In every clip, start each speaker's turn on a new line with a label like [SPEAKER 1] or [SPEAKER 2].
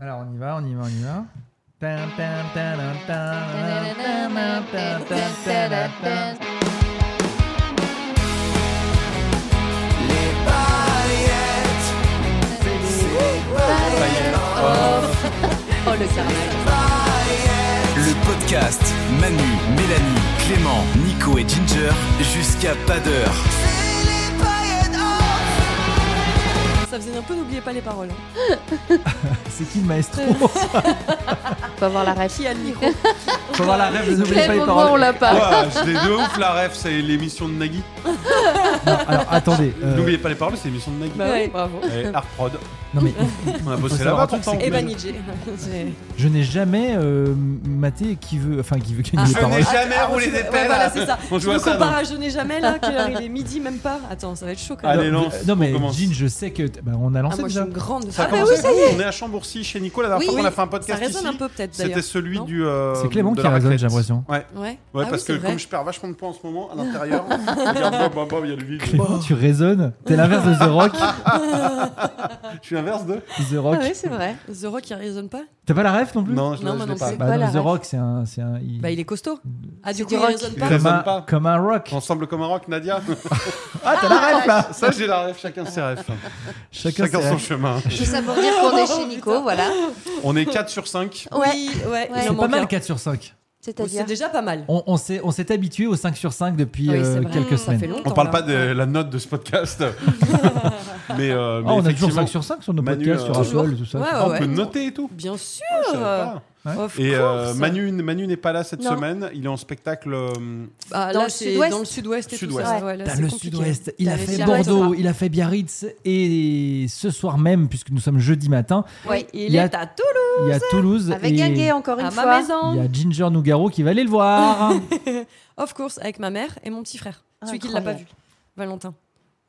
[SPEAKER 1] Alors on y va, on y va, on y va. Tin, tin, tin, tin, tin, tin, tin, tin, tin, tin, tin.
[SPEAKER 2] Oh le carnage.
[SPEAKER 3] Le podcast Manu, Mélanie, Clément, Nico et Ginger jusqu'à pas d'heure.
[SPEAKER 2] Ça faisait un peu n'oubliez pas les paroles.
[SPEAKER 1] C'est qui le maestro
[SPEAKER 2] Euh,
[SPEAKER 4] Faut avoir la ref.
[SPEAKER 2] Qui a le micro
[SPEAKER 1] Faut voir la rêve, n'oubliez pas
[SPEAKER 4] Clem,
[SPEAKER 1] les
[SPEAKER 4] au moins, on
[SPEAKER 1] paroles.
[SPEAKER 4] l'a pas.
[SPEAKER 1] Ah.
[SPEAKER 5] Ouah, je l'ai de ouf la ref, c'est l'émission de Nagui.
[SPEAKER 1] Non, alors attendez. euh,
[SPEAKER 5] N'oubliez pas les paroles, c'est l'émission de Nagui.
[SPEAKER 2] Bah oui, bravo.
[SPEAKER 5] Eh, Art Prod,
[SPEAKER 1] non mais
[SPEAKER 5] on a
[SPEAKER 1] Faut
[SPEAKER 5] bossé
[SPEAKER 1] savoir un
[SPEAKER 5] là-bas
[SPEAKER 1] truc,
[SPEAKER 5] pourtant.
[SPEAKER 1] c'est
[SPEAKER 2] Et
[SPEAKER 1] que-
[SPEAKER 2] bah Nidji.
[SPEAKER 1] je n'ai jamais euh, maté qui veut, enfin qui veut
[SPEAKER 2] Ah,
[SPEAKER 1] gagner les
[SPEAKER 5] Je n'ai
[SPEAKER 1] paroles.
[SPEAKER 5] jamais roulé des pelles.
[SPEAKER 2] voilà, c'est ça.
[SPEAKER 5] On
[SPEAKER 2] Je
[SPEAKER 5] joue
[SPEAKER 2] me
[SPEAKER 5] à ça,
[SPEAKER 2] compare
[SPEAKER 5] non
[SPEAKER 2] à Je n'ai jamais là, quelle heure il est midi, même pas. Attends, ça va être chaud quand même.
[SPEAKER 5] Allez,
[SPEAKER 1] Non,
[SPEAKER 5] lance,
[SPEAKER 1] non, mais
[SPEAKER 5] on commence.
[SPEAKER 1] Jean, je sais que t- bah, on a
[SPEAKER 2] Ah,
[SPEAKER 1] lancé
[SPEAKER 2] moi je
[SPEAKER 1] déjà.
[SPEAKER 2] suis une grande
[SPEAKER 5] Ça a
[SPEAKER 2] Ah, bah
[SPEAKER 5] commencé
[SPEAKER 2] oui, ça y est.
[SPEAKER 5] On est à Chambourcy chez Nico. La dernière
[SPEAKER 2] Oui,
[SPEAKER 5] fois qu'on
[SPEAKER 2] oui.
[SPEAKER 5] a fait un podcast
[SPEAKER 2] Ça résonne
[SPEAKER 5] ici,
[SPEAKER 2] un peu peut-être
[SPEAKER 5] c'était
[SPEAKER 2] d'ailleurs.
[SPEAKER 5] celui
[SPEAKER 2] Non
[SPEAKER 5] du. euh,
[SPEAKER 1] C'est Clément
[SPEAKER 5] de
[SPEAKER 1] qui
[SPEAKER 5] la
[SPEAKER 1] résonne,
[SPEAKER 5] raclette.
[SPEAKER 1] j'ai l'impression.
[SPEAKER 5] Ouais.
[SPEAKER 2] Ouais,
[SPEAKER 5] Ouais,
[SPEAKER 2] Ah oui,
[SPEAKER 5] parce que
[SPEAKER 2] c'est vrai.
[SPEAKER 5] comme je perds vachement de points en ce moment, à l'intérieur, regarde, bam, bam, bam, il y a le vide.
[SPEAKER 1] Clément, tu résonnes. T'es l'inverse de The Rock.
[SPEAKER 5] Je suis inverse de
[SPEAKER 1] The
[SPEAKER 2] Ah
[SPEAKER 1] Rock.
[SPEAKER 2] ouais, c'est vrai. The Rock il résonne pas
[SPEAKER 1] T'as pas la ref non plus
[SPEAKER 5] Non, je
[SPEAKER 2] Non, moi
[SPEAKER 5] l'ai- je l'ai
[SPEAKER 2] non
[SPEAKER 5] pas.
[SPEAKER 2] plus.
[SPEAKER 1] Bah,
[SPEAKER 2] Pas
[SPEAKER 1] non,
[SPEAKER 2] la
[SPEAKER 1] The
[SPEAKER 2] ref.
[SPEAKER 1] Rock, c'est un, c'est un. il-
[SPEAKER 2] Bah il est costaud. Ah du
[SPEAKER 4] C'est
[SPEAKER 2] coup
[SPEAKER 4] du
[SPEAKER 2] il
[SPEAKER 4] rock.
[SPEAKER 2] résonne
[SPEAKER 5] Il
[SPEAKER 2] pas
[SPEAKER 1] comme,
[SPEAKER 5] résonne
[SPEAKER 1] un,
[SPEAKER 5] pas.
[SPEAKER 1] comme un rock.
[SPEAKER 5] On semble comme un rock, Nadia.
[SPEAKER 1] Ah, t'as la ref là.
[SPEAKER 5] Ça, j'ai la ref, chacun ses refs.
[SPEAKER 1] Chacun,
[SPEAKER 5] Chacun
[SPEAKER 1] ses
[SPEAKER 5] son
[SPEAKER 1] refs.
[SPEAKER 5] chemin.
[SPEAKER 4] Tout ça pour dire qu'on est chez Nico, voilà.
[SPEAKER 5] On est 4 sur 5.
[SPEAKER 2] Oui, ouais,
[SPEAKER 4] Ouais.
[SPEAKER 2] il
[SPEAKER 1] C'est
[SPEAKER 2] en
[SPEAKER 1] pas
[SPEAKER 2] manque
[SPEAKER 1] mal
[SPEAKER 2] un.
[SPEAKER 1] 4 sur 5.
[SPEAKER 2] C'est
[SPEAKER 4] C'est-à-dire.
[SPEAKER 2] déjà pas mal.
[SPEAKER 1] On, on s'est on s'est habitué au 5 sur 5 depuis
[SPEAKER 2] Oui, c'est
[SPEAKER 1] euh,
[SPEAKER 2] vrai.
[SPEAKER 1] quelques
[SPEAKER 2] Ça fait
[SPEAKER 1] semaines.
[SPEAKER 2] longtemps.
[SPEAKER 5] On parle
[SPEAKER 2] là.
[SPEAKER 5] pas de la note de ce podcast. mais euh, mais
[SPEAKER 1] Ah, on a toujours
[SPEAKER 5] effectivement,
[SPEAKER 1] 5 sur 5 sur nos
[SPEAKER 5] Manu,
[SPEAKER 1] podcasts,
[SPEAKER 5] euh,
[SPEAKER 1] sur Apple,
[SPEAKER 2] toujours.
[SPEAKER 1] tout ça. tout ça.
[SPEAKER 2] Ouais,
[SPEAKER 5] on
[SPEAKER 2] Ah ouais. Ah.
[SPEAKER 5] peut noter et tout.
[SPEAKER 2] Bien sûr.
[SPEAKER 5] Je savais pas.
[SPEAKER 2] Of
[SPEAKER 5] Et euh,
[SPEAKER 2] course.
[SPEAKER 5] Manu, Manu n'est pas là cette
[SPEAKER 2] Non.
[SPEAKER 5] semaine. Il est en spectacle. euh,
[SPEAKER 2] Ah,
[SPEAKER 4] Dans
[SPEAKER 2] là,
[SPEAKER 4] le
[SPEAKER 2] c'est
[SPEAKER 4] sud-ouest.
[SPEAKER 2] Dans le sud-ouest et
[SPEAKER 5] Sud-ouest.
[SPEAKER 2] tout ça. Ouais, là,
[SPEAKER 1] T'as
[SPEAKER 2] c'est
[SPEAKER 1] le
[SPEAKER 2] compliqué.
[SPEAKER 1] sud-ouest, il
[SPEAKER 2] T'as
[SPEAKER 1] a
[SPEAKER 2] le
[SPEAKER 1] fait
[SPEAKER 2] sud-ouest,
[SPEAKER 1] Bordeaux,
[SPEAKER 2] là.
[SPEAKER 1] il a fait Biarritz et ce soir même, puisque nous sommes jeudi matin,
[SPEAKER 2] Ouais, il
[SPEAKER 1] Il y a-
[SPEAKER 2] est à Toulouse,
[SPEAKER 1] il y a Toulouse
[SPEAKER 4] Avec
[SPEAKER 1] et
[SPEAKER 4] Guinguet, encore une
[SPEAKER 2] à ma
[SPEAKER 4] fois.
[SPEAKER 1] il y
[SPEAKER 2] maison.
[SPEAKER 1] a Ginger Nougaro qui va aller le voir.
[SPEAKER 2] Of course, avec ma mère et mon petit frère. Celui qui ne l'a pas vu,
[SPEAKER 4] Incroyable.
[SPEAKER 2] Valentin.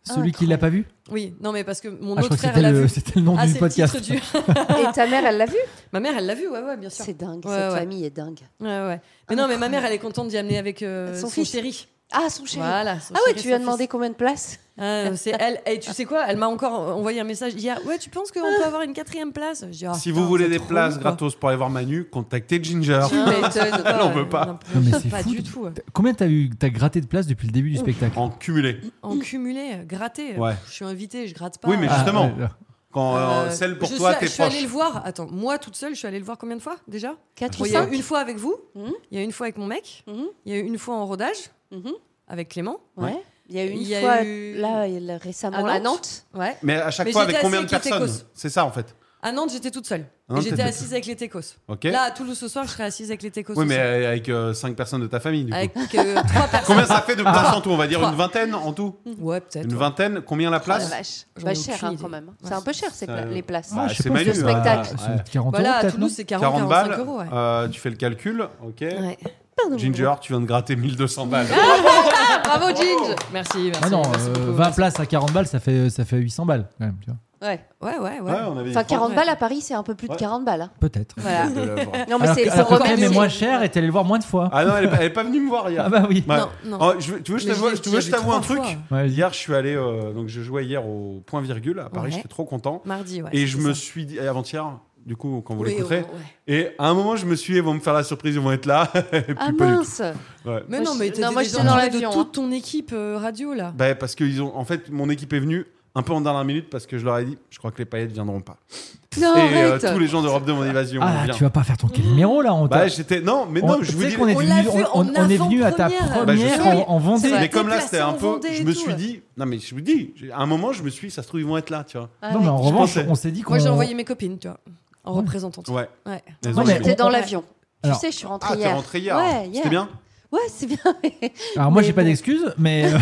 [SPEAKER 1] Celui qui l'a pas vu
[SPEAKER 2] Oui, non, mais parce que mon
[SPEAKER 1] Ah, je crois que
[SPEAKER 2] autre frère l'a
[SPEAKER 1] c'était le,
[SPEAKER 2] vu.
[SPEAKER 1] c'était le nom
[SPEAKER 2] Ah,
[SPEAKER 1] du
[SPEAKER 2] c'est le
[SPEAKER 1] podcast.
[SPEAKER 2] titre du.
[SPEAKER 4] Et ta mère, elle l'a vu
[SPEAKER 2] ma mère, elle l'a vu, ouais, ouais, bien sûr.
[SPEAKER 4] C'est dingue,
[SPEAKER 2] Ouais,
[SPEAKER 4] cette
[SPEAKER 2] ouais.
[SPEAKER 4] famille est dingue.
[SPEAKER 2] Ouais, ouais. Mais non, mais ma mère, elle est contente d'y amener avec euh,
[SPEAKER 4] Son
[SPEAKER 2] son,
[SPEAKER 4] fils.
[SPEAKER 2] chéri.
[SPEAKER 4] Ah, son chéri.
[SPEAKER 2] Voilà. son
[SPEAKER 4] Ah ouais,
[SPEAKER 2] chéri,
[SPEAKER 4] tu
[SPEAKER 2] son
[SPEAKER 4] lui as demandé
[SPEAKER 2] fils.
[SPEAKER 4] combien de places
[SPEAKER 2] Ah, c'est elle. Et tu sais quoi Elle m'a encore envoyé un message hier. Ouais, tu penses qu'on peut avoir une quatrième place Je dis, ah,
[SPEAKER 5] si
[SPEAKER 2] putain,
[SPEAKER 5] vous voulez
[SPEAKER 2] c'est
[SPEAKER 5] des
[SPEAKER 2] trop
[SPEAKER 5] places
[SPEAKER 2] long, quoi.
[SPEAKER 5] gratos pour aller voir Manu, contactez Ginger.
[SPEAKER 2] Tu m'étonnes, quoi.
[SPEAKER 5] on veut pas.
[SPEAKER 1] Non, mais c'est
[SPEAKER 2] pas
[SPEAKER 1] fou.
[SPEAKER 2] du tout.
[SPEAKER 1] T'as- Combien t'as eu, t'as gratté de place depuis le début du spectacle
[SPEAKER 5] En cumulé.
[SPEAKER 2] En cumulé, euh, gratter.
[SPEAKER 5] Ouais.
[SPEAKER 2] Je suis invitée, je gratte pas.
[SPEAKER 5] Oui, mais
[SPEAKER 1] Ah,
[SPEAKER 2] Euh,
[SPEAKER 5] justement,
[SPEAKER 1] ouais, ouais.
[SPEAKER 5] Quand euh,
[SPEAKER 2] euh,
[SPEAKER 5] celle pour
[SPEAKER 2] je
[SPEAKER 5] toi,
[SPEAKER 2] suis-
[SPEAKER 5] t'es
[SPEAKER 2] Je suis allée
[SPEAKER 5] proche.
[SPEAKER 2] le voir. Attends, moi toute seule, je suis allée le voir combien de fois déjà
[SPEAKER 4] 4
[SPEAKER 2] Bon,
[SPEAKER 4] ou
[SPEAKER 2] Il y a
[SPEAKER 4] 5
[SPEAKER 2] eu une fois avec vous,
[SPEAKER 4] Mhm.
[SPEAKER 2] il y a eu une fois avec mon mec,
[SPEAKER 4] Mhm.
[SPEAKER 2] il y a eu une fois en rodage avec Clément.
[SPEAKER 4] Ouais. Il y a eu
[SPEAKER 2] Il y a
[SPEAKER 4] une fois,
[SPEAKER 2] eu-
[SPEAKER 4] là, il- récemment,
[SPEAKER 2] À
[SPEAKER 4] à
[SPEAKER 2] Nantes.
[SPEAKER 4] Nantes.
[SPEAKER 2] Ouais.
[SPEAKER 5] Mais à chaque
[SPEAKER 2] Mais
[SPEAKER 5] fois,
[SPEAKER 2] j'étais
[SPEAKER 5] avec combien de
[SPEAKER 2] assis avec les
[SPEAKER 5] personnes
[SPEAKER 2] techos.
[SPEAKER 5] C'est ça en fait.
[SPEAKER 2] À Nantes, j'étais toute seule. Et
[SPEAKER 5] Hein, t'es
[SPEAKER 2] j'étais
[SPEAKER 5] toute
[SPEAKER 2] assise avec les Técos.
[SPEAKER 5] Ok.
[SPEAKER 2] Là, à Toulouse ce soir, je serai assise avec les Técos.
[SPEAKER 5] oui, mais
[SPEAKER 2] aussi.
[SPEAKER 5] euh, avec 5 personnes de ta famille. Du coup.
[SPEAKER 2] avec euh, trois personnes.
[SPEAKER 5] Combien ça fait de places en tout On va dire
[SPEAKER 2] Trois.
[SPEAKER 5] une vingtaine en tout
[SPEAKER 2] Ouais, peut-être.
[SPEAKER 5] Une
[SPEAKER 2] ouais. Oh,
[SPEAKER 5] vingtaine Combien la place
[SPEAKER 4] Ah, vache.
[SPEAKER 2] J'en ai
[SPEAKER 4] Pas cher,
[SPEAKER 2] aucune
[SPEAKER 4] hein,
[SPEAKER 2] idée.
[SPEAKER 4] quand même.
[SPEAKER 2] Ouais,
[SPEAKER 4] C'est un peu cher, ces pla-
[SPEAKER 5] euh,
[SPEAKER 4] les places.
[SPEAKER 5] Bah,
[SPEAKER 1] Ouais, Ah, je sais
[SPEAKER 5] c'est
[SPEAKER 1] pas,
[SPEAKER 5] Manu,
[SPEAKER 1] c'est-
[SPEAKER 4] le spectacle.
[SPEAKER 1] c'est
[SPEAKER 5] Ouais.
[SPEAKER 1] 40
[SPEAKER 2] Voilà,
[SPEAKER 1] euros,
[SPEAKER 2] à
[SPEAKER 1] peut-être, non
[SPEAKER 2] Toulouse, c'est 40,
[SPEAKER 5] 40
[SPEAKER 2] 45
[SPEAKER 5] balles,
[SPEAKER 2] euros. Ouais.
[SPEAKER 5] euh, tu fais le calcul, ok.
[SPEAKER 2] Ouais.
[SPEAKER 5] Ginger, tu viens de gratter 1200 balles. Ah.
[SPEAKER 2] Bravo, Ginge Merci, merci.
[SPEAKER 1] Ah non,
[SPEAKER 2] merci
[SPEAKER 1] euh,
[SPEAKER 2] beaucoup,
[SPEAKER 1] 20
[SPEAKER 2] merci.
[SPEAKER 1] places à 40 balles, ça fait, ça fait 800 balles, quand même, tu vois.
[SPEAKER 4] Ouais.
[SPEAKER 2] Ouais, ouais, ouais.
[SPEAKER 5] Ouais, on avait
[SPEAKER 4] Enfin,
[SPEAKER 5] une trente.
[SPEAKER 4] 40 balles à Paris, c'est un peu plus de
[SPEAKER 5] Ouais.
[SPEAKER 4] 40 balles. hein.
[SPEAKER 1] Peut-être.
[SPEAKER 4] Voilà.
[SPEAKER 5] de l'œuvre.
[SPEAKER 4] Non, mais
[SPEAKER 1] alors
[SPEAKER 4] c'est
[SPEAKER 1] que-
[SPEAKER 4] pour
[SPEAKER 1] alors que Clem est
[SPEAKER 4] remercier.
[SPEAKER 1] moins cher et t'es allé le voir moins de fois.
[SPEAKER 5] Ah non, elle est, pas, elle est pas venue me voir hier.
[SPEAKER 1] Ah bah oui.
[SPEAKER 5] Ouais.
[SPEAKER 2] Non, non.
[SPEAKER 5] Oh, je veux- tu veux que je
[SPEAKER 2] Mais
[SPEAKER 5] t'avoue-
[SPEAKER 2] l'ai-
[SPEAKER 5] je- tu veux que
[SPEAKER 2] l'ai
[SPEAKER 5] je
[SPEAKER 2] vu
[SPEAKER 5] t'avoue un
[SPEAKER 2] trois
[SPEAKER 5] truc
[SPEAKER 2] fois.
[SPEAKER 1] Ouais, vas-y.
[SPEAKER 5] Hier, je suis allé, euh, donc je jouais hier au point virgule à Paris,
[SPEAKER 2] Ouais.
[SPEAKER 5] j'étais trop content.
[SPEAKER 2] Mardi, ouais.
[SPEAKER 5] et je
[SPEAKER 2] c'est
[SPEAKER 5] me
[SPEAKER 2] ça.
[SPEAKER 5] suis dit, et avant-hier, du coup, quand vous
[SPEAKER 2] Oui,
[SPEAKER 5] l'écouterez,
[SPEAKER 2] ouais, ouais.
[SPEAKER 5] et à un moment, je me suis dit, ils vont me faire la surprise, ils vont être là. et puis
[SPEAKER 4] Ah
[SPEAKER 5] pas du
[SPEAKER 4] mince
[SPEAKER 5] tout. Ouais.
[SPEAKER 2] Mais
[SPEAKER 4] Moi,
[SPEAKER 2] non,
[SPEAKER 4] je-
[SPEAKER 2] mais
[SPEAKER 4] non,
[SPEAKER 2] t'étais
[SPEAKER 4] moi,
[SPEAKER 2] déjà
[SPEAKER 4] j'étais dans
[SPEAKER 2] entouré de
[SPEAKER 4] l'avion, hein.
[SPEAKER 2] toute ton équipe euh, radio, là.
[SPEAKER 5] Bah, parce que, ils ont, en fait, mon équipe est venue un peu en dernière minute parce que je leur ai dit, je crois que les paillettes viendront pas.
[SPEAKER 4] Non,
[SPEAKER 5] et euh,
[SPEAKER 4] arrête
[SPEAKER 5] tous les gens d'Europe de mon évasion.
[SPEAKER 1] Ah
[SPEAKER 5] viennent.
[SPEAKER 1] là, tu vas pas faire ton numéro là, on t'a-
[SPEAKER 5] Bah, j'étais. Non, mais non,
[SPEAKER 1] on-
[SPEAKER 5] je
[SPEAKER 1] tu
[SPEAKER 5] vous
[SPEAKER 1] sais
[SPEAKER 5] dis.
[SPEAKER 1] qu'on est
[SPEAKER 2] Mmh. on
[SPEAKER 1] venu,
[SPEAKER 2] l'a vu
[SPEAKER 1] on,
[SPEAKER 2] en
[SPEAKER 1] on est venu à ta
[SPEAKER 2] avant-première.
[SPEAKER 1] première
[SPEAKER 5] Bah, je sais.
[SPEAKER 1] en, en Vendée.
[SPEAKER 2] C'est vrai.
[SPEAKER 5] Mais comme là,
[SPEAKER 2] déplacé
[SPEAKER 5] c'était un
[SPEAKER 2] en
[SPEAKER 5] peu.
[SPEAKER 2] Vendée
[SPEAKER 5] Je
[SPEAKER 2] et
[SPEAKER 5] me
[SPEAKER 2] tout,
[SPEAKER 5] suis
[SPEAKER 2] ouais.
[SPEAKER 5] dit. Non, mais je vous dis, j'ai- à un moment, je me suis dit, ça se trouve, ils vont être là, tu vois.
[SPEAKER 1] Non, mais en
[SPEAKER 5] Je
[SPEAKER 1] revanche,
[SPEAKER 5] pensais.
[SPEAKER 1] on s'est dit qu'on.
[SPEAKER 2] Moi, j'ai envoyé mes copines, tu vois, en
[SPEAKER 1] Ouais.
[SPEAKER 2] représentante.
[SPEAKER 5] Ouais.
[SPEAKER 2] Ouais.
[SPEAKER 5] Elles
[SPEAKER 1] Non,
[SPEAKER 5] ont
[SPEAKER 1] mais
[SPEAKER 5] aimé.
[SPEAKER 4] J'étais dans
[SPEAKER 2] Ouais.
[SPEAKER 4] l'avions. Tu
[SPEAKER 1] Alors-
[SPEAKER 4] sais, je suis rentrée
[SPEAKER 5] Ah, t'es
[SPEAKER 4] hier.
[SPEAKER 5] rentrée hier.
[SPEAKER 4] Ouais, hier.
[SPEAKER 5] C'était bien
[SPEAKER 4] Ouais, c'est bien. mais-
[SPEAKER 1] Alors moi, j'ai
[SPEAKER 4] Mais
[SPEAKER 1] pas
[SPEAKER 4] bon.
[SPEAKER 1] d'excuses, mais. euh,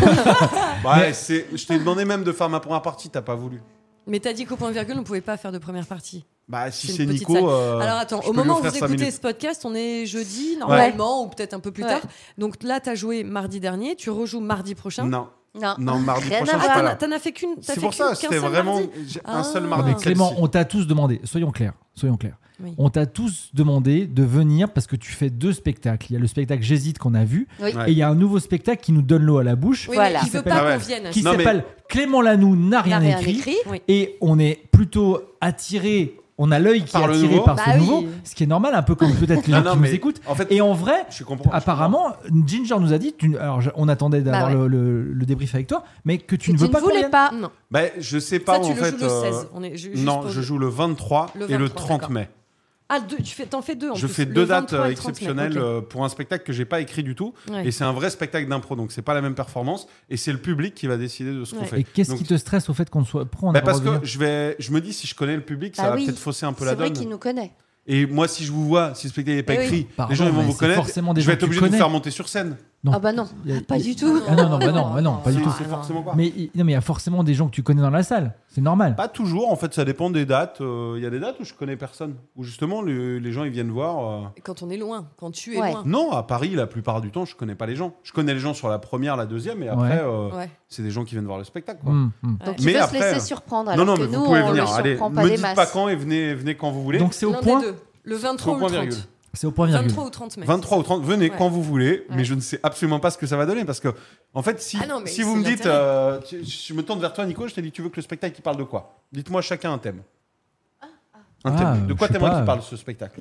[SPEAKER 5] Ouais, c'est- je t'ai demandé même de faire ma première partie, t'as pas voulu.
[SPEAKER 2] Mais t'as dit qu'au point virgule, on pouvait pas faire de première partie.
[SPEAKER 5] Bah, si
[SPEAKER 2] C'est une
[SPEAKER 5] c'est
[SPEAKER 2] petite
[SPEAKER 5] Nico.
[SPEAKER 2] salle.
[SPEAKER 5] euh,
[SPEAKER 2] Alors attends,
[SPEAKER 5] je
[SPEAKER 2] au
[SPEAKER 5] peux lui
[SPEAKER 2] moment où
[SPEAKER 5] offrir
[SPEAKER 2] vous
[SPEAKER 5] cinq
[SPEAKER 2] écoutez
[SPEAKER 5] minutes.
[SPEAKER 2] ce podcast, on est jeudi normalement ou peut-être un peu plus
[SPEAKER 4] Ouais.
[SPEAKER 2] tard. Donc là, t'as joué mardi dernier, tu rejoues mardi prochain.
[SPEAKER 5] Non,
[SPEAKER 4] Non.
[SPEAKER 5] non, mardi
[SPEAKER 4] Rien à
[SPEAKER 5] prochain, je suis
[SPEAKER 4] voir.
[SPEAKER 5] pas
[SPEAKER 2] Ah, t'en as-
[SPEAKER 5] là.
[SPEAKER 2] t'en as fait qu'une. t'as
[SPEAKER 5] C'est
[SPEAKER 2] fait
[SPEAKER 5] pour
[SPEAKER 2] qu'une-
[SPEAKER 5] ça, c'était
[SPEAKER 2] qu'un seul
[SPEAKER 5] vraiment
[SPEAKER 2] mardi.
[SPEAKER 5] j'ai un seul
[SPEAKER 2] Ah.
[SPEAKER 5] mardi.
[SPEAKER 2] Mais
[SPEAKER 5] Clément,
[SPEAKER 1] Clément, on t'a tous demandé, soyons clairs, soyons clairs.
[SPEAKER 2] Oui.
[SPEAKER 1] On t'a tous demandé de venir parce que tu fais deux spectacles. Il y a le spectacle J'hésite qu'on a vu
[SPEAKER 4] Oui.
[SPEAKER 5] Ouais.
[SPEAKER 1] et il y a un nouveau spectacle qui nous donne l'eau à la bouche
[SPEAKER 2] Oui,
[SPEAKER 4] Voilà.
[SPEAKER 2] mais qui veut
[SPEAKER 1] s'appelle-
[SPEAKER 2] pas
[SPEAKER 5] Ah ouais.
[SPEAKER 2] qu'on vienne.
[SPEAKER 1] qui
[SPEAKER 5] Non, mais-
[SPEAKER 1] s'appelle Clément Lanou n'a
[SPEAKER 4] N'a
[SPEAKER 1] rien,
[SPEAKER 4] rien
[SPEAKER 1] écrit.
[SPEAKER 4] écrit.
[SPEAKER 2] Oui.
[SPEAKER 1] Et on est plutôt attiré, on a l'œil qui
[SPEAKER 5] Par
[SPEAKER 1] est
[SPEAKER 5] le
[SPEAKER 1] attiré
[SPEAKER 5] nouveau.
[SPEAKER 1] par
[SPEAKER 4] Bah
[SPEAKER 1] ce
[SPEAKER 4] oui.
[SPEAKER 1] nouveau, ce qui est normal, un peu comme peut-être les gens
[SPEAKER 5] Non, non,
[SPEAKER 1] qui
[SPEAKER 5] mais
[SPEAKER 1] nous écoutent.
[SPEAKER 5] En fait,
[SPEAKER 1] Et en vrai,
[SPEAKER 5] je comprends.
[SPEAKER 1] Apparemment, Ginger nous a dit, tu- alors je- on attendait d'avoir
[SPEAKER 4] Bah ouais.
[SPEAKER 1] le, le- le débrief avec toi, mais que tu
[SPEAKER 4] Tu
[SPEAKER 1] ne veux
[SPEAKER 4] ne
[SPEAKER 1] pas qu'on
[SPEAKER 4] voulais
[SPEAKER 1] vienne.
[SPEAKER 4] pas.
[SPEAKER 2] Non.
[SPEAKER 5] Bah, je sais pas
[SPEAKER 2] Ça, tu le
[SPEAKER 5] en fait.
[SPEAKER 2] joues le
[SPEAKER 5] euh,
[SPEAKER 2] 16. On est ju- juste
[SPEAKER 5] non,
[SPEAKER 2] pour-
[SPEAKER 5] je joue le 23
[SPEAKER 2] Le
[SPEAKER 5] et le
[SPEAKER 2] 23,
[SPEAKER 5] 30
[SPEAKER 2] d'accord.
[SPEAKER 5] mai.
[SPEAKER 2] Ah, deux, tu fais, t'en fais deux en
[SPEAKER 5] Je
[SPEAKER 2] plus,
[SPEAKER 5] fais
[SPEAKER 2] le
[SPEAKER 5] deux dates
[SPEAKER 2] 23 et le 30 mai.
[SPEAKER 5] exceptionnelles
[SPEAKER 2] Ok.
[SPEAKER 5] euh, pour un spectacle que j'ai pas écrit du tout.
[SPEAKER 2] Ouais.
[SPEAKER 5] Et c'est un vrai spectacle d'impro, donc c'est pas la même performance. Et c'est le public qui va décider de ce qu'on
[SPEAKER 2] Ouais.
[SPEAKER 5] fait.
[SPEAKER 1] Et qu'est-ce
[SPEAKER 5] Donc-
[SPEAKER 1] qui te stresse au fait qu'on soit prend
[SPEAKER 5] Bah, parce que je, vais, je me dis, si je connais le public, ça
[SPEAKER 4] Bah
[SPEAKER 5] va
[SPEAKER 4] oui.
[SPEAKER 5] peut-être fausser un peu
[SPEAKER 4] C'est
[SPEAKER 5] la
[SPEAKER 4] vrai
[SPEAKER 5] donne.
[SPEAKER 4] qu'il nous connaît.
[SPEAKER 5] Et moi, si je vous vois, si le spectacle n'est pas
[SPEAKER 4] Eh oui.
[SPEAKER 5] écrit,
[SPEAKER 1] Pardon,
[SPEAKER 5] les gens ils vont
[SPEAKER 1] mais
[SPEAKER 5] vous
[SPEAKER 1] c'est
[SPEAKER 5] connaître.
[SPEAKER 1] forcément des
[SPEAKER 5] je
[SPEAKER 1] gens
[SPEAKER 5] vais être
[SPEAKER 1] que tu
[SPEAKER 5] obligé de vous
[SPEAKER 1] connais.
[SPEAKER 5] faire monter sur scène.
[SPEAKER 1] Non.
[SPEAKER 4] Ah bah non. Pas du tout.
[SPEAKER 1] Ah non, non, bah non, bah non, pas du
[SPEAKER 5] C'est-
[SPEAKER 1] tout.
[SPEAKER 5] C'est forcément quoi
[SPEAKER 1] Mais il- non, mais il y a forcément des gens que tu connais dans la salle, c'est normal.
[SPEAKER 5] Pas toujours, en fait, ça dépend des dates. Euh, Il y a des dates où je connais personne, où justement le- les gens ils viennent voir. euh.
[SPEAKER 2] Quand on est loin, quand tu es
[SPEAKER 4] Ouais.
[SPEAKER 2] loin.
[SPEAKER 5] Non, à Paris, la plupart du temps, je connais pas les gens. Je connais les gens sur la première, la deuxième, et après,
[SPEAKER 1] Ouais.
[SPEAKER 5] euh,
[SPEAKER 2] Ouais.
[SPEAKER 5] c'est des gens qui viennent voir le spectacle. quoi.
[SPEAKER 1] Hum, hum.
[SPEAKER 4] Donc
[SPEAKER 2] Ouais.
[SPEAKER 4] il
[SPEAKER 5] Mais
[SPEAKER 4] faut
[SPEAKER 5] après,
[SPEAKER 4] se
[SPEAKER 5] euh,
[SPEAKER 4] laisser surprendre.
[SPEAKER 5] Non,
[SPEAKER 4] Alors
[SPEAKER 5] non,
[SPEAKER 4] que
[SPEAKER 5] mais
[SPEAKER 4] nous,
[SPEAKER 5] vous pouvez
[SPEAKER 4] on
[SPEAKER 5] venir.
[SPEAKER 4] le
[SPEAKER 5] Allez,
[SPEAKER 4] surprend pas
[SPEAKER 5] me
[SPEAKER 4] des
[SPEAKER 5] dites pas
[SPEAKER 4] masses.
[SPEAKER 5] quand et venez, venez quand vous voulez.
[SPEAKER 1] Donc c'est au
[SPEAKER 2] L'un
[SPEAKER 1] point,
[SPEAKER 2] des deux. Le
[SPEAKER 5] C'est
[SPEAKER 2] 23
[SPEAKER 5] au
[SPEAKER 2] ou le
[SPEAKER 5] point
[SPEAKER 2] 30.
[SPEAKER 5] virgule.
[SPEAKER 1] c'est au point virgule.
[SPEAKER 2] 23 ou 30 mai.
[SPEAKER 5] 23 ou 30, venez
[SPEAKER 2] Ouais.
[SPEAKER 5] quand vous voulez, mais
[SPEAKER 2] Ouais.
[SPEAKER 5] je ne sais absolument pas ce que ça va donner parce que, en fait, si,
[SPEAKER 2] Ah non, mais
[SPEAKER 5] si vous
[SPEAKER 2] c'est
[SPEAKER 5] me dites,
[SPEAKER 2] l'intérêt.
[SPEAKER 5] euh, tu- je me tourne vers toi, Nico, je te dis, tu veux que le spectacle il parle de quoi Dites-moi chacun un thème. Un
[SPEAKER 1] Ah,
[SPEAKER 5] thème. De
[SPEAKER 1] euh,
[SPEAKER 5] quoi
[SPEAKER 1] je sais
[SPEAKER 5] t'aimerais
[SPEAKER 1] pas,
[SPEAKER 5] qu'il
[SPEAKER 1] euh,
[SPEAKER 5] parle ce spectacle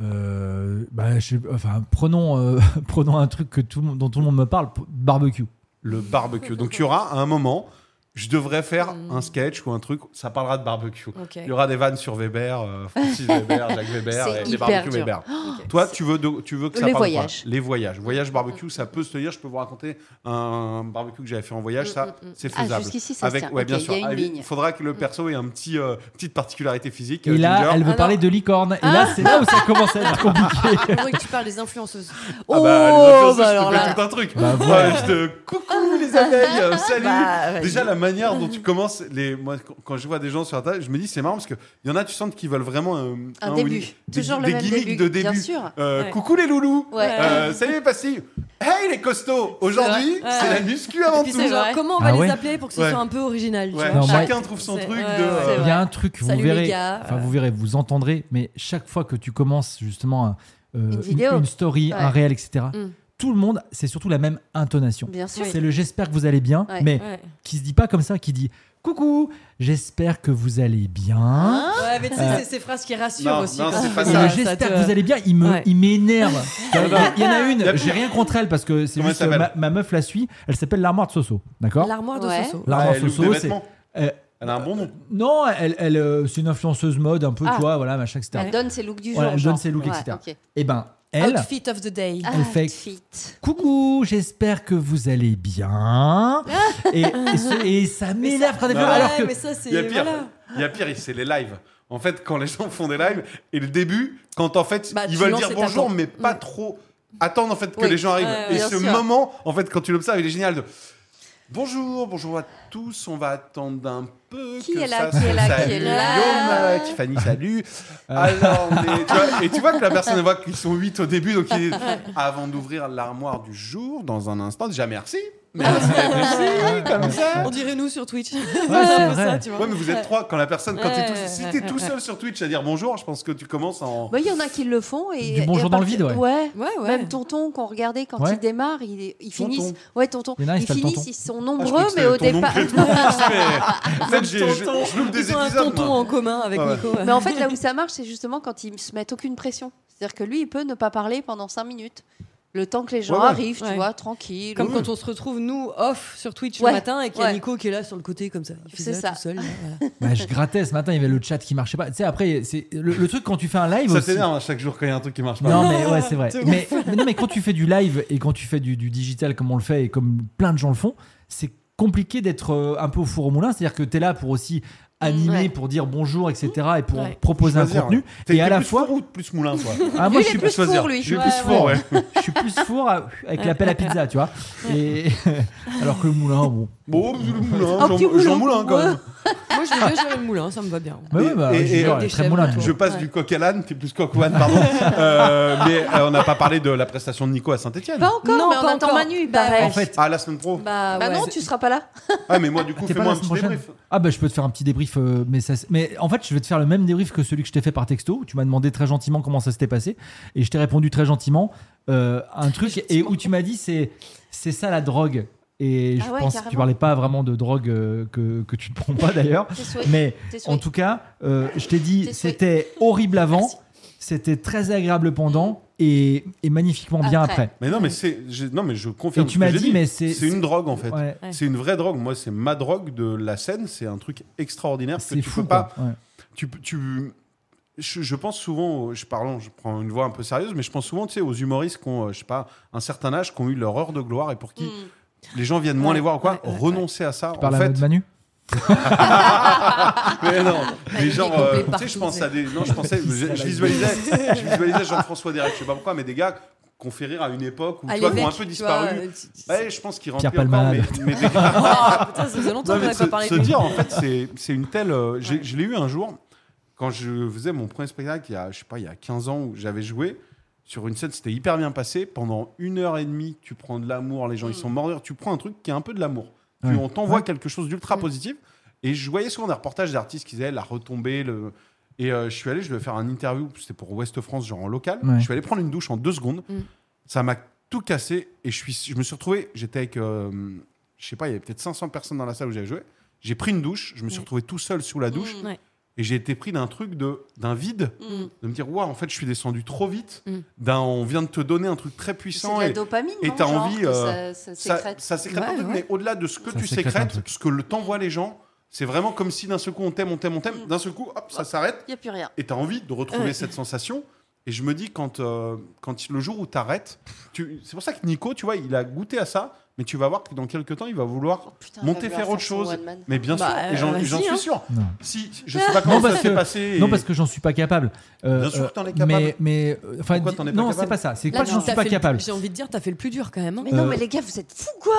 [SPEAKER 1] Euh, bah, je sais- enfin, prenons, euh, prenons un truc que tout, le monde- dont tout le monde me parle, p- barbecue.
[SPEAKER 5] Le barbecue. Donc, il y aura à un moment, je devrais faire un sketch ou un truc, ça parlera de barbecue.
[SPEAKER 2] Ok.
[SPEAKER 5] Il y aura des vannes sur Weber, euh, Francis Weber, Jacques Weber,
[SPEAKER 4] C'est
[SPEAKER 5] et les
[SPEAKER 4] hyper
[SPEAKER 5] barbecues
[SPEAKER 4] dur.
[SPEAKER 5] Weber.
[SPEAKER 2] Ok.
[SPEAKER 5] Toi, tu veux, de- tu veux que ça
[SPEAKER 4] Les
[SPEAKER 5] parle de quoi
[SPEAKER 4] voyages.
[SPEAKER 5] Les voyages. Voyage barbecue, ça peut se lire. Je peux vous raconter un barbecue que j'avais fait en voyage.
[SPEAKER 2] Mm,
[SPEAKER 5] Ça,
[SPEAKER 2] mm, mm.
[SPEAKER 5] c'est
[SPEAKER 4] Ah,
[SPEAKER 5] faisable.
[SPEAKER 4] jusqu'ici, ça se
[SPEAKER 5] Avec,
[SPEAKER 4] tient.
[SPEAKER 5] ouais,
[SPEAKER 4] Ok,
[SPEAKER 5] bien
[SPEAKER 4] il y
[SPEAKER 5] sûr.
[SPEAKER 4] a une
[SPEAKER 5] Ah,
[SPEAKER 4] ligne.
[SPEAKER 5] Il faudra que le perso ait un petit, euh, petite particularité physique.
[SPEAKER 1] Et
[SPEAKER 5] euh,
[SPEAKER 1] là,
[SPEAKER 5] Ginger.
[SPEAKER 1] elle veut
[SPEAKER 2] Alors-
[SPEAKER 1] parler de licorne. Et là, c'est là où ça commence à être compliqué.
[SPEAKER 2] Je voudrais Ah que tu parles des influenceuses.
[SPEAKER 5] Ah bah, les
[SPEAKER 4] bah
[SPEAKER 5] influenceuses, je te
[SPEAKER 4] alors
[SPEAKER 5] fais
[SPEAKER 4] là.
[SPEAKER 5] tout un truc.
[SPEAKER 1] Bah,
[SPEAKER 5] Ouais,
[SPEAKER 1] voilà.
[SPEAKER 5] je te- Coucou les abeilles, euh, salut.
[SPEAKER 2] Bah, vas-y.
[SPEAKER 5] Déjà la manière dont tu commences, les... moi quand- quand je vois des gens sur la table, je me dis c'est marrant parce qu'il y en a tu sens qu'ils veulent vraiment euh,
[SPEAKER 4] Un
[SPEAKER 5] ou
[SPEAKER 4] début.
[SPEAKER 5] une- des,
[SPEAKER 4] Toujours le
[SPEAKER 5] des
[SPEAKER 4] même
[SPEAKER 5] gimmicks
[SPEAKER 4] début.
[SPEAKER 5] de début.
[SPEAKER 4] Bien sûr.
[SPEAKER 5] Euh,
[SPEAKER 2] Ouais.
[SPEAKER 5] Coucou les loulous.
[SPEAKER 4] Ouais.
[SPEAKER 5] Euh, salut les pastilles. Hey les costauds. Aujourd'hui
[SPEAKER 2] vrai.
[SPEAKER 5] c'est
[SPEAKER 2] Ouais.
[SPEAKER 5] la muscu
[SPEAKER 2] Et
[SPEAKER 5] avant
[SPEAKER 2] puis
[SPEAKER 5] tout.
[SPEAKER 2] c'est genre,
[SPEAKER 4] Ouais.
[SPEAKER 2] comment on va
[SPEAKER 1] Ah
[SPEAKER 2] les
[SPEAKER 1] ouais.
[SPEAKER 2] appeler pour que ce
[SPEAKER 5] Ouais.
[SPEAKER 2] soit un peu original tu
[SPEAKER 5] Ouais,
[SPEAKER 2] vois
[SPEAKER 1] Non, moi-
[SPEAKER 5] chacun trouve son
[SPEAKER 2] C'est-
[SPEAKER 5] truc
[SPEAKER 2] ouais,
[SPEAKER 5] de.
[SPEAKER 2] ouais,
[SPEAKER 5] euh,
[SPEAKER 2] c'est
[SPEAKER 1] Il y a un truc, vous
[SPEAKER 2] Salut les
[SPEAKER 1] verrez,
[SPEAKER 2] gars.
[SPEAKER 1] enfin vous verrez, vous entendrez, mais chaque fois que tu commences justement un, euh, une,
[SPEAKER 4] vidéo.
[SPEAKER 1] une story, un
[SPEAKER 4] Ouais.
[SPEAKER 1] réel, etc.
[SPEAKER 2] Mm.
[SPEAKER 1] Tout le monde, c'est surtout la même intonation.
[SPEAKER 4] Bien sûr.
[SPEAKER 1] C'est le j'espère que vous allez bien,
[SPEAKER 4] Ouais.
[SPEAKER 1] mais
[SPEAKER 2] Ouais.
[SPEAKER 1] qui se dit pas comme ça, qui dit coucou, j'espère que vous allez bien.
[SPEAKER 2] Ouais, mais tu sais, c'est ces phrases qui rassurent
[SPEAKER 5] Non,
[SPEAKER 2] aussi.
[SPEAKER 5] non,
[SPEAKER 2] quand
[SPEAKER 5] c'est
[SPEAKER 2] tu
[SPEAKER 5] pas
[SPEAKER 2] fais
[SPEAKER 1] Et
[SPEAKER 5] ça.
[SPEAKER 1] le
[SPEAKER 2] Ah, te-
[SPEAKER 1] j'espère que vous allez bien, il me,
[SPEAKER 2] Ouais.
[SPEAKER 1] il m'énerve. il y en a
[SPEAKER 5] La-
[SPEAKER 1] une, j'ai rien contre elle parce que c'est
[SPEAKER 5] Comment
[SPEAKER 1] juste
[SPEAKER 5] elle
[SPEAKER 1] euh, ma,
[SPEAKER 5] s'appelle
[SPEAKER 1] ma meuf la suit. Elle s'appelle l'armoire de Soso, d'accord
[SPEAKER 2] L'armoire de
[SPEAKER 4] Ouais.
[SPEAKER 2] Soso.
[SPEAKER 1] L'armoire
[SPEAKER 5] elle ouvre des
[SPEAKER 1] Soso, c'est
[SPEAKER 5] vêtements.
[SPEAKER 1] euh,
[SPEAKER 5] Elle a un bon nom.
[SPEAKER 1] non, elle, elle, euh, c'est une influenceuse mode un peu,
[SPEAKER 4] Ah.
[SPEAKER 1] tu vois, voilà, machin, etc.
[SPEAKER 4] Elle donne ses looks du jour.
[SPEAKER 1] Voilà, elle
[SPEAKER 4] genre.
[SPEAKER 1] donne ses looks,
[SPEAKER 4] Ouais,
[SPEAKER 1] etc.
[SPEAKER 4] ok. Ah,
[SPEAKER 1] Et ben elle.
[SPEAKER 2] Outfit of the day.
[SPEAKER 1] Elle fait-
[SPEAKER 4] Outfit.
[SPEAKER 1] Coucou, j'espère que vous allez bien. et, et ce- et ça m'énerve quand elle fait
[SPEAKER 5] Non.
[SPEAKER 1] alors que
[SPEAKER 2] Ouais, mais ça, c'est.
[SPEAKER 5] Il y a pire.
[SPEAKER 2] voilà.
[SPEAKER 5] Il y a pire, c'est les lives. En fait, quand les gens font des lives, et le début, quand en fait,
[SPEAKER 2] Bah,
[SPEAKER 5] ils
[SPEAKER 2] tu
[SPEAKER 5] veulent
[SPEAKER 2] lances
[SPEAKER 5] dire
[SPEAKER 2] et
[SPEAKER 5] bonjour,
[SPEAKER 2] t'attends.
[SPEAKER 5] mais pas
[SPEAKER 2] Ouais.
[SPEAKER 5] trop. Attendre en fait que
[SPEAKER 2] Oui.
[SPEAKER 5] les gens arrivent.
[SPEAKER 2] Ouais, ouais,
[SPEAKER 5] et
[SPEAKER 4] bien
[SPEAKER 5] ce
[SPEAKER 4] sûr.
[SPEAKER 5] moment, en fait, quand tu l'observes, il est génial de. Bonjour, bonjour à tous. On va attendre un peu.
[SPEAKER 4] Qui
[SPEAKER 5] que
[SPEAKER 4] est
[SPEAKER 5] ça
[SPEAKER 4] là,
[SPEAKER 5] se
[SPEAKER 4] qui est là, qui
[SPEAKER 5] salue.
[SPEAKER 4] est là
[SPEAKER 5] Guillaume, euh, Tiffany, salut. Alors, on est- tu vois, et tu vois que la personne elle voit qu'ils sont 8 au début, donc il est- avant d'ouvrir l'armoire du jour, dans un instant, déjà merci. Merci, merci, comme ça.
[SPEAKER 2] On dirait nous sur Twitch.
[SPEAKER 1] Ouais, c'est
[SPEAKER 2] Ça,
[SPEAKER 1] vrai.
[SPEAKER 2] tu vois.
[SPEAKER 5] Ouais, mais vous êtes trois. Quand la personne, quand
[SPEAKER 2] Ouais,
[SPEAKER 5] t'es tout-
[SPEAKER 2] ouais,
[SPEAKER 5] si
[SPEAKER 2] ouais,
[SPEAKER 5] t'es
[SPEAKER 2] ouais,
[SPEAKER 5] tout
[SPEAKER 2] ouais.
[SPEAKER 5] seul sur Twitch à dire bonjour, je pense que tu commences en.
[SPEAKER 4] Bah, Il y en a qui le font. Et,
[SPEAKER 1] Du
[SPEAKER 4] et
[SPEAKER 1] bonjour
[SPEAKER 4] à
[SPEAKER 1] dans le
[SPEAKER 4] partir-
[SPEAKER 1] vide, ouais.
[SPEAKER 4] Ouais.
[SPEAKER 2] Ouais, ouais.
[SPEAKER 4] Même tonton qu'on regardait quand
[SPEAKER 1] Ouais.
[SPEAKER 4] il démarre, il est- ils
[SPEAKER 5] Tonton.
[SPEAKER 4] finissent. Ouais, tonton.
[SPEAKER 1] Il y en a, ils
[SPEAKER 4] Ils
[SPEAKER 1] s'appellent
[SPEAKER 4] finissent,
[SPEAKER 1] tonton.
[SPEAKER 4] ils sont
[SPEAKER 5] Ah, je
[SPEAKER 4] nombreux,
[SPEAKER 5] crois que c'était
[SPEAKER 4] mais au
[SPEAKER 5] ton
[SPEAKER 4] départ.
[SPEAKER 5] oncle et ton fils, mais- En fait, j'ai- je
[SPEAKER 2] Tonton.
[SPEAKER 5] je loupe des
[SPEAKER 2] Ils ont un
[SPEAKER 5] épisodes.
[SPEAKER 2] tonton
[SPEAKER 5] moi.
[SPEAKER 2] en commun avec
[SPEAKER 5] Ouais.
[SPEAKER 2] Nico. ouais.
[SPEAKER 4] Mais en fait, là où ça marche, c'est justement quand ils se mettent aucune pression. C'est-à-dire que lui, il peut ne pas parler pendant 5 minutes. Le temps que les gens
[SPEAKER 5] Ouais, ouais.
[SPEAKER 4] arrivent, tu
[SPEAKER 2] Ouais.
[SPEAKER 4] vois, tranquille.
[SPEAKER 2] Comme
[SPEAKER 4] Ouais.
[SPEAKER 2] quand on se retrouve, nous, off sur Twitch
[SPEAKER 4] Ouais,
[SPEAKER 2] le matin et qu'il y a
[SPEAKER 4] ouais.
[SPEAKER 2] Nico qui est là sur le côté comme ça. Il fait
[SPEAKER 4] C'est
[SPEAKER 2] ça,
[SPEAKER 4] ça.
[SPEAKER 2] tout seul. là, voilà.
[SPEAKER 1] Bah, je grattais ce matin, il y avait le chat qui marchait pas. Tu sais, après, c'est le, le truc quand tu fais un live
[SPEAKER 5] Ça
[SPEAKER 1] aussi.
[SPEAKER 5] t'énerve à chaque jour quand il y a un truc qui marche pas.
[SPEAKER 1] Non, mais ouais, c'est vrai.
[SPEAKER 2] C'est
[SPEAKER 1] Mais, mais non, mais quand tu fais du live et quand tu fais du, du digital comme on le fait et comme plein de gens le font, c'est compliqué d'être euh, un peu au four au moulin. C'est-à-dire que tu es là pour aussi animer,
[SPEAKER 4] Ouais.
[SPEAKER 1] pour dire bonjour, etc. et pour
[SPEAKER 2] Ouais.
[SPEAKER 1] proposer un
[SPEAKER 5] Choisir,
[SPEAKER 1] contenu.
[SPEAKER 5] ouais. T'es-
[SPEAKER 1] et à
[SPEAKER 5] t'es
[SPEAKER 1] la
[SPEAKER 5] plus
[SPEAKER 1] fois.
[SPEAKER 5] four ou plus moulin, quoi.
[SPEAKER 1] Ah, moi,
[SPEAKER 4] Lui, il
[SPEAKER 1] je
[SPEAKER 4] est
[SPEAKER 1] suis
[SPEAKER 4] plus
[SPEAKER 5] Choisir.
[SPEAKER 4] four, lui.
[SPEAKER 5] Je suis
[SPEAKER 2] Ouais,
[SPEAKER 5] plus four, Ah ouais.
[SPEAKER 1] je suis plus four à- avec l'appel à pizza, tu vois. Et, alors que le moulin, bon.
[SPEAKER 5] Bon, le moulin,
[SPEAKER 4] Un
[SPEAKER 5] Jean,
[SPEAKER 4] petit moulin.
[SPEAKER 5] Jean Moulin, quand même.
[SPEAKER 2] Moi, je veux bien gérer le moulin, ça me va bien.
[SPEAKER 1] Bah ouais, bah,
[SPEAKER 5] Et-
[SPEAKER 1] je
[SPEAKER 5] et-
[SPEAKER 1] jure,
[SPEAKER 5] et-
[SPEAKER 1] elle est très
[SPEAKER 2] des
[SPEAKER 1] moulin.
[SPEAKER 2] chefs,
[SPEAKER 1] quoi.
[SPEAKER 5] Je passe
[SPEAKER 4] Ouais.
[SPEAKER 5] du coq à l'âne, t'es plus coq ou âne, pardon. Euh, mais euh, on n'a pas parlé de la prestation de Nico à Saint-Etienne.
[SPEAKER 4] Pas encore,
[SPEAKER 2] Non,
[SPEAKER 4] mais on
[SPEAKER 2] pas
[SPEAKER 4] attend
[SPEAKER 2] encore.
[SPEAKER 4] Manu, il
[SPEAKER 2] Bah,
[SPEAKER 4] paraît.
[SPEAKER 1] En fait,
[SPEAKER 5] Ah, la semaine pro
[SPEAKER 4] Bah,
[SPEAKER 2] Bah
[SPEAKER 4] ouais.
[SPEAKER 2] non,
[SPEAKER 4] non, tu seras pas là.
[SPEAKER 5] Ah, mais moi, du coup,
[SPEAKER 1] t'es pas là
[SPEAKER 5] fais-moi
[SPEAKER 1] la
[SPEAKER 5] un petit
[SPEAKER 1] semaine prochaine
[SPEAKER 5] débrief.
[SPEAKER 1] Ah bah je peux te faire un petit débrief, euh, mais ça, s- mais en fait je vais te faire le même débrief que celui que je t'ai fait par texto. où Tu m'as demandé très gentiment comment ça s'était passé et je t'ai répondu très gentiment euh, un truc et où tu m'as dit c'est c'est ça la drogue et je
[SPEAKER 4] Ah ouais,
[SPEAKER 1] pense que tu
[SPEAKER 4] carrément.
[SPEAKER 1] parlais pas vraiment de drogue euh, que que tu ne prends pas d'ailleurs,
[SPEAKER 4] Tes souhaits.
[SPEAKER 1] mais
[SPEAKER 4] Tes
[SPEAKER 1] en
[SPEAKER 4] souhaits.
[SPEAKER 1] tout cas euh, je t'ai dit
[SPEAKER 4] Tes souhaits.
[SPEAKER 1] c'était horrible avant,
[SPEAKER 4] Merci.
[SPEAKER 1] c'était très agréable pendant et, et magnifiquement bien
[SPEAKER 4] Après.
[SPEAKER 1] après.
[SPEAKER 5] Mais non, mais c'est, j'ai- non, mais je confirme.
[SPEAKER 1] Et tu
[SPEAKER 5] ce que
[SPEAKER 1] m'as
[SPEAKER 5] j'ai
[SPEAKER 1] dit, mais c'est-
[SPEAKER 5] c'est une drogue en fait.
[SPEAKER 1] Ouais.
[SPEAKER 2] Ouais.
[SPEAKER 5] C'est une vraie drogue. Moi, c'est ma drogue de la scène. C'est un truc extraordinaire que
[SPEAKER 1] C'est
[SPEAKER 5] tu
[SPEAKER 1] fou.
[SPEAKER 5] peux pas.
[SPEAKER 1] quoi. Ouais.
[SPEAKER 5] tu, tu- je, je pense souvent, aux- je parle, je prends une voix un peu sérieuse, mais je pense souvent, tu sais, aux humoristes qui ont, euh, je sais pas, un certain âge, qui ont eu leur heure de gloire et pour qui
[SPEAKER 4] Mm.
[SPEAKER 5] les gens viennent moins
[SPEAKER 2] Ouais,
[SPEAKER 5] les voir ou quoi.
[SPEAKER 2] ouais, ouais,
[SPEAKER 5] renoncer à ça,
[SPEAKER 1] Tu
[SPEAKER 5] en
[SPEAKER 1] parles à
[SPEAKER 5] fait.
[SPEAKER 1] mode Manu.
[SPEAKER 5] Mais non,
[SPEAKER 4] il
[SPEAKER 5] les
[SPEAKER 4] est
[SPEAKER 5] gens,
[SPEAKER 4] complet
[SPEAKER 5] euh, tu
[SPEAKER 4] partout,
[SPEAKER 5] sais, je pense
[SPEAKER 4] c'est-
[SPEAKER 5] à des, non, je pensais,
[SPEAKER 1] Il
[SPEAKER 5] je,
[SPEAKER 1] serait
[SPEAKER 5] je
[SPEAKER 1] là,
[SPEAKER 5] visualisais, je visualisais Jean-François Derek, je sais pas pourquoi, mais des gars qu'on fait rire à une époque où
[SPEAKER 2] À
[SPEAKER 5] tu vois, qui ont un
[SPEAKER 2] Ah, l'évêque,
[SPEAKER 5] peu
[SPEAKER 2] tu
[SPEAKER 5] disparu.
[SPEAKER 2] vois, euh, tu- tu-
[SPEAKER 5] Ouais, je pense qu'ils rentrent
[SPEAKER 1] Pierre Palmade.
[SPEAKER 5] mais, mais des-
[SPEAKER 2] Ah, putain, ça faisait longtemps qu'on
[SPEAKER 5] Non, mais
[SPEAKER 2] n'avait
[SPEAKER 5] se,
[SPEAKER 2] pas parlé.
[SPEAKER 5] se
[SPEAKER 2] de lui.
[SPEAKER 5] dire, en fait, c'est c'est une telle. euh, j'ai- Je l'ai eu un jour, quand je faisais mon premier spectacle, il y a, je sais pas, il y a 15 ans, où j'avais joué. Sur une scène, c'était hyper bien passé. Pendant une heure et demie, tu prends de l'amour,
[SPEAKER 2] Mm.
[SPEAKER 5] les gens ils sont morts. de rire. Tu prends un truc qui est un peu de l'amour. Tu-
[SPEAKER 1] Ouais.
[SPEAKER 5] On t'envoie
[SPEAKER 1] Ouais.
[SPEAKER 5] quelque chose
[SPEAKER 2] Mm.
[SPEAKER 5] d'ultra positif. Et je voyais souvent des reportages d'artistes qui disaient la retombée. Le... Et euh, je suis allé, je devais faire un interview, c'était pour Ouest France, genre en local.
[SPEAKER 1] Ouais.
[SPEAKER 5] Je suis allé prendre une douche en deux secondes.
[SPEAKER 2] Mm.
[SPEAKER 5] Ça m'a tout cassé. Et je, suis, je me suis retrouvé, j'étais avec, euh, je sais pas, il y avait peut-être 500 personnes dans la salle où j'avais joué. J'ai pris une douche, je me suis
[SPEAKER 2] Ouais.
[SPEAKER 5] retrouvé tout seul sous la douche.
[SPEAKER 4] Mm.
[SPEAKER 2] Ouais.
[SPEAKER 5] Et j'ai été pris d'un truc, de- d'un vide,
[SPEAKER 4] Mm.
[SPEAKER 5] de me dire, waouh, en fait, je suis descendu trop vite.
[SPEAKER 2] Mm.
[SPEAKER 5] D'un, on vient de te donner un truc très
[SPEAKER 4] C'est
[SPEAKER 5] puissant.
[SPEAKER 4] de la
[SPEAKER 5] Et
[SPEAKER 4] dopamine.
[SPEAKER 5] et
[SPEAKER 4] non,
[SPEAKER 5] t'as
[SPEAKER 4] genre,
[SPEAKER 5] envie,
[SPEAKER 4] que
[SPEAKER 5] euh,
[SPEAKER 4] ça, ça
[SPEAKER 5] ça,
[SPEAKER 4] sécrète.
[SPEAKER 5] ça sécrète un
[SPEAKER 2] Ouais,
[SPEAKER 5] truc,
[SPEAKER 2] ouais.
[SPEAKER 5] mais au-delà de ce que
[SPEAKER 1] Ça
[SPEAKER 5] tu
[SPEAKER 1] sécrète un
[SPEAKER 5] sécrètes,
[SPEAKER 1] truc.
[SPEAKER 5] ce que le t'envoient les gens, c'est vraiment comme si d'un seul coup, on t'aime, on t'aime, on t'aime.
[SPEAKER 4] Mm.
[SPEAKER 5] D'un seul coup, hop, ça s'arrête.
[SPEAKER 4] Il n'y a plus rien.
[SPEAKER 5] Et t'as envie de retrouver
[SPEAKER 2] Ouais.
[SPEAKER 5] cette sensation. Et je me dis, quand, euh, quand le jour où t'arrêtes, tu... c'est pour ça que Nico, tu vois, il a goûté à ça, mais tu vas voir que dans quelques temps, il va vouloir
[SPEAKER 4] Oh, putain, il
[SPEAKER 5] monter
[SPEAKER 4] va
[SPEAKER 5] faire
[SPEAKER 4] falloir
[SPEAKER 5] autre
[SPEAKER 4] son
[SPEAKER 5] chose.
[SPEAKER 4] one man.
[SPEAKER 5] Mais bien
[SPEAKER 2] Bah,
[SPEAKER 5] sûr, et j'en
[SPEAKER 2] euh,
[SPEAKER 5] et j'en
[SPEAKER 2] si,
[SPEAKER 5] suis
[SPEAKER 2] hein.
[SPEAKER 5] sûr.
[SPEAKER 1] Non.
[SPEAKER 5] Si, je sais pas comment
[SPEAKER 1] parce
[SPEAKER 5] ça s'est
[SPEAKER 1] que-
[SPEAKER 5] passé. et-
[SPEAKER 1] Non, parce que j'en suis pas capable. Euh,
[SPEAKER 5] Bien sûr que t'en es capable.
[SPEAKER 1] Mais, mais euh, enfin,
[SPEAKER 5] Pourquoi
[SPEAKER 1] di-
[SPEAKER 5] t'en es pas
[SPEAKER 1] non,
[SPEAKER 5] capable
[SPEAKER 1] c'est pas ça. C'est
[SPEAKER 2] Là,
[SPEAKER 1] pas que j'en
[SPEAKER 2] t'as
[SPEAKER 1] suis
[SPEAKER 2] fait
[SPEAKER 1] pas
[SPEAKER 2] le-
[SPEAKER 1] capable.
[SPEAKER 2] J'ai envie de dire, t'as fait le plus dur quand même. hein.
[SPEAKER 4] Mais non,
[SPEAKER 1] Euh,
[SPEAKER 4] mais les gars, vous êtes fous quoi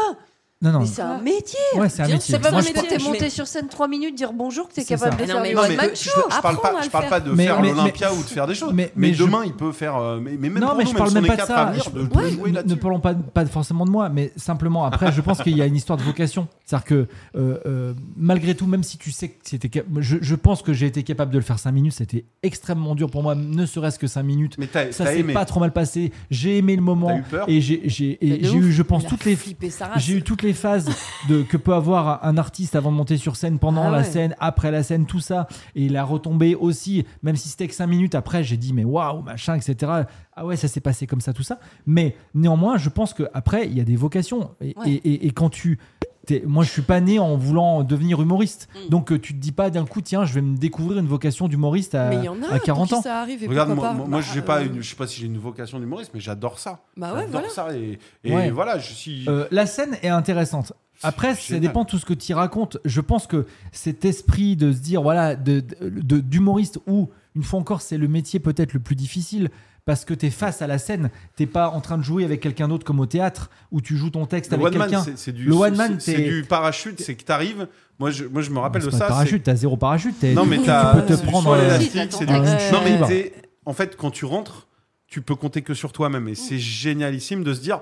[SPEAKER 1] Non, non.
[SPEAKER 4] Mais c'est un métier.
[SPEAKER 1] Ouais, c'est un
[SPEAKER 2] Bien
[SPEAKER 1] métier.
[SPEAKER 2] sûr, c'est pas
[SPEAKER 1] Moi,
[SPEAKER 2] mon
[SPEAKER 1] je-
[SPEAKER 4] Quand
[SPEAKER 2] métier.
[SPEAKER 4] t'es Ah
[SPEAKER 2] je
[SPEAKER 4] monté
[SPEAKER 2] vais-
[SPEAKER 4] sur scène 3 minutes, dire bonjour, que t'es
[SPEAKER 1] C'est
[SPEAKER 4] capable
[SPEAKER 1] ça.
[SPEAKER 4] de
[SPEAKER 2] Mais non,
[SPEAKER 4] faire
[SPEAKER 2] mais
[SPEAKER 4] le
[SPEAKER 5] Non, mais-
[SPEAKER 4] one-man
[SPEAKER 2] je-
[SPEAKER 4] show.
[SPEAKER 2] je-
[SPEAKER 5] je parle
[SPEAKER 2] Apprends
[SPEAKER 5] pas,
[SPEAKER 2] à
[SPEAKER 5] je
[SPEAKER 2] le
[SPEAKER 5] parle
[SPEAKER 2] faire.
[SPEAKER 5] pas de
[SPEAKER 1] Mais-
[SPEAKER 5] faire
[SPEAKER 1] mais-
[SPEAKER 5] l'Olympia
[SPEAKER 1] mais-
[SPEAKER 5] ou de faire des choses. Mais,
[SPEAKER 1] mais- mais je-
[SPEAKER 5] demain, il peut faire. euh, mais, mais même
[SPEAKER 1] Non,
[SPEAKER 5] pour
[SPEAKER 1] mais
[SPEAKER 5] nous,
[SPEAKER 1] je
[SPEAKER 5] même
[SPEAKER 1] parle
[SPEAKER 5] si on
[SPEAKER 1] même
[SPEAKER 5] est
[SPEAKER 1] pas de
[SPEAKER 5] quatre
[SPEAKER 1] ça.
[SPEAKER 5] à venir, de, de
[SPEAKER 1] Ouais,
[SPEAKER 5] jouer
[SPEAKER 1] ne- ne
[SPEAKER 5] là-dessus.
[SPEAKER 1] parlons pas, pas forcément de moi, mais simplement après, je pense qu'il y a une histoire de vocation. C'est-à-dire que euh, euh, malgré tout, même si tu sais que c'était, cap- je, je pense que j'ai été capable de le faire 5 minutes, c'était extrêmement dur pour moi, ne serait-ce que 5 minutes.
[SPEAKER 5] Mais t'as
[SPEAKER 1] ça
[SPEAKER 5] t'as
[SPEAKER 1] s'est
[SPEAKER 5] aimé.
[SPEAKER 1] pas trop mal passé. J'ai aimé le moment
[SPEAKER 5] eu peur
[SPEAKER 1] et j'ai j'ai-
[SPEAKER 2] Mais
[SPEAKER 1] et
[SPEAKER 2] de
[SPEAKER 1] j'ai
[SPEAKER 2] ouf,
[SPEAKER 1] eu, je pense,
[SPEAKER 2] il a
[SPEAKER 1] toutes les
[SPEAKER 2] flippé sa race.
[SPEAKER 1] J'ai eu toutes les phases de, que peut avoir un artiste avant de monter sur scène, pendant
[SPEAKER 2] Ah
[SPEAKER 1] la
[SPEAKER 2] ouais.
[SPEAKER 1] scène, après la scène, tout ça. Et il a retombé aussi, même si c'était que 5 minutes après, j'ai dit mais waouh, machin, etc. Ah ouais, ça s'est passé comme ça, tout ça. Mais néanmoins, je pense qu'après, il y a des vocations. Et,
[SPEAKER 4] Ouais.
[SPEAKER 1] et, et- et quand tu. t'es- Moi, je suis pas né en voulant devenir humoriste.
[SPEAKER 4] Mm.
[SPEAKER 1] Donc, euh, tu te dis pas d'un coup, tiens, je vais me découvrir une vocation d'humoriste à,
[SPEAKER 2] Mais il y en a
[SPEAKER 1] euh, à
[SPEAKER 2] pour
[SPEAKER 1] 40
[SPEAKER 2] qui
[SPEAKER 1] ans.
[SPEAKER 2] Ça arrive et
[SPEAKER 5] Regarde,
[SPEAKER 2] pourquoi
[SPEAKER 5] moi,
[SPEAKER 2] pas.
[SPEAKER 5] moi, moi,
[SPEAKER 2] Bah,
[SPEAKER 5] j'ai pas
[SPEAKER 2] euh,
[SPEAKER 5] une- je sais pas si j'ai une vocation d'humoriste, mais j'adore ça.
[SPEAKER 2] Bah ouais,
[SPEAKER 5] j'adore
[SPEAKER 2] voilà.
[SPEAKER 5] ça. Et, et
[SPEAKER 1] Ouais.
[SPEAKER 5] voilà, je suis.
[SPEAKER 1] Euh, la scène est intéressante. Après,
[SPEAKER 5] C'est
[SPEAKER 1] ça
[SPEAKER 5] génial.
[SPEAKER 1] dépend de tout ce que tu racontes. Je pense que cet esprit de se dire, voilà, de- de- d'humoriste, ou une fois encore, c'est le métier peut-être le plus difficile parce que tu es face à la scène, t'es pas en train de jouer avec quelqu'un d'autre comme au théâtre où tu joues ton texte
[SPEAKER 5] le
[SPEAKER 1] avec
[SPEAKER 5] one man,
[SPEAKER 1] quelqu'un.
[SPEAKER 5] c'est- c'est du,
[SPEAKER 1] Le one
[SPEAKER 5] c'est-
[SPEAKER 1] man,
[SPEAKER 5] c'est
[SPEAKER 1] t'es-
[SPEAKER 5] du parachute, c'est que t'arrives. Moi, je, moi, je me rappelle
[SPEAKER 1] C'est
[SPEAKER 5] de
[SPEAKER 1] pas
[SPEAKER 5] ça.
[SPEAKER 1] un parachute, t'as zéro parachute. t'es-
[SPEAKER 5] c'est- Non,
[SPEAKER 1] tu-
[SPEAKER 5] mais
[SPEAKER 1] tu
[SPEAKER 5] t'as.
[SPEAKER 1] peux te
[SPEAKER 5] c'est du
[SPEAKER 1] prendre.
[SPEAKER 5] saut à
[SPEAKER 1] euh,
[SPEAKER 4] la-
[SPEAKER 5] l'élastique,
[SPEAKER 4] Si,
[SPEAKER 5] c'est
[SPEAKER 4] t'as
[SPEAKER 5] du-
[SPEAKER 4] ton
[SPEAKER 2] texte.
[SPEAKER 5] Non, mais
[SPEAKER 1] Ouais.
[SPEAKER 5] t'es- en fait, quand tu rentres, tu peux compter que sur toi-même. Et c'est génialissime de se dire.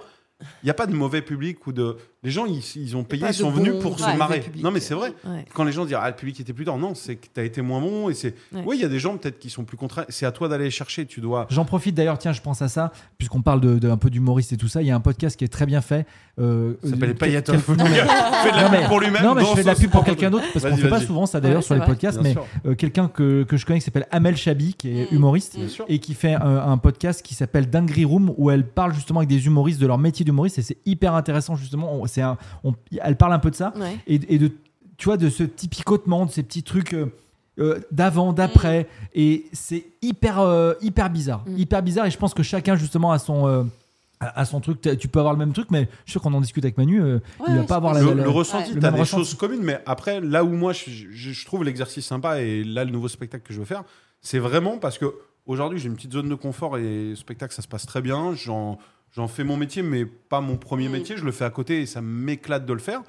[SPEAKER 5] Il n'y a pas de mauvais public ou de. Les gens, ils, ils ont payé,
[SPEAKER 2] pas
[SPEAKER 5] ils
[SPEAKER 2] de
[SPEAKER 5] sont venus
[SPEAKER 2] bon
[SPEAKER 5] pour
[SPEAKER 2] ou
[SPEAKER 5] se
[SPEAKER 2] mauvais
[SPEAKER 5] marrer.
[SPEAKER 2] public.
[SPEAKER 5] Non, mais c'est vrai.
[SPEAKER 2] ouais.
[SPEAKER 5] Quand les gens disent Ah, le public était plus dur, non, c'est que t'as été moins bon. Et c'est.
[SPEAKER 2] Ouais.
[SPEAKER 5] Oui, il y a des gens peut-être qui sont plus contraints. C'est à toi d'aller les chercher. Tu dois.
[SPEAKER 1] J'en profite d'ailleurs, tiens, je pense à ça, puisqu'on parle de, de- un peu d'humoriste et tout ça. Il y a un podcast qui est très bien fait. euh,
[SPEAKER 5] Ça s'appelle
[SPEAKER 1] euh,
[SPEAKER 5] les paillettes. hein.
[SPEAKER 1] quel- quel-
[SPEAKER 5] Il fait
[SPEAKER 2] Ah.
[SPEAKER 5] de la
[SPEAKER 1] Non, mais-
[SPEAKER 5] pub pour lui-même.
[SPEAKER 1] Non, mais je
[SPEAKER 5] dans
[SPEAKER 1] fais de la
[SPEAKER 5] son-
[SPEAKER 1] pub pour quelqu'un d'autre parce qu'on
[SPEAKER 5] Vas-y,
[SPEAKER 1] fait pas
[SPEAKER 5] vas-y.
[SPEAKER 1] souvent ça d'ailleurs
[SPEAKER 2] Ouais,
[SPEAKER 1] sur
[SPEAKER 2] c'est
[SPEAKER 1] les
[SPEAKER 2] vrai.
[SPEAKER 1] podcasts.
[SPEAKER 5] Bien
[SPEAKER 1] Mais
[SPEAKER 5] sûr.
[SPEAKER 1] euh, quelqu'un que, que je connais qui s'appelle Amel Chabi, qui est
[SPEAKER 4] Mm.
[SPEAKER 1] humoriste
[SPEAKER 5] Bien sûr.
[SPEAKER 1] et qui fait euh, un podcast qui s'appelle Dinguerie Room où elle parle justement avec des humoristes de leur métier d'humoriste et c'est hyper intéressant justement. On- c'est un, on- elle parle un peu de ça
[SPEAKER 2] Ouais.
[SPEAKER 1] et, et de tu vois de ce petit picotement, de ces petits trucs. euh, euh, d'avant, d'après, et c'est hyper, euh, hyper bizarre,
[SPEAKER 2] Mm.
[SPEAKER 1] hyper bizarre. Et je pense que chacun justement a son, euh, a, a son truc. T'as- Tu peux avoir le même truc, mais je suis sûr qu'on en discute avec Manu. euh,
[SPEAKER 4] Ouais,
[SPEAKER 1] il va
[SPEAKER 4] ouais,
[SPEAKER 1] pas avoir la,
[SPEAKER 4] c'est
[SPEAKER 5] le,
[SPEAKER 1] la-
[SPEAKER 5] le ressenti,
[SPEAKER 1] le
[SPEAKER 5] t'as
[SPEAKER 1] même
[SPEAKER 5] des
[SPEAKER 1] ressenti.
[SPEAKER 5] choses communes, mais après, là où moi je, je- je trouve l'exercice sympa et là le nouveau spectacle que je veux faire, c'est vraiment parce que aujourd'hui j'ai une petite zone de confort et le spectacle ça se passe très bien. J'en, j'en fais mon métier, mais pas mon premier
[SPEAKER 4] Mm.
[SPEAKER 5] métier. Je le fais à côté et ça m'éclate de le faire.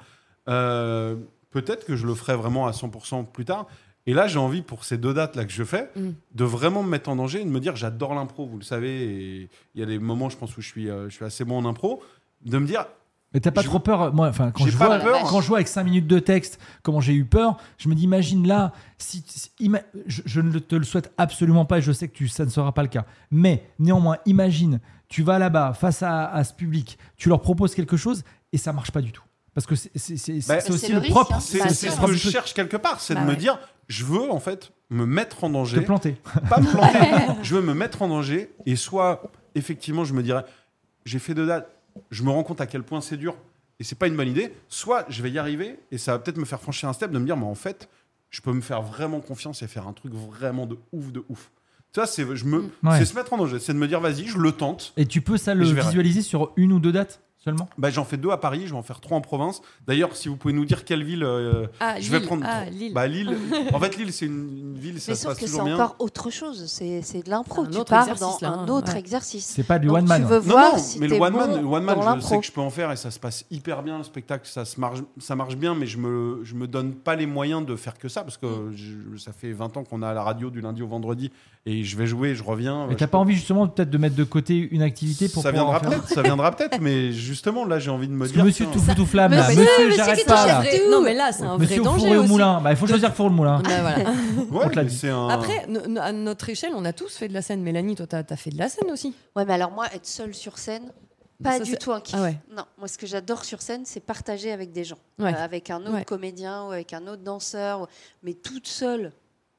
[SPEAKER 5] Euh, peut-être que je le ferai vraiment à 100% plus tard. Et là, j'ai envie, pour ces deux dates-là que je fais,
[SPEAKER 2] Mm.
[SPEAKER 5] de vraiment me mettre en danger et de me dire, j'adore l'impro, vous le savez, et il y a des moments, je pense, où je suis, euh, je suis assez bon en impro, de me dire,
[SPEAKER 1] Mais t'as pas
[SPEAKER 5] Je-
[SPEAKER 1] trop peur Moi, enfin, quand
[SPEAKER 5] J'ai
[SPEAKER 1] je
[SPEAKER 5] pas
[SPEAKER 1] vois,
[SPEAKER 5] peur.
[SPEAKER 1] quand je vois avec 5 minutes de texte comment j'ai eu peur, je me dis, imagine là, si, si- ima- je, je ne te le souhaite absolument pas et je sais que tu, ça ne sera pas le cas. Mais néanmoins, imagine, tu vas là-bas face à, à ce public, tu leur proposes quelque chose et ça marche pas du tout. Parce que c'est c'est- c'est- c'est
[SPEAKER 5] Bah,
[SPEAKER 4] c'est
[SPEAKER 1] aussi
[SPEAKER 4] le
[SPEAKER 1] le,
[SPEAKER 4] risque,
[SPEAKER 1] propre.
[SPEAKER 4] hein.
[SPEAKER 5] c'est
[SPEAKER 4] Bah,
[SPEAKER 5] c'est
[SPEAKER 4] sûr.
[SPEAKER 5] ce que
[SPEAKER 1] Parce
[SPEAKER 5] je cherche quelque part, c'est
[SPEAKER 2] Bah
[SPEAKER 5] de me
[SPEAKER 2] ouais.
[SPEAKER 5] dire, je veux, en fait, me mettre en
[SPEAKER 1] Te
[SPEAKER 5] danger.
[SPEAKER 1] planter.
[SPEAKER 5] pas me planter. je veux me mettre en danger et soit effectivement je me dirais j'ai fait deux dates, je me rends compte à quel point c'est dur et c'est pas une bonne idée, soit je vais y arriver et ça va peut-être me faire franchir un step de me dire mais en fait, je peux me faire vraiment confiance et faire un truc vraiment de ouf de ouf. Ça c'est je me
[SPEAKER 1] Ouais.
[SPEAKER 5] c'est se mettre en danger, c'est de me dire vas-y, je le tente.
[SPEAKER 1] Et tu peux ça le
[SPEAKER 5] je verrai.
[SPEAKER 1] visualiser sur une ou deux dates seulement
[SPEAKER 5] Bah, j'en fais deux à Paris, je vais en faire trois en province. D'ailleurs, si vous pouvez nous dire quelle ville euh,
[SPEAKER 2] Ah,
[SPEAKER 5] je vais
[SPEAKER 2] Lille.
[SPEAKER 5] prendre
[SPEAKER 2] Ah,
[SPEAKER 5] trois.
[SPEAKER 2] Lille.
[SPEAKER 5] Bah, Lille. En fait, Lille, c'est une, une ville, ça
[SPEAKER 4] Mais
[SPEAKER 5] se
[SPEAKER 4] sauf
[SPEAKER 5] passe
[SPEAKER 4] que c'est
[SPEAKER 5] toujours bien.
[SPEAKER 4] encore autre chose. C'est c'est de l'impro.
[SPEAKER 2] C'est un
[SPEAKER 4] Tu
[SPEAKER 2] autre
[SPEAKER 4] pars
[SPEAKER 2] exercice,
[SPEAKER 4] dans
[SPEAKER 2] là,
[SPEAKER 4] un
[SPEAKER 2] hein.
[SPEAKER 4] autre
[SPEAKER 2] Ouais.
[SPEAKER 4] exercice.
[SPEAKER 1] C'est pas du
[SPEAKER 4] Donc,
[SPEAKER 1] one man. hein.
[SPEAKER 4] Tu veux
[SPEAKER 5] Non,
[SPEAKER 4] voir
[SPEAKER 5] non,
[SPEAKER 4] si
[SPEAKER 5] mais le
[SPEAKER 4] t'es
[SPEAKER 5] one
[SPEAKER 4] bon
[SPEAKER 5] man, le one man,
[SPEAKER 4] dans
[SPEAKER 5] je sais
[SPEAKER 4] l'impro.
[SPEAKER 5] que je peux en faire et ça se passe hyper bien le spectacle, ça se marche, ça marche bien, mais je me, je me donne pas les moyens de faire que ça parce
[SPEAKER 4] Mm.
[SPEAKER 5] que je- ça fait 20 ans qu'on a la radio du lundi au vendredi et je vais jouer, je reviens.
[SPEAKER 1] Mais
[SPEAKER 5] je
[SPEAKER 1] t'as pas envie justement peut-être de mettre de côté une activité pour
[SPEAKER 5] ça
[SPEAKER 1] pouvoir en
[SPEAKER 5] viendra
[SPEAKER 1] faire
[SPEAKER 5] peut-être, ça viendra peut-être, mais justement là j'ai envie de me
[SPEAKER 1] Parce que
[SPEAKER 5] dire.
[SPEAKER 1] monsieur
[SPEAKER 5] tiens,
[SPEAKER 1] tout fou tout flamme, là,
[SPEAKER 4] Monsieur,
[SPEAKER 1] monsieur,
[SPEAKER 4] monsieur qui
[SPEAKER 1] j'arrête
[SPEAKER 4] touche
[SPEAKER 1] pas
[SPEAKER 4] à
[SPEAKER 1] là.
[SPEAKER 4] tout.
[SPEAKER 2] Non, mais là, c'est un vrai
[SPEAKER 1] Monsieur au
[SPEAKER 2] danger
[SPEAKER 1] four et au
[SPEAKER 2] aussi.
[SPEAKER 1] moulin, bah, il faut choisir four et le moulin.
[SPEAKER 5] Ah,
[SPEAKER 2] Bah, voilà.
[SPEAKER 5] ouais,
[SPEAKER 1] on te l'a
[SPEAKER 5] mais
[SPEAKER 1] dit.
[SPEAKER 5] c'est un-
[SPEAKER 2] Après, no- no- à notre échelle, on a tous fait de la scène. Mélanie, toi, t'as as fait de la scène aussi.
[SPEAKER 4] Ouais, mais alors moi, être seule sur scène, pas
[SPEAKER 2] Ça,
[SPEAKER 4] du
[SPEAKER 2] c'est-
[SPEAKER 4] tout un kiff.
[SPEAKER 2] Ah ouais.
[SPEAKER 4] Non, moi, ce que j'adore sur scène, c'est partager avec des gens,
[SPEAKER 2] Ouais.
[SPEAKER 4] Euh, avec un autre
[SPEAKER 2] Ouais.
[SPEAKER 4] comédien ou avec un autre danseur. ou- Mais toute seule,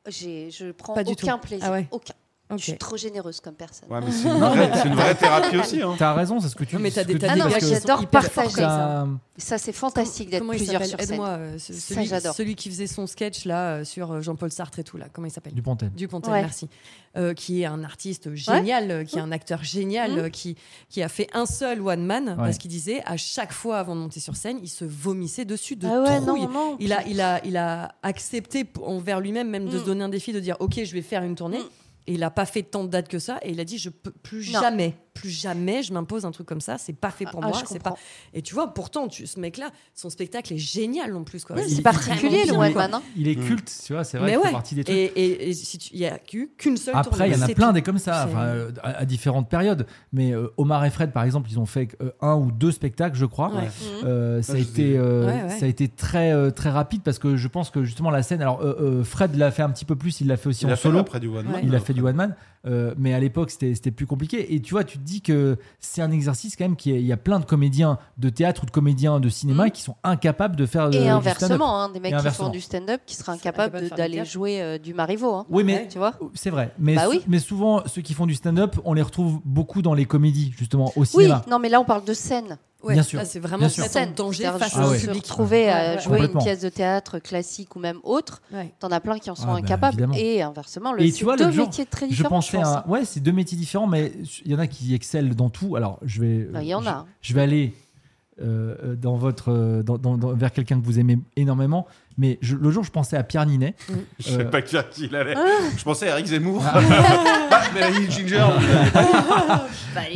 [SPEAKER 4] j'ai, je prends
[SPEAKER 2] Pas du
[SPEAKER 4] aucun
[SPEAKER 2] tout.
[SPEAKER 4] plaisir,
[SPEAKER 2] Ah ouais.
[SPEAKER 4] aucun. Je suis trop généreuse comme personne.
[SPEAKER 5] Ouais, mais c'est une,
[SPEAKER 1] Non,
[SPEAKER 5] vraie-
[SPEAKER 1] mais-
[SPEAKER 5] c'est une vraie thérapie aussi. hein.
[SPEAKER 1] T'as raison, c'est ce que tu
[SPEAKER 2] Non, mais
[SPEAKER 1] ce
[SPEAKER 2] t'as des
[SPEAKER 1] que tu
[SPEAKER 2] tas
[SPEAKER 4] Ah
[SPEAKER 2] de
[SPEAKER 1] dis,
[SPEAKER 4] non,
[SPEAKER 2] gars
[SPEAKER 4] moi,
[SPEAKER 1] parce
[SPEAKER 2] qui
[SPEAKER 1] que
[SPEAKER 2] sont
[SPEAKER 4] j'adore
[SPEAKER 2] hyper
[SPEAKER 4] partager.
[SPEAKER 2] forts, ça.
[SPEAKER 1] t'as-
[SPEAKER 4] Et ça, c'est fantastique d'être
[SPEAKER 2] Comment il
[SPEAKER 4] plusieurs
[SPEAKER 2] s'appelle
[SPEAKER 4] sur scène.
[SPEAKER 2] Aide-moi. euh, ce-
[SPEAKER 4] Ça,
[SPEAKER 2] celui,
[SPEAKER 4] j'adore.
[SPEAKER 2] celui qui faisait son sketch là euh, sur euh, Jean-Paul Sartre et tout là. Comment il s'appelle
[SPEAKER 1] du Pontel.
[SPEAKER 2] Dupontel,
[SPEAKER 4] Ouais.
[SPEAKER 2] merci. Euh, qui est un artiste génial, euh, qui est un acteur génial,
[SPEAKER 4] Mmh.
[SPEAKER 2] euh, qui, qui a fait un seul one man
[SPEAKER 1] Ouais.
[SPEAKER 2] parce qu'il disait à chaque fois avant de monter sur scène, il se vomissait dessus de
[SPEAKER 4] ah ouais,
[SPEAKER 2] trouille.
[SPEAKER 4] non, non.
[SPEAKER 2] Il a, il, a, il a accepté p- envers lui-même même de
[SPEAKER 4] Mm.
[SPEAKER 2] se donner un défi, de dire ok, je vais faire une tournée.
[SPEAKER 4] Mm.
[SPEAKER 2] Et il n'a pas fait tant de dates que ça. Et il a dit je peux plus
[SPEAKER 4] Non.
[SPEAKER 2] jamais, plus jamais, je m'impose un truc comme ça. C'est pas fait pour
[SPEAKER 4] Ah,
[SPEAKER 2] moi.
[SPEAKER 4] je
[SPEAKER 2] C'est pas.
[SPEAKER 4] comprends.
[SPEAKER 2] Et tu vois, pourtant, tu, ce mec-là, son spectacle est génial en plus. Quoi.
[SPEAKER 1] Ouais,
[SPEAKER 2] Il-
[SPEAKER 4] C'est
[SPEAKER 2] il-
[SPEAKER 4] particulier, le
[SPEAKER 2] vraiment
[SPEAKER 4] one
[SPEAKER 2] bien,
[SPEAKER 4] man. hein.
[SPEAKER 1] Il est
[SPEAKER 5] Mm.
[SPEAKER 1] culte, tu vois, c'est vrai,
[SPEAKER 2] Mais
[SPEAKER 1] il fait
[SPEAKER 2] ouais.
[SPEAKER 1] partie des
[SPEAKER 2] Et,
[SPEAKER 1] trucs.
[SPEAKER 2] et- et si tu- il n'y a eu qu'une seule
[SPEAKER 1] Après,
[SPEAKER 2] tournée,
[SPEAKER 1] il y en a
[SPEAKER 2] c'est
[SPEAKER 1] plein
[SPEAKER 2] tout.
[SPEAKER 1] des comme ça,
[SPEAKER 2] C'est-
[SPEAKER 1] enfin, euh, à, à différentes périodes. Mais euh, Omar et Fred, par exemple, ils ont fait euh, un ou deux spectacles, je crois.
[SPEAKER 2] Ouais.
[SPEAKER 4] Mhm.
[SPEAKER 1] Euh, ça, a
[SPEAKER 5] Mm. je les ai
[SPEAKER 1] été,
[SPEAKER 5] vus.
[SPEAKER 1] euh,
[SPEAKER 2] Ouais, ouais.
[SPEAKER 1] ça a été très euh, très rapide parce que je pense que justement la scène. Alors euh, euh, Fred l'a fait un petit peu plus, il l'a fait aussi
[SPEAKER 5] Il
[SPEAKER 1] en
[SPEAKER 5] a fait
[SPEAKER 1] solo.
[SPEAKER 5] après du one man.
[SPEAKER 2] Ouais.
[SPEAKER 1] Il a fait du one man, euh, mais à l'époque c'était c'était plus compliqué. Et tu vois, tu te dis que c'est un exercice quand même qui est- il y a plein de comédiens de théâtre ou de comédiens de cinéma
[SPEAKER 4] Mm.
[SPEAKER 1] qui sont incapables de faire euh, du
[SPEAKER 4] Et
[SPEAKER 1] stand-up.
[SPEAKER 4] inversement, hein, des
[SPEAKER 1] Et
[SPEAKER 4] mecs qui
[SPEAKER 1] inversement.
[SPEAKER 4] font du stand-up qui seraient
[SPEAKER 2] Ils seraient incapables
[SPEAKER 4] incapables de-
[SPEAKER 2] de faire du
[SPEAKER 4] d'aller
[SPEAKER 2] théâtre.
[SPEAKER 4] jouer euh, du Marivaux. hein.
[SPEAKER 1] Oui, mais
[SPEAKER 2] Ouais.
[SPEAKER 4] Tu vois
[SPEAKER 1] c'est vrai. Mais,
[SPEAKER 4] Bah
[SPEAKER 1] sou-
[SPEAKER 4] oui.
[SPEAKER 1] mais souvent ceux qui font du stand-up, on les retrouve beaucoup dans les comédies justement au
[SPEAKER 4] Oui,
[SPEAKER 1] cinéma.
[SPEAKER 4] non, mais là, on parle de scène.
[SPEAKER 2] Ouais,
[SPEAKER 1] Bien sûr.
[SPEAKER 2] Là, c'est vraiment
[SPEAKER 1] Bien
[SPEAKER 2] se
[SPEAKER 1] sûr.
[SPEAKER 2] mettre en danger
[SPEAKER 4] C'est-à-dire
[SPEAKER 2] face
[SPEAKER 4] juste
[SPEAKER 1] Ah
[SPEAKER 2] au
[SPEAKER 1] ouais.
[SPEAKER 4] se
[SPEAKER 2] public.
[SPEAKER 4] retrouver
[SPEAKER 2] Ouais,
[SPEAKER 4] à
[SPEAKER 2] ouais.
[SPEAKER 4] jouer une
[SPEAKER 1] Complètement.
[SPEAKER 4] pièce de théâtre classique ou même autre,
[SPEAKER 2] Ouais.
[SPEAKER 4] t'en as plein qui en sont
[SPEAKER 1] Ah, bah,
[SPEAKER 4] incapables.
[SPEAKER 1] évidemment.
[SPEAKER 4] et inversement, le
[SPEAKER 1] Et
[SPEAKER 4] c'est
[SPEAKER 1] tu vois,
[SPEAKER 4] deux
[SPEAKER 1] l'autre jour,
[SPEAKER 4] métiers très
[SPEAKER 1] Je
[SPEAKER 4] différents. Je
[SPEAKER 1] pensais
[SPEAKER 4] pense.
[SPEAKER 1] à ouais, c'est deux métiers différents, mais il y en a qui excellent dans tout. Alors je vais,
[SPEAKER 4] Non, Bah, Il y en
[SPEAKER 1] je-
[SPEAKER 4] a.
[SPEAKER 1] je vais aller euh, dans votre, euh, dans- dans- dans- vers quelqu'un que vous aimez énormément. Mais je- le jour, je pensais à Pierre Ninet.
[SPEAKER 5] Je sais
[SPEAKER 1] Euh.
[SPEAKER 5] pas qui a- qui il allait. Je pensais à Eric Zemmour. Bah, Mélanie Ginger.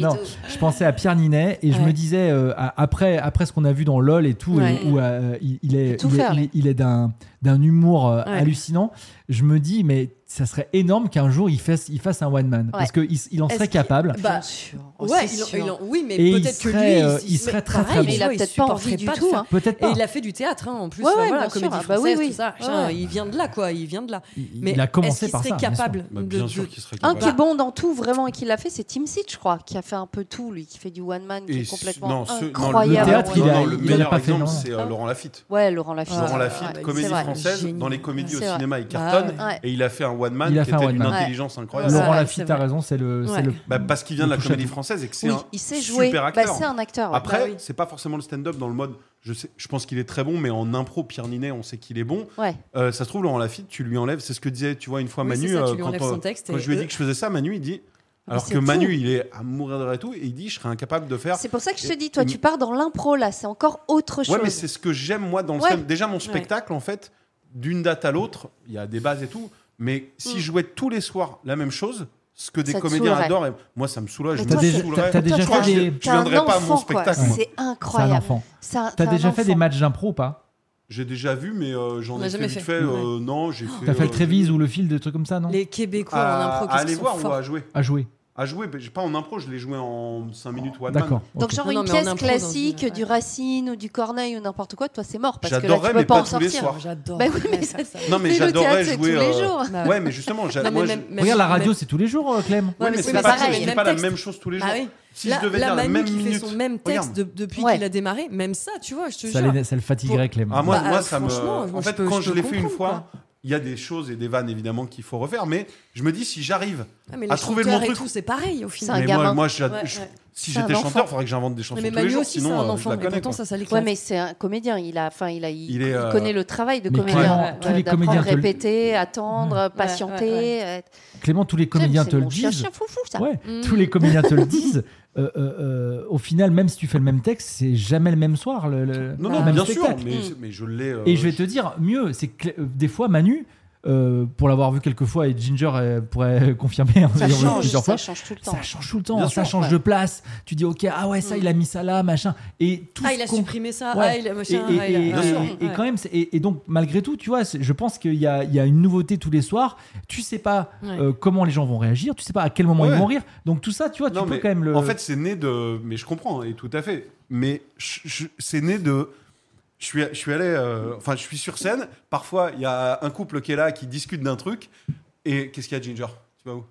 [SPEAKER 1] Non, je pensais à Pierre Ninet et je
[SPEAKER 2] Ouais.
[SPEAKER 1] me disais euh, à- après après ce qu'on a vu dans LOL et tout
[SPEAKER 2] Ouais.
[SPEAKER 1] et où euh, il, il
[SPEAKER 4] Il peut
[SPEAKER 1] est
[SPEAKER 4] tout
[SPEAKER 1] il est-
[SPEAKER 4] faire,
[SPEAKER 1] il
[SPEAKER 4] lui.
[SPEAKER 1] est- il est d'un d'un humour euh,
[SPEAKER 2] Ouais.
[SPEAKER 1] hallucinant. Je me dis mais ça serait énorme qu'un jour il fasse il fasse un one man parce que il, il en
[SPEAKER 2] Est-ce
[SPEAKER 1] serait
[SPEAKER 2] qu'il-
[SPEAKER 1] capable.
[SPEAKER 2] Bah,
[SPEAKER 4] Bien sûr. Oh,
[SPEAKER 2] Ouais,
[SPEAKER 4] c'est
[SPEAKER 2] il en-
[SPEAKER 4] sûr.
[SPEAKER 2] il en- oui, mais
[SPEAKER 1] Et il
[SPEAKER 2] peut-être que lui,
[SPEAKER 1] serait, euh,
[SPEAKER 2] s'y-
[SPEAKER 1] il serait
[SPEAKER 2] mais
[SPEAKER 1] très, très
[SPEAKER 2] pareil,
[SPEAKER 1] bon.
[SPEAKER 4] Mais il a
[SPEAKER 2] tu vois,
[SPEAKER 4] peut-être pas envie
[SPEAKER 2] supporterait
[SPEAKER 4] du
[SPEAKER 2] pas de
[SPEAKER 4] tout.
[SPEAKER 2] faire
[SPEAKER 4] hein.
[SPEAKER 1] Peut-être
[SPEAKER 2] Et
[SPEAKER 1] pas.
[SPEAKER 2] il a fait du théâtre hein, en plus,
[SPEAKER 4] Ouais,
[SPEAKER 2] Enfin,
[SPEAKER 4] ouais,
[SPEAKER 2] voilà,
[SPEAKER 4] bien sûr.
[SPEAKER 2] comédie
[SPEAKER 4] Ah bah
[SPEAKER 2] française,
[SPEAKER 4] oui,
[SPEAKER 2] tout
[SPEAKER 4] oui.
[SPEAKER 2] ça. machin,
[SPEAKER 4] Ouais.
[SPEAKER 2] Il vient de là, quoi. Il vient de là.
[SPEAKER 1] Il,
[SPEAKER 2] Mais
[SPEAKER 1] il a commencé
[SPEAKER 2] est-ce qu'il
[SPEAKER 1] par
[SPEAKER 2] serait
[SPEAKER 1] ça. bien
[SPEAKER 2] capable
[SPEAKER 1] sûr.
[SPEAKER 5] Bah,
[SPEAKER 2] de,
[SPEAKER 5] bien sûr
[SPEAKER 2] de-
[SPEAKER 5] qu'il serait
[SPEAKER 4] Un
[SPEAKER 5] capable.
[SPEAKER 4] qui est bon dans tout, vraiment, et qui l'a fait, c'est Tim Seed, je crois, qui a fait un peu tout, lui, qui fait du one-man, qui
[SPEAKER 5] Et
[SPEAKER 4] est
[SPEAKER 5] ce-
[SPEAKER 4] complètement
[SPEAKER 5] non, ce- non,
[SPEAKER 4] incroyable.
[SPEAKER 1] Le théâtre,
[SPEAKER 4] Ouais,
[SPEAKER 5] non,
[SPEAKER 1] il a-
[SPEAKER 5] non, le
[SPEAKER 1] il a
[SPEAKER 5] meilleur
[SPEAKER 1] pas fait,
[SPEAKER 5] exemple,
[SPEAKER 1] non.
[SPEAKER 5] c'est euh, Laurent Lafitte.
[SPEAKER 4] Ouais, Laurent Lafitte.
[SPEAKER 5] Laurent
[SPEAKER 2] Ah,
[SPEAKER 5] Lafitte,
[SPEAKER 2] ouais,
[SPEAKER 5] comédie
[SPEAKER 4] c'est vrai.
[SPEAKER 5] française,
[SPEAKER 2] Génie.
[SPEAKER 5] dans les comédies
[SPEAKER 4] C'est
[SPEAKER 5] au
[SPEAKER 4] vrai.
[SPEAKER 5] cinéma, il
[SPEAKER 2] Bah,
[SPEAKER 5] cartonne.
[SPEAKER 4] ouais.
[SPEAKER 5] Et il a fait un one man
[SPEAKER 1] Il a
[SPEAKER 5] qui
[SPEAKER 1] fait un
[SPEAKER 5] était
[SPEAKER 1] one
[SPEAKER 5] d'une
[SPEAKER 1] man.
[SPEAKER 5] intelligence incroyable.
[SPEAKER 4] Ouais.
[SPEAKER 1] Laurent
[SPEAKER 2] vrai,
[SPEAKER 1] Lafitte,
[SPEAKER 2] c'est
[SPEAKER 1] t'as
[SPEAKER 2] vrai.
[SPEAKER 1] raison, c'est le, c'est
[SPEAKER 2] Ouais.
[SPEAKER 1] le-
[SPEAKER 5] Bah, parce qu'il vient de la comédie française et que c'est
[SPEAKER 4] Oui,
[SPEAKER 5] un
[SPEAKER 4] il sait jouer.
[SPEAKER 5] super
[SPEAKER 4] Bah,
[SPEAKER 5] acteur.
[SPEAKER 4] c'est un acteur. ouais.
[SPEAKER 5] Après,
[SPEAKER 2] Bah oui.
[SPEAKER 5] c'est pas forcément le stand-up dans le mode. Je, sais, je pense qu'il est très bon, mais en impro, Pierre Ninet, on sait qu'il est bon.
[SPEAKER 4] Ouais.
[SPEAKER 5] Euh, ça se trouve, Laurent Lafitte, tu lui enlèves. C'est ce que disait, tu vois, une fois
[SPEAKER 2] Oui,
[SPEAKER 5] Manu.
[SPEAKER 2] c'est ça, tu
[SPEAKER 5] euh,
[SPEAKER 2] lui
[SPEAKER 5] quand,
[SPEAKER 2] enlèves
[SPEAKER 5] on-
[SPEAKER 2] son texte
[SPEAKER 5] quand
[SPEAKER 2] et
[SPEAKER 5] je lui ai
[SPEAKER 2] eux-
[SPEAKER 5] dit que je faisais ça, Manu, il dit.
[SPEAKER 4] Mais
[SPEAKER 5] Alors
[SPEAKER 4] c'est
[SPEAKER 5] que
[SPEAKER 4] fou.
[SPEAKER 5] Manu, il est à mourir de rire et tout, et il dit Je serais incapable de faire.
[SPEAKER 4] C'est pour ça que je te dis, toi,
[SPEAKER 5] Et-
[SPEAKER 4] tu pars dans l'impro, là, c'est encore autre chose.
[SPEAKER 5] Ouais, mais c'est ce que j'aime moi dans le
[SPEAKER 4] Ouais.
[SPEAKER 5] stand- Déjà, mon spectacle, en fait, d'une date à l'autre, il y a des bases et tout, mais si
[SPEAKER 4] Mm.
[SPEAKER 5] je jouais tous les soirs la même chose, ce que des
[SPEAKER 4] Ça te
[SPEAKER 5] comédiens
[SPEAKER 4] saoulerait.
[SPEAKER 5] adorent, et moi, ça me soulage.
[SPEAKER 4] Mais
[SPEAKER 5] je
[SPEAKER 4] toi,
[SPEAKER 5] me
[SPEAKER 4] t'as-
[SPEAKER 5] saoulerais.
[SPEAKER 1] t'as déjà
[SPEAKER 5] Je crois
[SPEAKER 1] fait
[SPEAKER 5] que je-
[SPEAKER 1] des-
[SPEAKER 5] je viendrais pas à mon
[SPEAKER 4] enfant, quoi.
[SPEAKER 5] spectacle. moi.
[SPEAKER 4] C'est
[SPEAKER 1] C'est un
[SPEAKER 4] incroyable.
[SPEAKER 1] enfant.
[SPEAKER 4] C'est un-
[SPEAKER 1] T'as
[SPEAKER 4] t'es un
[SPEAKER 1] déjà fait des
[SPEAKER 4] enfant.
[SPEAKER 1] matchs d'impro ou pas
[SPEAKER 5] J'ai déjà vu, mais euh, j'en
[SPEAKER 2] On
[SPEAKER 5] ai
[SPEAKER 2] a
[SPEAKER 5] fait
[SPEAKER 2] jamais
[SPEAKER 5] vite
[SPEAKER 2] fait.
[SPEAKER 5] fait. euh,
[SPEAKER 2] Ouais.
[SPEAKER 5] Non, j'ai fait.
[SPEAKER 1] T'as fait
[SPEAKER 5] euh,
[SPEAKER 1] le Trévise ou le fil, des trucs comme ça, non
[SPEAKER 2] Les Québécois
[SPEAKER 5] à,
[SPEAKER 2] en impro
[SPEAKER 5] à
[SPEAKER 2] qui
[SPEAKER 5] aller
[SPEAKER 2] sont
[SPEAKER 5] voir
[SPEAKER 2] forts.
[SPEAKER 5] ou à jouer
[SPEAKER 1] À jouer.
[SPEAKER 5] À jouer, mais j'ai pas en impro, je l'ai joué en 5 minutes one man.
[SPEAKER 1] D'accord.
[SPEAKER 4] Donc,
[SPEAKER 1] ok.
[SPEAKER 4] genre
[SPEAKER 2] Non, non,
[SPEAKER 4] une
[SPEAKER 2] mais en
[SPEAKER 4] pièce
[SPEAKER 2] impro, dans une-
[SPEAKER 4] classique
[SPEAKER 2] ouais.
[SPEAKER 4] du Racine ou du Corneille ou n'importe quoi, toi, c'est mort. Parce que là,
[SPEAKER 5] J'adorerais,
[SPEAKER 4] tu peux
[SPEAKER 5] mais
[SPEAKER 4] pas,
[SPEAKER 5] pas
[SPEAKER 4] en
[SPEAKER 5] tous les
[SPEAKER 4] sortir.
[SPEAKER 5] soirs.
[SPEAKER 2] J'adore.
[SPEAKER 4] Bah oui, mais ça-
[SPEAKER 5] Non, mais
[SPEAKER 4] Mais le
[SPEAKER 5] j'adorerais
[SPEAKER 4] théâtre, c'est
[SPEAKER 5] jouer.
[SPEAKER 4] tous les
[SPEAKER 5] euh,
[SPEAKER 4] jours.
[SPEAKER 2] Bah,
[SPEAKER 5] Ouais, mais justement, j'a-
[SPEAKER 2] non, mais
[SPEAKER 5] moi, je-
[SPEAKER 2] même- même-
[SPEAKER 1] Regarde, la radio,
[SPEAKER 2] même-
[SPEAKER 1] c'est tous les jours, euh, Clem.
[SPEAKER 5] Ouais,
[SPEAKER 4] mais
[SPEAKER 5] mais
[SPEAKER 4] c'est
[SPEAKER 5] c'est
[SPEAKER 4] pas
[SPEAKER 5] pas,
[SPEAKER 4] pareil.
[SPEAKER 5] c'est
[SPEAKER 2] Même
[SPEAKER 5] pas la
[SPEAKER 2] texte.
[SPEAKER 5] même chose tous les jours.
[SPEAKER 2] Bah oui.
[SPEAKER 5] Si
[SPEAKER 2] Là,
[SPEAKER 5] je devais
[SPEAKER 2] la
[SPEAKER 5] dire la
[SPEAKER 2] Manu
[SPEAKER 5] même
[SPEAKER 2] qui
[SPEAKER 5] minute.
[SPEAKER 2] fait son même texte
[SPEAKER 5] Regarde.
[SPEAKER 2] de- depuis
[SPEAKER 4] Ouais.
[SPEAKER 2] qu'il a démarré, même ça, tu vois, je te
[SPEAKER 1] Ça,
[SPEAKER 2] jure.
[SPEAKER 1] les- ça le fatiguerait, Clem.
[SPEAKER 5] Ah, moi,
[SPEAKER 2] Bah,
[SPEAKER 5] moi, ça me.
[SPEAKER 2] franchement,
[SPEAKER 5] En
[SPEAKER 2] je
[SPEAKER 5] fait,
[SPEAKER 2] peux-
[SPEAKER 5] quand
[SPEAKER 2] je
[SPEAKER 5] je,
[SPEAKER 2] peux
[SPEAKER 5] l'ai fait une
[SPEAKER 2] comprendre,
[SPEAKER 5] fois, il y a des choses et des vannes évidemment qu'il faut refaire, mais je me dis si j'arrive.
[SPEAKER 2] Ah, mais
[SPEAKER 5] à
[SPEAKER 2] les
[SPEAKER 5] trouver le
[SPEAKER 2] chanteurs
[SPEAKER 5] bon
[SPEAKER 2] et
[SPEAKER 5] truc.
[SPEAKER 2] tout, c'est pareil au
[SPEAKER 4] C'est un
[SPEAKER 2] final.
[SPEAKER 5] Mais
[SPEAKER 4] gamin.
[SPEAKER 5] moi, moi je-
[SPEAKER 2] Ouais,
[SPEAKER 5] je-
[SPEAKER 2] ouais.
[SPEAKER 5] si
[SPEAKER 4] C'est un
[SPEAKER 5] j'étais
[SPEAKER 4] enfant.
[SPEAKER 5] chanteur, il faudrait que j'invente des
[SPEAKER 2] Mais,
[SPEAKER 5] chansons tous les
[SPEAKER 2] Manu
[SPEAKER 5] jours,
[SPEAKER 2] aussi, c'est un
[SPEAKER 5] sinon euh, je
[SPEAKER 2] enfant.
[SPEAKER 5] la
[SPEAKER 2] Mais
[SPEAKER 5] connais.
[SPEAKER 2] pourtant,
[SPEAKER 5] quoi.
[SPEAKER 2] ça, ça l'éclate.
[SPEAKER 4] Ouais, mais c'est un comédien. Il a, enfin, il a, il,
[SPEAKER 5] Il est, euh,
[SPEAKER 4] connaît le travail de
[SPEAKER 1] Mais clairement,
[SPEAKER 4] comédien.
[SPEAKER 1] tous les
[SPEAKER 4] d'apprendre,
[SPEAKER 1] comédiens te le-
[SPEAKER 4] répéter, attendre, patienter.
[SPEAKER 2] ouais,
[SPEAKER 4] être-
[SPEAKER 1] Clément, tous les comédiens
[SPEAKER 4] C'est
[SPEAKER 1] te le
[SPEAKER 4] mon chien,
[SPEAKER 1] disent.
[SPEAKER 4] chien foufou, ça.
[SPEAKER 1] Ouais,
[SPEAKER 2] Mm.
[SPEAKER 1] tous les comédiens te le disent. euh, euh, euh, au final, même si tu fais le même texte, c'est jamais le même soir. Le, le-
[SPEAKER 5] Non,
[SPEAKER 1] le
[SPEAKER 5] non,
[SPEAKER 1] même
[SPEAKER 5] bien sûr,
[SPEAKER 1] spectacle.
[SPEAKER 5] mais,
[SPEAKER 4] Mm.
[SPEAKER 5] mais je l'ai. euh,
[SPEAKER 1] Et je vais te dire mieux, c'est que euh, des fois, Manu, euh, pour l'avoir vu quelques fois, et Ginger euh, pourrait confirmer hein, en
[SPEAKER 4] Ça
[SPEAKER 1] l'ayant vu
[SPEAKER 4] change,
[SPEAKER 1] plusieurs fois,
[SPEAKER 4] ça change tout le temps.
[SPEAKER 1] ça change tout le temps, hein,
[SPEAKER 5] Bien
[SPEAKER 1] ça
[SPEAKER 5] sûr,
[SPEAKER 1] change
[SPEAKER 4] ouais.
[SPEAKER 1] de place. Tu dis, ok, ah ouais, ça, il a mis ça là, machin. Et tout
[SPEAKER 2] Ah,
[SPEAKER 1] ce
[SPEAKER 2] il a
[SPEAKER 1] qu'on-
[SPEAKER 2] supprimé ça.
[SPEAKER 1] Ouais.
[SPEAKER 2] Ah, il a
[SPEAKER 1] Et,
[SPEAKER 2] machin.
[SPEAKER 1] et-
[SPEAKER 2] ah, il a-
[SPEAKER 1] et-
[SPEAKER 2] ouais,
[SPEAKER 5] sûr.
[SPEAKER 2] ouais,
[SPEAKER 1] et
[SPEAKER 2] ouais.
[SPEAKER 1] quand même, c'est- et, et donc malgré tout, tu vois, c'est- je pense qu'il y a, il y a une nouveauté tous les soirs. Tu sais pas
[SPEAKER 2] Ouais.
[SPEAKER 1] euh, comment les gens vont réagir, tu sais pas à quel moment ils
[SPEAKER 5] Ouais.
[SPEAKER 1] vont rire. Donc tout ça, Ah, tu vois,
[SPEAKER 5] Non,
[SPEAKER 1] tu peux
[SPEAKER 5] mais
[SPEAKER 1] quand même le.
[SPEAKER 5] En fait, c'est né de. Mais je comprends, hein, et tout à fait. Mais je- je- c'est né de. Je suis, je suis allé. euh, Enfin, je suis sur scène. Parfois, il y a un couple qui est là, qui discute d'un truc. Et qu'est-ce qu'il y a, Ginger Tu vas où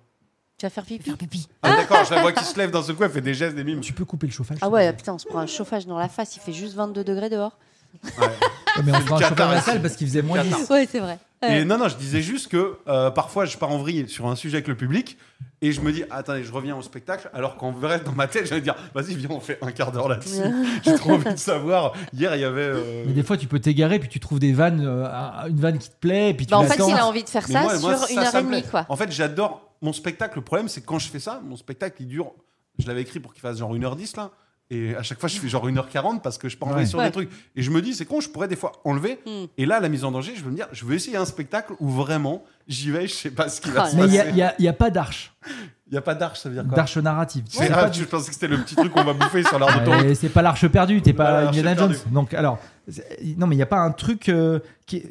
[SPEAKER 4] Tu vas faire pipi.
[SPEAKER 5] Ah, d'accord, je la vois qui se lève dans ce coup, elle fait des gestes, des mimes.
[SPEAKER 1] tu peux couper le chauffage.
[SPEAKER 4] Ah ouais, putain, on se prend un chauffage dans la face. Il fait juste 22 degrés dehors.
[SPEAKER 1] Ouais, mais on fera un
[SPEAKER 5] Qatar,
[SPEAKER 1] chauffage à la
[SPEAKER 5] ici.
[SPEAKER 1] salle parce qu'il faisait moins
[SPEAKER 5] Qatar.
[SPEAKER 1] 10.
[SPEAKER 4] Ouais, c'est vrai.
[SPEAKER 5] Et non, non, je disais juste que euh, parfois, je pars en vrille sur un sujet avec le public. Et je me dis, attendez, je reviens au spectacle. Alors qu'en vrai, dans ma tête, j'allais dire, vas-y, viens, on fait un quart d'heure là-dessus. J'ai trop envie de savoir. Hier, il y avait. euh,
[SPEAKER 1] Mais des fois, tu peux t'égarer, puis tu trouves des vannes, euh, à- une vanne qui te plaît, et puis tu
[SPEAKER 4] Bah, en fait,
[SPEAKER 1] l'attends.
[SPEAKER 4] il a envie de faire
[SPEAKER 5] Mais
[SPEAKER 4] ça
[SPEAKER 5] moi- moi,
[SPEAKER 4] sur
[SPEAKER 5] ça,
[SPEAKER 4] une heure
[SPEAKER 5] ça
[SPEAKER 4] et
[SPEAKER 5] me
[SPEAKER 4] demie,
[SPEAKER 5] plaît.
[SPEAKER 4] quoi.
[SPEAKER 5] En fait, j'adore mon spectacle. Le problème, c'est que quand je fais ça, mon spectacle, il dure. Je l'avais écrit pour qu'il fasse genre 1h10 là. Et à chaque fois, je fais genre 1h40 parce que je peux enlever
[SPEAKER 1] Ouais.
[SPEAKER 5] sur
[SPEAKER 4] Ouais.
[SPEAKER 5] des trucs. Et je me dis, c'est con, je pourrais des fois enlever.
[SPEAKER 4] Hmm.
[SPEAKER 5] Et là, la mise en danger, je veux me dire, je veux essayer un spectacle où vraiment j'y vais, je sais pas ce qui
[SPEAKER 4] Oh
[SPEAKER 5] va se
[SPEAKER 4] là
[SPEAKER 1] Mais il y a-
[SPEAKER 5] passer.
[SPEAKER 1] il y a, il y a pas d'arche,
[SPEAKER 5] Il y a pas d'arche, ça veut dire quoi
[SPEAKER 1] d'arche narrative. Tu
[SPEAKER 5] C'est
[SPEAKER 1] sais
[SPEAKER 5] ah,
[SPEAKER 1] pas
[SPEAKER 5] tu
[SPEAKER 1] du-
[SPEAKER 5] pensais que c'était le petit truc qu'on va bouffer sur l'heure de
[SPEAKER 1] Ouais,
[SPEAKER 5] ton.
[SPEAKER 1] Ah, c'est pas l'arche perdue, t'es
[SPEAKER 5] Voilà,
[SPEAKER 1] pas
[SPEAKER 5] l'arche
[SPEAKER 1] Indiana Jones.
[SPEAKER 5] perdue.
[SPEAKER 1] Donc, alors, c'est- non, mais il n'y a pas un truc euh, qui.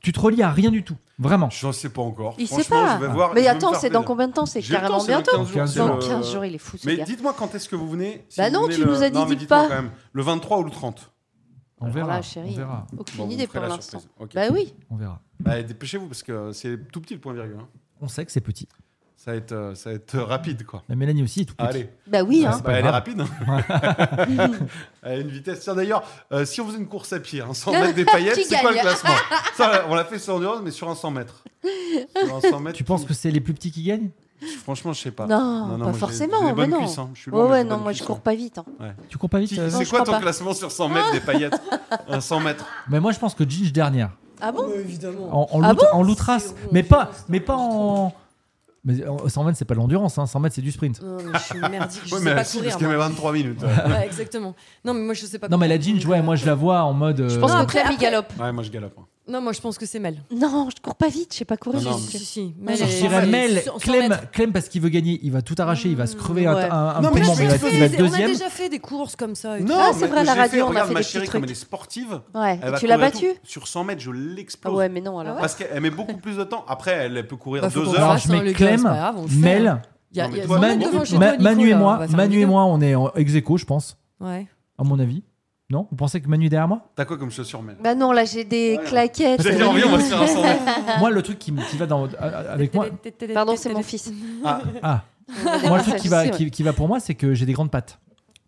[SPEAKER 1] Tu te relis à rien du tout, vraiment.
[SPEAKER 5] J'en sais pas encore.
[SPEAKER 4] Il sait
[SPEAKER 5] Franchement,
[SPEAKER 4] pas.
[SPEAKER 5] je vais voir, je
[SPEAKER 4] Mais
[SPEAKER 5] vais me
[SPEAKER 4] attends,
[SPEAKER 5] faire
[SPEAKER 4] c'est dans
[SPEAKER 5] plaisir.
[SPEAKER 4] combien de temps C'est
[SPEAKER 5] J'ai le
[SPEAKER 4] carrément
[SPEAKER 5] temps, c'est dans
[SPEAKER 4] bientôt.
[SPEAKER 5] 15 jours,
[SPEAKER 1] Dans
[SPEAKER 5] c'est
[SPEAKER 4] Dans
[SPEAKER 5] le-
[SPEAKER 4] 15 jours, il est fou, ce
[SPEAKER 5] Mais
[SPEAKER 4] gars.
[SPEAKER 5] dites-moi quand est-ce que vous venez. si
[SPEAKER 4] Bah
[SPEAKER 5] vous
[SPEAKER 4] non,
[SPEAKER 5] venez
[SPEAKER 4] tu nous as dit,
[SPEAKER 5] non, mais
[SPEAKER 4] dites
[SPEAKER 5] dites-moi
[SPEAKER 4] pas.
[SPEAKER 5] quand même. Le 23 ou le 30
[SPEAKER 1] On
[SPEAKER 4] Alors
[SPEAKER 1] verra.
[SPEAKER 4] là, chérie,
[SPEAKER 1] on verra.
[SPEAKER 4] Aucune
[SPEAKER 5] Bon, vous
[SPEAKER 4] idée
[SPEAKER 5] ferez
[SPEAKER 4] pour
[SPEAKER 5] la
[SPEAKER 4] l'instant.
[SPEAKER 5] surprise. Ok.
[SPEAKER 4] Bah oui.
[SPEAKER 1] On verra.
[SPEAKER 5] Bah, dépêchez-vous parce que c'est tout petit le point virgule. hein.
[SPEAKER 1] On sait que c'est petit.
[SPEAKER 5] Ça va être, euh, ça va être euh, rapide quoi.
[SPEAKER 1] La Mélanie aussi est tout petit.
[SPEAKER 5] Allez,
[SPEAKER 4] Bah oui, hein.
[SPEAKER 1] pas
[SPEAKER 5] Bah, elle est
[SPEAKER 1] grave.
[SPEAKER 5] rapide. hein. Elle a une vitesse. Tiens d'ailleurs, euh, si on faisait une course à pied, hein, sans mettre des paillettes,
[SPEAKER 4] Tu
[SPEAKER 5] c'est quoi le
[SPEAKER 4] gagnes.
[SPEAKER 5] classement Ça, on l'a fait sur endurance, mais sur un 100 mètres. Sur un 100 mètres.
[SPEAKER 1] Tu penses que c'est les plus petits qui gagnent
[SPEAKER 5] Franchement, je sais pas.
[SPEAKER 4] Non, pas
[SPEAKER 5] moi, j'ai-
[SPEAKER 4] forcément,
[SPEAKER 5] j'ai des bonnes
[SPEAKER 4] mais non.
[SPEAKER 5] cuisses, hein. Je suis
[SPEAKER 4] Ouais,
[SPEAKER 5] loin, mais j'ai
[SPEAKER 4] ouais,
[SPEAKER 5] des
[SPEAKER 4] non,
[SPEAKER 5] bonnes
[SPEAKER 4] moi je
[SPEAKER 5] cuisses,
[SPEAKER 4] cours
[SPEAKER 5] hein.
[SPEAKER 4] pas vite. hein.
[SPEAKER 1] Tu cours pas vite
[SPEAKER 5] Si,
[SPEAKER 1] euh,
[SPEAKER 4] non,
[SPEAKER 5] C'est
[SPEAKER 4] je
[SPEAKER 5] quoi
[SPEAKER 4] crois
[SPEAKER 5] ton
[SPEAKER 4] pas.
[SPEAKER 5] classement sur 100 mètres des paillettes Un 100 mètres.
[SPEAKER 1] Mais moi, je pense que Ginge dernière.
[SPEAKER 4] Ah bon
[SPEAKER 2] Évidemment.
[SPEAKER 1] En, en,
[SPEAKER 4] Ah
[SPEAKER 1] lout- en loutras.
[SPEAKER 2] C'est bon,
[SPEAKER 1] Mais
[SPEAKER 2] c'est
[SPEAKER 1] pas,
[SPEAKER 2] bon, c'est
[SPEAKER 1] mais
[SPEAKER 2] bon,
[SPEAKER 1] pas
[SPEAKER 2] c'est
[SPEAKER 1] en. Mais en- 100 mètres, c'est pas de l'endurance. hein. 100 mètres, c'est du sprint.
[SPEAKER 4] Ah,
[SPEAKER 2] Non, mais je suis une merdique, je
[SPEAKER 5] Oui,
[SPEAKER 2] sais
[SPEAKER 5] mais
[SPEAKER 2] pas
[SPEAKER 5] si, parce
[SPEAKER 2] courir.
[SPEAKER 5] qu'il y avait
[SPEAKER 2] moi.
[SPEAKER 5] 23 minutes.
[SPEAKER 2] Ouais, exactement. Non, mais moi, je sais pas
[SPEAKER 1] Non, mais la
[SPEAKER 2] courir,
[SPEAKER 1] Ginge,
[SPEAKER 2] donc,
[SPEAKER 1] ouais,
[SPEAKER 2] euh,
[SPEAKER 1] moi, je la vois en mode.
[SPEAKER 4] bah, Je
[SPEAKER 1] euh,
[SPEAKER 4] pense que
[SPEAKER 2] après,
[SPEAKER 4] Clem, il
[SPEAKER 2] après-
[SPEAKER 4] galope.
[SPEAKER 5] Ouais, moi je galope. hein.
[SPEAKER 2] Non, moi, je pense que c'est Mel.
[SPEAKER 4] Non, je cours pas vite, je sais pas courir.
[SPEAKER 5] Non, non,
[SPEAKER 4] je
[SPEAKER 2] Si,
[SPEAKER 4] sais.
[SPEAKER 2] si.
[SPEAKER 4] Mais
[SPEAKER 1] Je
[SPEAKER 4] elle est-
[SPEAKER 1] dirais
[SPEAKER 4] ouais,
[SPEAKER 1] Mel,
[SPEAKER 2] cent- cent
[SPEAKER 1] Clem,
[SPEAKER 2] mètres.
[SPEAKER 1] Clem parce qu'il veut gagner, il va tout arracher, il va se crever un-
[SPEAKER 4] ouais.
[SPEAKER 1] un, un
[SPEAKER 5] Non, mais
[SPEAKER 1] poumon,
[SPEAKER 5] je
[SPEAKER 1] mais il va,
[SPEAKER 5] sais,
[SPEAKER 1] il va être
[SPEAKER 2] On a
[SPEAKER 1] deuxième.
[SPEAKER 2] déjà fait des courses comme ça. et tout.
[SPEAKER 5] Non,
[SPEAKER 4] Ah, c'est
[SPEAKER 5] mais
[SPEAKER 4] vrai, à la
[SPEAKER 5] j'ai
[SPEAKER 4] radio,
[SPEAKER 5] fait-
[SPEAKER 4] on a
[SPEAKER 5] regarde,
[SPEAKER 4] fait
[SPEAKER 5] ma
[SPEAKER 4] des petits
[SPEAKER 5] chérie,
[SPEAKER 4] trucs.
[SPEAKER 5] comme elle est sportive,
[SPEAKER 4] Ouais,
[SPEAKER 5] elle
[SPEAKER 4] et
[SPEAKER 5] va
[SPEAKER 4] tu l'as
[SPEAKER 5] courir et tout.
[SPEAKER 4] battu
[SPEAKER 5] Sur 100 mètres, je l'explose.
[SPEAKER 4] Ah ouais, mais non, alors.
[SPEAKER 5] Parce qu'elle met beaucoup plus de temps. Après, elle peut courir
[SPEAKER 2] Bah, faut
[SPEAKER 5] deux
[SPEAKER 2] qu'on
[SPEAKER 5] heures.
[SPEAKER 1] Alors
[SPEAKER 2] fasse,
[SPEAKER 1] je
[SPEAKER 2] hein,
[SPEAKER 1] mets
[SPEAKER 2] les gars,
[SPEAKER 1] Clem,
[SPEAKER 2] c'est pas grave, on le fait, hein.
[SPEAKER 1] Mel,
[SPEAKER 2] Il y a, il
[SPEAKER 5] Non,
[SPEAKER 2] y
[SPEAKER 5] mais
[SPEAKER 2] a
[SPEAKER 5] toi,
[SPEAKER 1] Man-
[SPEAKER 2] cent
[SPEAKER 5] Manu-
[SPEAKER 2] mètres devant chez
[SPEAKER 1] Ma-
[SPEAKER 2] toi, Nico,
[SPEAKER 1] Manu et
[SPEAKER 2] là, on
[SPEAKER 1] moi,
[SPEAKER 2] va faire
[SPEAKER 1] Manu
[SPEAKER 2] un
[SPEAKER 1] et
[SPEAKER 2] milieu.
[SPEAKER 1] moi, on est en ex aequo, je pense,
[SPEAKER 2] Ouais.
[SPEAKER 1] à mon avis. Non Vous pensez que Manu est derrière moi
[SPEAKER 5] T'as quoi comme chaussure, Mel
[SPEAKER 4] Bah non, là j'ai des claquettes.
[SPEAKER 5] J'ai envie, on va se faire un 100 mètres.
[SPEAKER 2] Euh.
[SPEAKER 1] Moi, le truc qui, me- qui va dans, à- à- avec moi,
[SPEAKER 4] Pardon, c'est mon fils.
[SPEAKER 5] Ah,
[SPEAKER 1] ah, moi le truc qui va,
[SPEAKER 4] Ouais.
[SPEAKER 1] qui, qui va pour moi, c'est que j'ai des grandes pattes.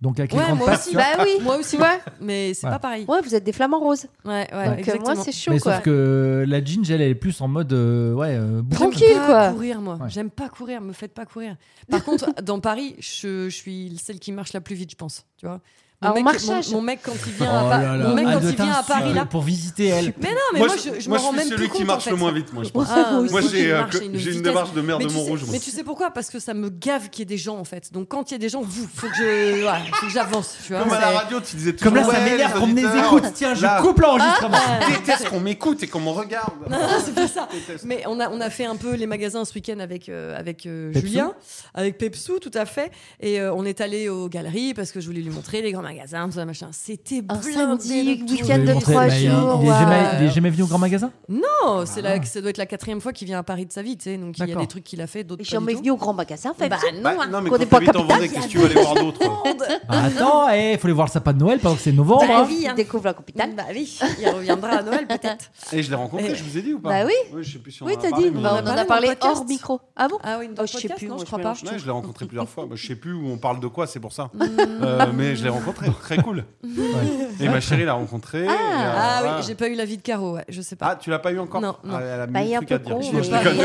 [SPEAKER 1] Donc avec les
[SPEAKER 2] Ouais,
[SPEAKER 1] grandes
[SPEAKER 2] moi
[SPEAKER 1] pattes,
[SPEAKER 2] aussi,
[SPEAKER 1] tu vois.
[SPEAKER 4] Bah oui,
[SPEAKER 2] Moi aussi,
[SPEAKER 4] tu vois.
[SPEAKER 2] mais c'est
[SPEAKER 1] Ouais.
[SPEAKER 2] pas pareil.
[SPEAKER 4] Ouais, vous êtes des flamants roses.
[SPEAKER 2] Ouais, ouais,
[SPEAKER 4] Donc euh,
[SPEAKER 2] exactement.
[SPEAKER 4] moi c'est chaud
[SPEAKER 1] mais
[SPEAKER 4] quoi.
[SPEAKER 1] sauf que la Ginge, elle, elle est plus en mode, euh, ouais, euh, bouffe.
[SPEAKER 4] Tranquille.
[SPEAKER 2] J'aime pas
[SPEAKER 4] quoi.
[SPEAKER 2] courir, moi.
[SPEAKER 1] Ouais.
[SPEAKER 2] J'aime pas courir, me faites pas courir. Par contre, dans Paris, je, je suis celle qui marche la plus vite, je pense. Tu vois
[SPEAKER 4] Ah, en
[SPEAKER 2] mec,
[SPEAKER 4] marchage.
[SPEAKER 2] mon, mon mec, quand il
[SPEAKER 1] Oh
[SPEAKER 2] vient, à, Pa-
[SPEAKER 1] là là,
[SPEAKER 2] mon mec,
[SPEAKER 1] ah,
[SPEAKER 2] quand
[SPEAKER 1] de
[SPEAKER 2] il vient à
[SPEAKER 1] t'insultes
[SPEAKER 2] Paris, là.
[SPEAKER 1] pour visiter elle.
[SPEAKER 2] Mais non, mais moi,
[SPEAKER 5] je-
[SPEAKER 2] je, je
[SPEAKER 5] moi,
[SPEAKER 2] me
[SPEAKER 5] je
[SPEAKER 2] rends
[SPEAKER 5] suis
[SPEAKER 2] même
[SPEAKER 5] celui
[SPEAKER 2] plus compte.
[SPEAKER 5] qui
[SPEAKER 2] en
[SPEAKER 5] marche
[SPEAKER 2] fait.
[SPEAKER 5] le moins vite, moi je pense.
[SPEAKER 2] Ah,
[SPEAKER 4] Moi,
[SPEAKER 5] Moi
[SPEAKER 2] aussi,
[SPEAKER 5] j'ai
[SPEAKER 2] il
[SPEAKER 5] euh,
[SPEAKER 2] marche à
[SPEAKER 5] que- j'ai une
[SPEAKER 2] vitesse.
[SPEAKER 5] démarche de merde
[SPEAKER 2] Mais
[SPEAKER 5] de
[SPEAKER 2] tu sais-
[SPEAKER 5] Montrouge. moi.
[SPEAKER 2] Mais tu sais pourquoi Parce que ça me gave qu'il y ait des gens en fait. Donc quand il y a des gens, vous, faut que je, voilà, faut que j'avance. Tu vois,
[SPEAKER 5] Comme à la
[SPEAKER 2] c'est-
[SPEAKER 5] radio, tu disais toujours.
[SPEAKER 1] Comme là, ça
[SPEAKER 5] ouais,
[SPEAKER 1] m'énerve
[SPEAKER 5] les
[SPEAKER 1] qu'on me les
[SPEAKER 5] auditeurs,
[SPEAKER 1] écoute. Tiens, je
[SPEAKER 5] là,
[SPEAKER 1] coupe l'enregistrement.
[SPEAKER 2] Ah.
[SPEAKER 5] Je déteste qu'on m'écoute et qu'on me regarde.
[SPEAKER 2] Non, non, c'est pas ça.
[SPEAKER 5] Je déteste.
[SPEAKER 2] Mais on a, on a fait un peu les magasins ce week-end avec, euh, avec euh,
[SPEAKER 1] Pepsou
[SPEAKER 2] Julien, avec Pepsou, tout à fait. Et euh, on est allé aux galeries parce que je voulais lui montrer les grands magasin, tout ça, machin. C'était
[SPEAKER 4] Un
[SPEAKER 2] blindé
[SPEAKER 4] samedi,
[SPEAKER 2] de tout.
[SPEAKER 4] week-end de
[SPEAKER 1] Il est
[SPEAKER 4] trois
[SPEAKER 1] monté-
[SPEAKER 4] jours.
[SPEAKER 1] Il est, jamais,
[SPEAKER 4] ouais.
[SPEAKER 1] il est jamais venu au grand magasin
[SPEAKER 2] Non, c'est la- ça doit être la quatrième fois qu'il vient à Paris de sa vie, tu sais. Donc il y a
[SPEAKER 1] D'accord.
[SPEAKER 2] des trucs qu'il a fait, d'autres
[SPEAKER 4] Je
[SPEAKER 2] pas
[SPEAKER 4] suis jamais
[SPEAKER 2] du tout.
[SPEAKER 4] venu au grand magasin, en fait.
[SPEAKER 2] Bah non,
[SPEAKER 5] Bah,
[SPEAKER 2] hein.
[SPEAKER 5] non, mais
[SPEAKER 4] qu'on
[SPEAKER 5] quand
[SPEAKER 4] est pas
[SPEAKER 5] t'habites en
[SPEAKER 4] capitale,
[SPEAKER 5] Vendée,
[SPEAKER 4] il y
[SPEAKER 5] qu'est-ce
[SPEAKER 4] a
[SPEAKER 5] que tu veux aller voir d'autre
[SPEAKER 1] Ah, Attends, il faut aller voir le sapin de Noël pendant que c'est novembre.
[SPEAKER 4] Bah
[SPEAKER 1] hein.
[SPEAKER 4] oui, il découvre la capitale.
[SPEAKER 2] Bah oui, il reviendra à Noël peut-être.
[SPEAKER 5] Et je l'ai rencontré, je vous ai dit ou pas
[SPEAKER 4] Bah oui.
[SPEAKER 5] je sais plus si on
[SPEAKER 4] Oui,
[SPEAKER 5] en a
[SPEAKER 4] t'as
[SPEAKER 5] parlé,
[SPEAKER 4] dit.
[SPEAKER 5] mais
[SPEAKER 4] bah,
[SPEAKER 5] on
[SPEAKER 4] on
[SPEAKER 5] en a
[SPEAKER 4] en a
[SPEAKER 2] parlé dans
[SPEAKER 4] parlé
[SPEAKER 2] le podcast.
[SPEAKER 4] hors micro. Ah bon
[SPEAKER 2] Ah oui, dans
[SPEAKER 4] Oh,
[SPEAKER 2] le
[SPEAKER 4] je sais
[SPEAKER 2] podcast,
[SPEAKER 4] plus,
[SPEAKER 2] non,
[SPEAKER 4] moi,
[SPEAKER 2] je
[SPEAKER 4] je
[SPEAKER 2] crois pas.
[SPEAKER 4] mélange.
[SPEAKER 5] Ouais, je l'ai rencontré plusieurs fois. Bah, je sais plus où on parle de quoi, c'est pour ça.
[SPEAKER 2] Mm.
[SPEAKER 5] Euh, mais je l'ai rencontré, très cool.
[SPEAKER 1] Ouais.
[SPEAKER 5] Et ma chérie l'a rencontré. et, euh,
[SPEAKER 2] Ah
[SPEAKER 5] voilà.
[SPEAKER 2] oui, j'ai pas eu la vie de Caro, ouais, je sais pas.
[SPEAKER 5] Ah, tu l'as pas eu encore
[SPEAKER 2] Non, non.
[SPEAKER 5] Ah, elle a mis
[SPEAKER 4] Bah, il est
[SPEAKER 5] le
[SPEAKER 4] un
[SPEAKER 5] truc à
[SPEAKER 4] peu
[SPEAKER 5] dire.
[SPEAKER 4] con.
[SPEAKER 5] Je
[SPEAKER 4] mais
[SPEAKER 5] je
[SPEAKER 4] il a- il
[SPEAKER 5] déconne.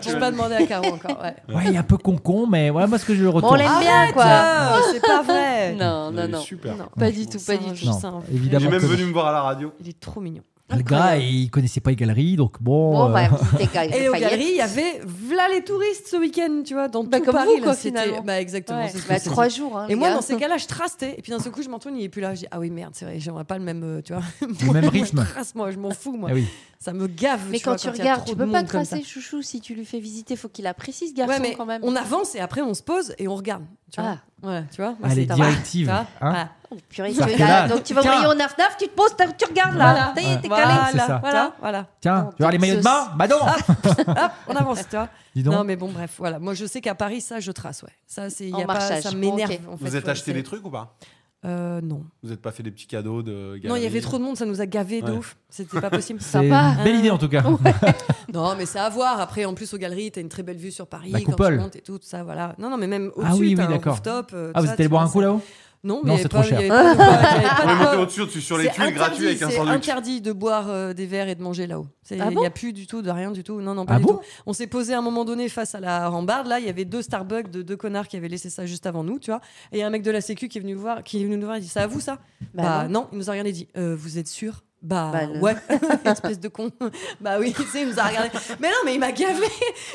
[SPEAKER 2] Je pas demandé à Caro encore. Ouais.
[SPEAKER 1] hein. Ouais, il est un peu concon, mais ouais, parce que je le
[SPEAKER 4] Bon,
[SPEAKER 1] retourne.
[SPEAKER 4] on l'aime bien, quoi. Oh,
[SPEAKER 2] Ah, c'est pas vrai.
[SPEAKER 4] Non, non,
[SPEAKER 5] Il est
[SPEAKER 4] non.
[SPEAKER 5] Super.
[SPEAKER 2] Non.
[SPEAKER 4] Pas du tout, pas du tout.
[SPEAKER 1] Non,
[SPEAKER 2] C'est un vrai-
[SPEAKER 1] évidemment.
[SPEAKER 5] J'ai même
[SPEAKER 1] que-
[SPEAKER 5] venu me voir à la radio.
[SPEAKER 2] Il est trop mignon.
[SPEAKER 1] Le gars, il connaissait pas les galeries, donc bon. euh,
[SPEAKER 4] Bon, bah, petite école
[SPEAKER 2] Et
[SPEAKER 4] de
[SPEAKER 2] aux
[SPEAKER 4] paillettes.
[SPEAKER 2] galeries, il y avait v'là les touristes ce week-end, tu vois, dans
[SPEAKER 4] Bah,
[SPEAKER 2] tout
[SPEAKER 4] comme
[SPEAKER 2] Paris.
[SPEAKER 4] vous, quoi,
[SPEAKER 2] là, c'était-
[SPEAKER 4] finalement.
[SPEAKER 2] Bah, exactement.
[SPEAKER 4] Ouais.
[SPEAKER 2] c'est ce que
[SPEAKER 4] Bah,
[SPEAKER 2] c'est.
[SPEAKER 4] trois jours. hein,
[SPEAKER 2] Et
[SPEAKER 4] les
[SPEAKER 2] moi,
[SPEAKER 4] gars.
[SPEAKER 2] dans ces cas-là, je trastais. Et puis d'un seul coup, je m'entourne, il est plus là. Je dis, ah oui, merde, c'est vrai, j'aimerais pas le même, euh, tu vois.
[SPEAKER 1] Le même
[SPEAKER 2] Moi,
[SPEAKER 1] rythme.
[SPEAKER 2] Je trace, moi, je m'en fous, moi.
[SPEAKER 1] ah oui.
[SPEAKER 2] Ça me gave.
[SPEAKER 4] Mais
[SPEAKER 2] vois,
[SPEAKER 4] quand tu
[SPEAKER 2] il y a
[SPEAKER 4] regardes,
[SPEAKER 2] trop
[SPEAKER 4] tu
[SPEAKER 2] de
[SPEAKER 4] peux pas
[SPEAKER 2] monde comme ça.
[SPEAKER 4] tracer chouchou si tu lui fais visiter. Faut qu'il apprécie ce garçon
[SPEAKER 2] Ouais, mais
[SPEAKER 4] quand même.
[SPEAKER 2] on avance et après, on se pose et on regarde. Tu vois.
[SPEAKER 4] Ah,
[SPEAKER 2] Voilà, tu vois.
[SPEAKER 1] Elle est
[SPEAKER 2] C'est-
[SPEAKER 1] directive,
[SPEAKER 2] Tu vois, Ah,
[SPEAKER 1] hein.
[SPEAKER 2] voilà.
[SPEAKER 4] oh, purée,
[SPEAKER 1] Ça
[SPEAKER 4] tu
[SPEAKER 1] fait
[SPEAKER 4] veux-
[SPEAKER 1] là.
[SPEAKER 4] Donc tu vas au
[SPEAKER 1] Tiens.
[SPEAKER 4] rayon naf naf, tu te poses, t'as- tu regardes là. T'es t'es calé.
[SPEAKER 1] c'est ça.
[SPEAKER 2] Voilà, voilà, voilà.
[SPEAKER 1] Tiens,
[SPEAKER 4] Non, Ah,
[SPEAKER 1] tu vois les maillots de bain Bah non
[SPEAKER 2] Hop, on avance, tu vois.
[SPEAKER 1] Dis donc.
[SPEAKER 2] Non, mais bon, bref, voilà. Moi, je sais qu'à Paris, ça, je trace, ouais. Ça, c'est, y
[SPEAKER 4] En
[SPEAKER 2] a pas,
[SPEAKER 4] marchage.
[SPEAKER 2] ça m'énerve.
[SPEAKER 4] Ok.
[SPEAKER 2] en fait,
[SPEAKER 5] Vous êtes
[SPEAKER 2] ouais,
[SPEAKER 5] acheté
[SPEAKER 2] c'est-
[SPEAKER 5] des trucs ou pas
[SPEAKER 2] Euh, Non.
[SPEAKER 5] Vous n'êtes pas fait des petits cadeaux de
[SPEAKER 2] Non, il y
[SPEAKER 5] galeries
[SPEAKER 2] avait trop de monde, ça nous a gavé de
[SPEAKER 5] Ouais.
[SPEAKER 2] ouf. C'était pas possible.
[SPEAKER 1] C'est
[SPEAKER 4] Sympa. Ah,
[SPEAKER 1] une belle idée en tout cas.
[SPEAKER 2] Non, mais c'est à voir. Après, en plus, aux galeries, t'as une très belle vue sur Paris.
[SPEAKER 1] La
[SPEAKER 2] quand
[SPEAKER 1] coupole.
[SPEAKER 2] tu montes et tout, tout ça, voilà. Non, non, mais même au-dessus,
[SPEAKER 1] Ah oui, oui,
[SPEAKER 2] t'as un
[SPEAKER 1] d'accord.
[SPEAKER 2] rooftop. euh,
[SPEAKER 1] Ah,
[SPEAKER 2] tout
[SPEAKER 1] vous
[SPEAKER 2] ça,
[SPEAKER 1] êtes allé
[SPEAKER 2] tu
[SPEAKER 1] boire
[SPEAKER 2] vois,
[SPEAKER 1] un coup
[SPEAKER 2] ça-
[SPEAKER 1] là-haut
[SPEAKER 2] Non,
[SPEAKER 1] Non,
[SPEAKER 2] mais il y
[SPEAKER 1] c'est
[SPEAKER 2] avait
[SPEAKER 1] trop
[SPEAKER 2] pas-
[SPEAKER 1] cher.
[SPEAKER 2] il y avait pas de- il y avait
[SPEAKER 5] Oui,
[SPEAKER 2] pas
[SPEAKER 5] monter
[SPEAKER 2] de-
[SPEAKER 5] au-dessus, au-dessus, sur les
[SPEAKER 2] C'est
[SPEAKER 5] tuiles gratuit avec un
[SPEAKER 2] interdit, C'est
[SPEAKER 5] sandwich.
[SPEAKER 2] interdit de boire euh, des verres et de manger là-haut. C'est- Il
[SPEAKER 4] Ah bon
[SPEAKER 2] n'y a plus du tout de rien du tout. Non, non, pas
[SPEAKER 1] Ah
[SPEAKER 2] du
[SPEAKER 1] bon
[SPEAKER 2] tout. On s'est posé à un moment donné face à la rambarde. Là, il y avait deux Starbucks de deux connards qui avaient laissé ça juste avant nous, tu vois. Et il y a un mec de la Sécu qui est venu nous voir, qui est venu nous voir et dit Ça à vous ça Bah, non. il nous a regardé et dit Euh, Vous êtes sûr bah,
[SPEAKER 4] Bah, non.
[SPEAKER 2] ouais, espèce de con. bah oui, tu sais, il nous a regardé. Mais non, mais il m'a gavé.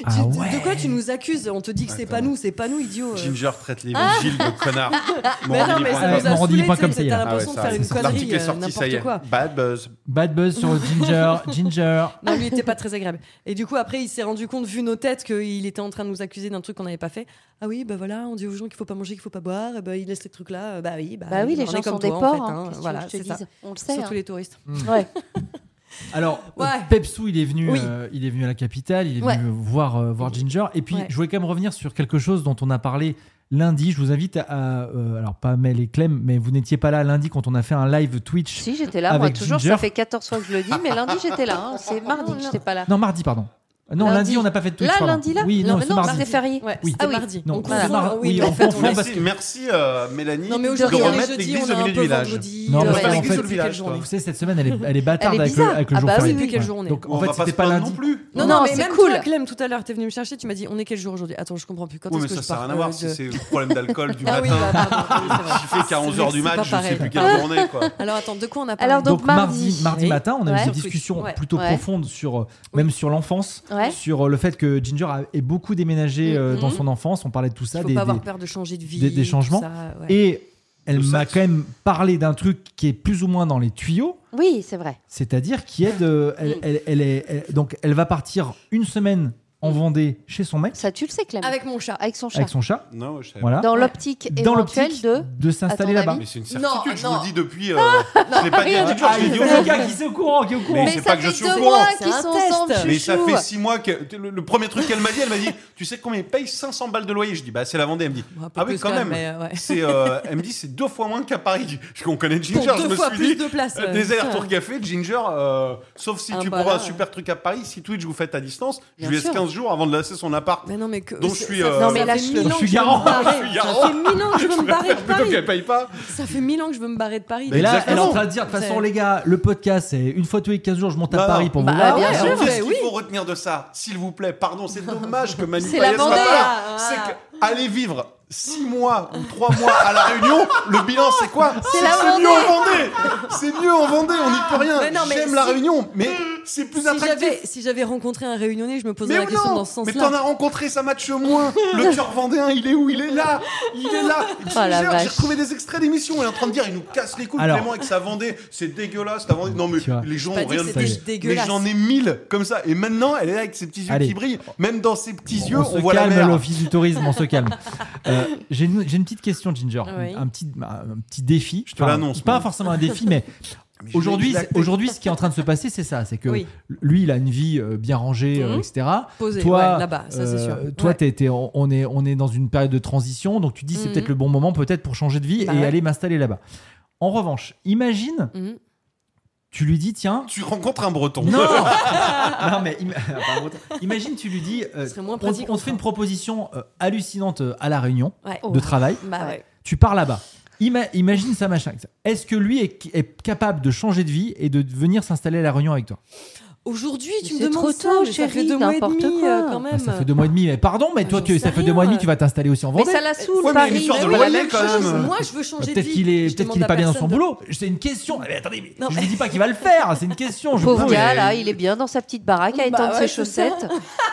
[SPEAKER 1] Ah
[SPEAKER 2] Tu- de-
[SPEAKER 1] ouais.
[SPEAKER 2] De quoi tu nous accuses On te dit que c'est pas
[SPEAKER 5] Attends.
[SPEAKER 2] nous, c'est pas nous, idiot. euh.
[SPEAKER 5] Ginger traite les vigiles de connards.
[SPEAKER 2] Mais non,
[SPEAKER 5] Morandini
[SPEAKER 2] mais
[SPEAKER 1] Ah,
[SPEAKER 5] point
[SPEAKER 2] ça
[SPEAKER 5] com.
[SPEAKER 2] nous a
[SPEAKER 1] Morandini
[SPEAKER 2] saoulés,
[SPEAKER 1] point
[SPEAKER 2] tu
[SPEAKER 1] com,
[SPEAKER 2] sais,
[SPEAKER 1] ça y est.
[SPEAKER 2] T'as
[SPEAKER 1] Ah
[SPEAKER 2] l'impression de
[SPEAKER 5] ça,
[SPEAKER 2] faire une
[SPEAKER 5] c'est-
[SPEAKER 2] connerie,
[SPEAKER 5] L'article est
[SPEAKER 2] euh,
[SPEAKER 5] sorti, ça
[SPEAKER 2] n'importe
[SPEAKER 5] y est.
[SPEAKER 2] quoi.
[SPEAKER 5] Bad buzz.
[SPEAKER 1] Bad buzz sur Ginger, Ginger.
[SPEAKER 2] Non, lui, il était pas très agréable. Et du coup, après, il s'est rendu compte, vu nos têtes, qu'il était en train de nous accuser d'un truc qu'on n'avait pas fait. Ah oui, bah voilà, on dit aux gens qu'il faut pas manger, qu'il faut pas boire, et bah, ils laissent les trucs là. euh, Bah oui, bah,
[SPEAKER 4] Bah oui, les
[SPEAKER 2] on est
[SPEAKER 4] gens
[SPEAKER 2] comme
[SPEAKER 4] sont des
[SPEAKER 2] toi, en
[SPEAKER 4] porcs.
[SPEAKER 2] fait,
[SPEAKER 4] hein,
[SPEAKER 2] hein,
[SPEAKER 4] qu'est-ce que tu veux
[SPEAKER 2] Voilà,
[SPEAKER 4] que je te
[SPEAKER 2] c'est ça.
[SPEAKER 4] dise On le sait.
[SPEAKER 2] Surtout
[SPEAKER 4] hein.
[SPEAKER 2] les touristes.
[SPEAKER 4] Ouais.
[SPEAKER 1] Alors, euh,
[SPEAKER 2] Ouais.
[SPEAKER 1] Pepsou, il est venu,
[SPEAKER 2] Oui.
[SPEAKER 1] euh, il est venu à la capitale, il est
[SPEAKER 4] Ouais.
[SPEAKER 1] venu voir, euh, voir Ginger. Et puis,
[SPEAKER 2] Ouais.
[SPEAKER 1] je voulais quand même revenir sur quelque chose dont on a parlé lundi. Je vous invite à, à, euh, alors pas Mel et Clem, mais vous n'étiez pas là lundi quand on a fait un live Twitch.
[SPEAKER 4] Si, j'étais là, moi,
[SPEAKER 1] Avec
[SPEAKER 4] toujours,
[SPEAKER 1] Ginger.
[SPEAKER 4] ça fait 14 fois que je le dis, mais lundi, j'étais là. hein. C'est mardi que j'étais pas là.
[SPEAKER 1] Non, mardi, pardon. Euh, Non, lundi,
[SPEAKER 4] Lundi.
[SPEAKER 1] on n'a pas fait de Twitch.
[SPEAKER 4] Là,
[SPEAKER 1] pardon.
[SPEAKER 4] lundi, là
[SPEAKER 1] Oui, non,
[SPEAKER 4] Non, mais
[SPEAKER 1] c'est
[SPEAKER 4] non,
[SPEAKER 1] mardi.
[SPEAKER 4] c'était férié.
[SPEAKER 2] Ouais,
[SPEAKER 1] Oui.
[SPEAKER 2] c'était
[SPEAKER 4] Ah oui.
[SPEAKER 2] mardi.
[SPEAKER 1] Non,
[SPEAKER 2] on
[SPEAKER 1] c'est
[SPEAKER 2] confond,
[SPEAKER 1] mardi.
[SPEAKER 2] oui,
[SPEAKER 1] Oui,
[SPEAKER 2] en
[SPEAKER 1] on
[SPEAKER 2] fait, on
[SPEAKER 1] confond
[SPEAKER 2] est-
[SPEAKER 1] parce
[SPEAKER 5] Merci, merci, euh, Mélanie.
[SPEAKER 2] Non, mais
[SPEAKER 5] de
[SPEAKER 2] aujourd'hui, on est
[SPEAKER 5] remettre
[SPEAKER 2] jeudi,
[SPEAKER 5] l'église
[SPEAKER 2] on
[SPEAKER 5] au
[SPEAKER 2] est un
[SPEAKER 5] milieu du
[SPEAKER 2] peu
[SPEAKER 5] village.
[SPEAKER 2] vendredi.
[SPEAKER 1] Non,
[SPEAKER 2] euh,
[SPEAKER 1] mais
[SPEAKER 5] Parce
[SPEAKER 1] en
[SPEAKER 5] que l'église
[SPEAKER 1] fait,
[SPEAKER 5] au village, toi.
[SPEAKER 2] journée.
[SPEAKER 1] Vous savez, cette semaine, elle est, elle est bâtarde
[SPEAKER 4] Elle est
[SPEAKER 1] avec, le,
[SPEAKER 4] bizarre.
[SPEAKER 1] avec le
[SPEAKER 4] Ah
[SPEAKER 1] jour
[SPEAKER 4] bah oui,
[SPEAKER 1] férié.
[SPEAKER 2] oui, oui, quel jour on est.
[SPEAKER 1] Donc,
[SPEAKER 5] On
[SPEAKER 1] en
[SPEAKER 5] va
[SPEAKER 1] fait,
[SPEAKER 5] pas
[SPEAKER 1] c'était
[SPEAKER 5] se
[SPEAKER 1] pas
[SPEAKER 5] plaindre
[SPEAKER 1] lundi.
[SPEAKER 5] non plus.
[SPEAKER 2] Non,
[SPEAKER 4] Non,
[SPEAKER 2] non, mais
[SPEAKER 4] c'est
[SPEAKER 2] même
[SPEAKER 4] cool.
[SPEAKER 2] toi, Clem, tout à l'heure, t'es venu me chercher, tu m'as dit on est quel jour aujourd'hui Attends, je comprends plus. Quand est-ce
[SPEAKER 5] Oui, mais
[SPEAKER 2] que
[SPEAKER 5] ça
[SPEAKER 2] je
[SPEAKER 5] sert à
[SPEAKER 2] pars
[SPEAKER 5] rien à voir
[SPEAKER 2] euh,
[SPEAKER 5] si
[SPEAKER 2] de-
[SPEAKER 5] c'est le problème d'alcool du
[SPEAKER 2] Ah oui, bah,
[SPEAKER 5] matin.
[SPEAKER 2] pardon, oui, c'est vrai.
[SPEAKER 5] Qui fait qu'à
[SPEAKER 2] C'est
[SPEAKER 5] 11h du
[SPEAKER 2] vrai que
[SPEAKER 5] match,
[SPEAKER 2] c'est
[SPEAKER 5] je
[SPEAKER 2] pas
[SPEAKER 5] sais
[SPEAKER 2] pareil. Ah.
[SPEAKER 5] plus quelle journée, quoi.
[SPEAKER 2] Alors attends, de quoi on a parlé
[SPEAKER 4] Alors, donc,
[SPEAKER 1] Donc mardi,
[SPEAKER 4] mardi.
[SPEAKER 1] mardi
[SPEAKER 2] Oui.
[SPEAKER 1] matin, on a eu
[SPEAKER 4] Ouais.
[SPEAKER 1] cette
[SPEAKER 2] Sur Twitch,
[SPEAKER 1] discussion
[SPEAKER 2] ouais.
[SPEAKER 1] plutôt
[SPEAKER 4] Ouais.
[SPEAKER 1] profonde sur euh, même sur l'enfance,
[SPEAKER 4] Ouais. Mm-hmm.
[SPEAKER 1] sur euh, le fait que Ginger a- ait beaucoup déménagé euh,
[SPEAKER 2] Mhm.
[SPEAKER 1] dans son enfance. On parlait de tout ça.
[SPEAKER 2] Il faut
[SPEAKER 1] des-
[SPEAKER 2] pas avoir
[SPEAKER 1] des-
[SPEAKER 2] peur de changer de vie.
[SPEAKER 1] des- des
[SPEAKER 2] tout
[SPEAKER 1] changements.
[SPEAKER 2] ça, ouais.
[SPEAKER 1] Et elle
[SPEAKER 5] Le
[SPEAKER 1] m'a
[SPEAKER 5] sexe.
[SPEAKER 1] quand même parlé d'un truc qui est plus ou moins dans les tuyaux,
[SPEAKER 4] Oui, c'est vrai.
[SPEAKER 1] c'est-à-dire qui aide. euh, elle,
[SPEAKER 4] Mm.
[SPEAKER 1] elle- elle est elle- donc elle va partir une semaine en Vendée chez son mec
[SPEAKER 4] Ça, tu le sais, Clem. Avec,
[SPEAKER 2] Avec mon chat.
[SPEAKER 4] Mm. son chat.
[SPEAKER 1] avec son chat.
[SPEAKER 5] Non, je savais pas.
[SPEAKER 1] Voilà.
[SPEAKER 4] Dans l'optique
[SPEAKER 1] Dans
[SPEAKER 4] éventuelle
[SPEAKER 1] l'optique
[SPEAKER 4] de.
[SPEAKER 1] de s'installer
[SPEAKER 4] à ton
[SPEAKER 1] là-bas. Ah,
[SPEAKER 4] avis.
[SPEAKER 5] Mais c'est une
[SPEAKER 2] Non, ah,
[SPEAKER 5] certitude, je vous
[SPEAKER 2] non. Ah,
[SPEAKER 5] le dis depuis. euh, je l'ai pas dit à Ginger, je l'ai dit au
[SPEAKER 1] gars qui est au courant, qui est au
[SPEAKER 5] courant. Mais c'est pas que je suis au courant.
[SPEAKER 2] C'est
[SPEAKER 4] qu'ils
[SPEAKER 2] un
[SPEAKER 4] sont
[SPEAKER 2] test.
[SPEAKER 4] ensemble,
[SPEAKER 5] Mais ça
[SPEAKER 4] chouchou.
[SPEAKER 5] fait six mois que. Le, le premier truc qu'elle m'a dit, elle m'a dit Tu sais combien ils payent 500 balles de loyer Je dis Bah, c'est la Vendée. Elle me dit
[SPEAKER 2] Bon, un peu
[SPEAKER 5] Ah oui,
[SPEAKER 2] plus
[SPEAKER 5] quand même.
[SPEAKER 2] mais, euh, ouais.
[SPEAKER 5] C'est, euh, elle me dit C'est deux fois moins qu'à Paris. Je qu'on connaît Ginger,
[SPEAKER 2] Pour
[SPEAKER 5] je
[SPEAKER 2] deux
[SPEAKER 5] me
[SPEAKER 2] fois
[SPEAKER 5] suis
[SPEAKER 2] plus
[SPEAKER 5] dit
[SPEAKER 2] de place.
[SPEAKER 5] euh,
[SPEAKER 2] ouais.
[SPEAKER 5] Des allers-retours café, Ginger, euh, sauf si
[SPEAKER 2] Ah,
[SPEAKER 5] tu
[SPEAKER 2] bah
[SPEAKER 5] prends
[SPEAKER 2] là,
[SPEAKER 5] un super truc à Paris, si Twitch vous faites à distance, je
[SPEAKER 4] Bien
[SPEAKER 5] lui laisse
[SPEAKER 4] sûr.
[SPEAKER 5] 15 jours avant de laisser son appart.
[SPEAKER 2] Mais non, mais que.
[SPEAKER 5] Donc,
[SPEAKER 2] ça-
[SPEAKER 5] je suis,
[SPEAKER 2] ça-
[SPEAKER 5] euh,
[SPEAKER 2] ça
[SPEAKER 4] Non, mais
[SPEAKER 2] fait
[SPEAKER 4] là,
[SPEAKER 2] mille
[SPEAKER 1] je
[SPEAKER 2] ans
[SPEAKER 1] suis
[SPEAKER 2] que veux me
[SPEAKER 1] garant.
[SPEAKER 2] barrer.
[SPEAKER 5] Je suis
[SPEAKER 2] Ça
[SPEAKER 5] garant.
[SPEAKER 2] fait mille ans que je veux me barrer de
[SPEAKER 5] Plutôt
[SPEAKER 2] Paris.
[SPEAKER 5] qu'elle paye pas.
[SPEAKER 2] Ça fait mille ans que je veux me barrer de
[SPEAKER 1] Et
[SPEAKER 2] Paris.
[SPEAKER 1] là, elle est
[SPEAKER 5] Exactement.
[SPEAKER 1] en train de dire de toute façon,
[SPEAKER 2] C'est-
[SPEAKER 1] les gars, le podcast, c'est une fois tous les 15 jours, je monte à
[SPEAKER 5] Non,
[SPEAKER 1] Paris
[SPEAKER 5] non.
[SPEAKER 1] pour
[SPEAKER 4] Bah,
[SPEAKER 1] vous
[SPEAKER 4] ah,
[SPEAKER 1] voir.
[SPEAKER 4] bien
[SPEAKER 1] Ouais,
[SPEAKER 4] sûr.
[SPEAKER 1] ouais.
[SPEAKER 5] Alors, Qu'est-ce
[SPEAKER 2] mais
[SPEAKER 5] qu'il
[SPEAKER 2] oui.
[SPEAKER 5] faut retenir de ça S'il vous plaît, pardon, c'est dommage que Manu
[SPEAKER 4] C'est la
[SPEAKER 5] Payet soit
[SPEAKER 4] Vendée,
[SPEAKER 5] pas là.
[SPEAKER 2] ah,
[SPEAKER 5] C'est
[SPEAKER 2] ah.
[SPEAKER 5] qu'aller vivre 6 mois ou 3 mois à La Réunion, le bilan c'est quoi C'est
[SPEAKER 4] la
[SPEAKER 5] que c'est mieux en Vendée C'est mieux en Vendée, on n'y peut rien.
[SPEAKER 2] Mais non, mais
[SPEAKER 5] J'aime La
[SPEAKER 2] si-
[SPEAKER 5] Réunion, mais c'est plus
[SPEAKER 2] Si
[SPEAKER 5] attractif.
[SPEAKER 2] j'avais si j'avais rencontré un réunionnais, je me poserais
[SPEAKER 5] Mais
[SPEAKER 2] la question
[SPEAKER 5] non,
[SPEAKER 2] dans ce
[SPEAKER 5] mais t'en
[SPEAKER 2] sens-là.
[SPEAKER 5] as rencontré, ça match moins. Le cœur vendéen, il est où Il est là, il est là. Je te
[SPEAKER 4] Oh la
[SPEAKER 5] jure,
[SPEAKER 4] vache.
[SPEAKER 5] J'ai retrouvé des extraits d'émissions. Il est en train de dire, il nous casse les couilles
[SPEAKER 1] Alors.
[SPEAKER 5] Clément avec sa Vendée. C'est dégueulasse, ta Vendée. Non mais
[SPEAKER 1] Tu vois.
[SPEAKER 5] les gens
[SPEAKER 2] Pas
[SPEAKER 5] ont
[SPEAKER 2] dit
[SPEAKER 5] rien
[SPEAKER 2] que
[SPEAKER 5] de
[SPEAKER 2] c'était
[SPEAKER 5] plus. Mais
[SPEAKER 2] dégueulasse.
[SPEAKER 5] j'en ai mille comme ça. Et maintenant, elle est là avec ses petits yeux
[SPEAKER 1] Allez.
[SPEAKER 5] qui brillent. Même dans ses petits yeux,
[SPEAKER 1] on se
[SPEAKER 5] on voit la
[SPEAKER 1] calme,
[SPEAKER 5] mer.
[SPEAKER 1] l'office du tourisme, on se calme. Euh, J'ai une, j'ai une petite question, Ginger.
[SPEAKER 2] Oui.
[SPEAKER 1] Un, petit, un petit défi. Je
[SPEAKER 5] te l'annonce,
[SPEAKER 1] Pas
[SPEAKER 5] moi.
[SPEAKER 1] forcément un défi, mais
[SPEAKER 5] Mais je
[SPEAKER 1] aujourd'hui,
[SPEAKER 5] l'ai exacté.
[SPEAKER 1] aujourd'hui, ce qui est en train de se passer, c'est ça. C'est que
[SPEAKER 2] Oui.
[SPEAKER 1] lui, il a une vie euh, bien rangée, euh,
[SPEAKER 2] Mhm.
[SPEAKER 1] etc.
[SPEAKER 2] Posé,
[SPEAKER 1] Toi,
[SPEAKER 2] ouais, là-bas, ça c'est
[SPEAKER 1] euh,
[SPEAKER 2] sûr.
[SPEAKER 1] toi,
[SPEAKER 2] Ouais.
[SPEAKER 1] t'es- t'es- on, on est, on est dans une période de transition, donc tu dis c'est
[SPEAKER 2] Mhm.
[SPEAKER 1] peut-être le bon moment, peut-être pour changer de vie
[SPEAKER 2] Bah
[SPEAKER 1] et
[SPEAKER 2] ouais.
[SPEAKER 1] aller m'installer là-bas. En revanche, imagine,
[SPEAKER 2] Mhm.
[SPEAKER 1] tu lui dis tiens.
[SPEAKER 5] tu rencontres un Breton.
[SPEAKER 1] Non,
[SPEAKER 2] Oh,
[SPEAKER 1] non mais im- ah, par contre, imagine tu lui dis euh,
[SPEAKER 2] Ce serait moins
[SPEAKER 1] on,
[SPEAKER 2] pratique.
[SPEAKER 1] on te fait une proposition euh, hallucinante euh, à la Réunion
[SPEAKER 2] Ouais.
[SPEAKER 1] de travail.
[SPEAKER 2] Bah ouais.
[SPEAKER 1] Tu pars là-bas. Ima- imagine ça machin. Est-ce que lui est, est capable de changer de vie et de venir s'installer à la Réunion avec toi
[SPEAKER 2] Aujourd'hui, tu
[SPEAKER 4] Mais
[SPEAKER 2] me
[SPEAKER 4] c'est
[SPEAKER 2] demandes
[SPEAKER 4] trop
[SPEAKER 2] ça,
[SPEAKER 4] tôt,
[SPEAKER 2] mais ça fait
[SPEAKER 4] chérie,
[SPEAKER 2] deux mois et
[SPEAKER 4] n'importe
[SPEAKER 2] demi
[SPEAKER 4] quoi.
[SPEAKER 2] euh, quand même.
[SPEAKER 1] Bah, Ça fait deux mois et demi. Mais pardon, mais
[SPEAKER 2] Ah,
[SPEAKER 1] toi
[SPEAKER 2] j'en
[SPEAKER 1] tu, ça
[SPEAKER 2] sais
[SPEAKER 1] fait deux mois et
[SPEAKER 2] rien.
[SPEAKER 1] demi, tu vas t'installer aussi en
[SPEAKER 4] Mais
[SPEAKER 1] Vendée.
[SPEAKER 4] ça la saoule,
[SPEAKER 5] Ouais, mais
[SPEAKER 4] Paris.
[SPEAKER 5] une histoire de
[SPEAKER 4] oui,
[SPEAKER 5] loyer,
[SPEAKER 4] la même
[SPEAKER 5] quand
[SPEAKER 4] chose.
[SPEAKER 5] même.
[SPEAKER 2] Moi, je veux changer de
[SPEAKER 1] Peut-être
[SPEAKER 2] vie.
[SPEAKER 1] qu'il est,
[SPEAKER 2] Je
[SPEAKER 1] peut-être
[SPEAKER 2] demande
[SPEAKER 1] qu'il est
[SPEAKER 2] à
[SPEAKER 1] pas bien dans son
[SPEAKER 2] personne de-
[SPEAKER 1] boulot. C'est une question. Mais attendez, mais
[SPEAKER 2] Non,
[SPEAKER 1] je
[SPEAKER 2] mais-
[SPEAKER 1] vous dis pas qu'il va le faire. C'est une question. Je
[SPEAKER 4] Pauvre
[SPEAKER 1] Non,
[SPEAKER 4] gars,
[SPEAKER 1] mais-
[SPEAKER 4] là, il est bien dans sa petite baraque à
[SPEAKER 2] Bah
[SPEAKER 4] étendre ses
[SPEAKER 2] ouais, c'est ça.
[SPEAKER 4] chaussettes.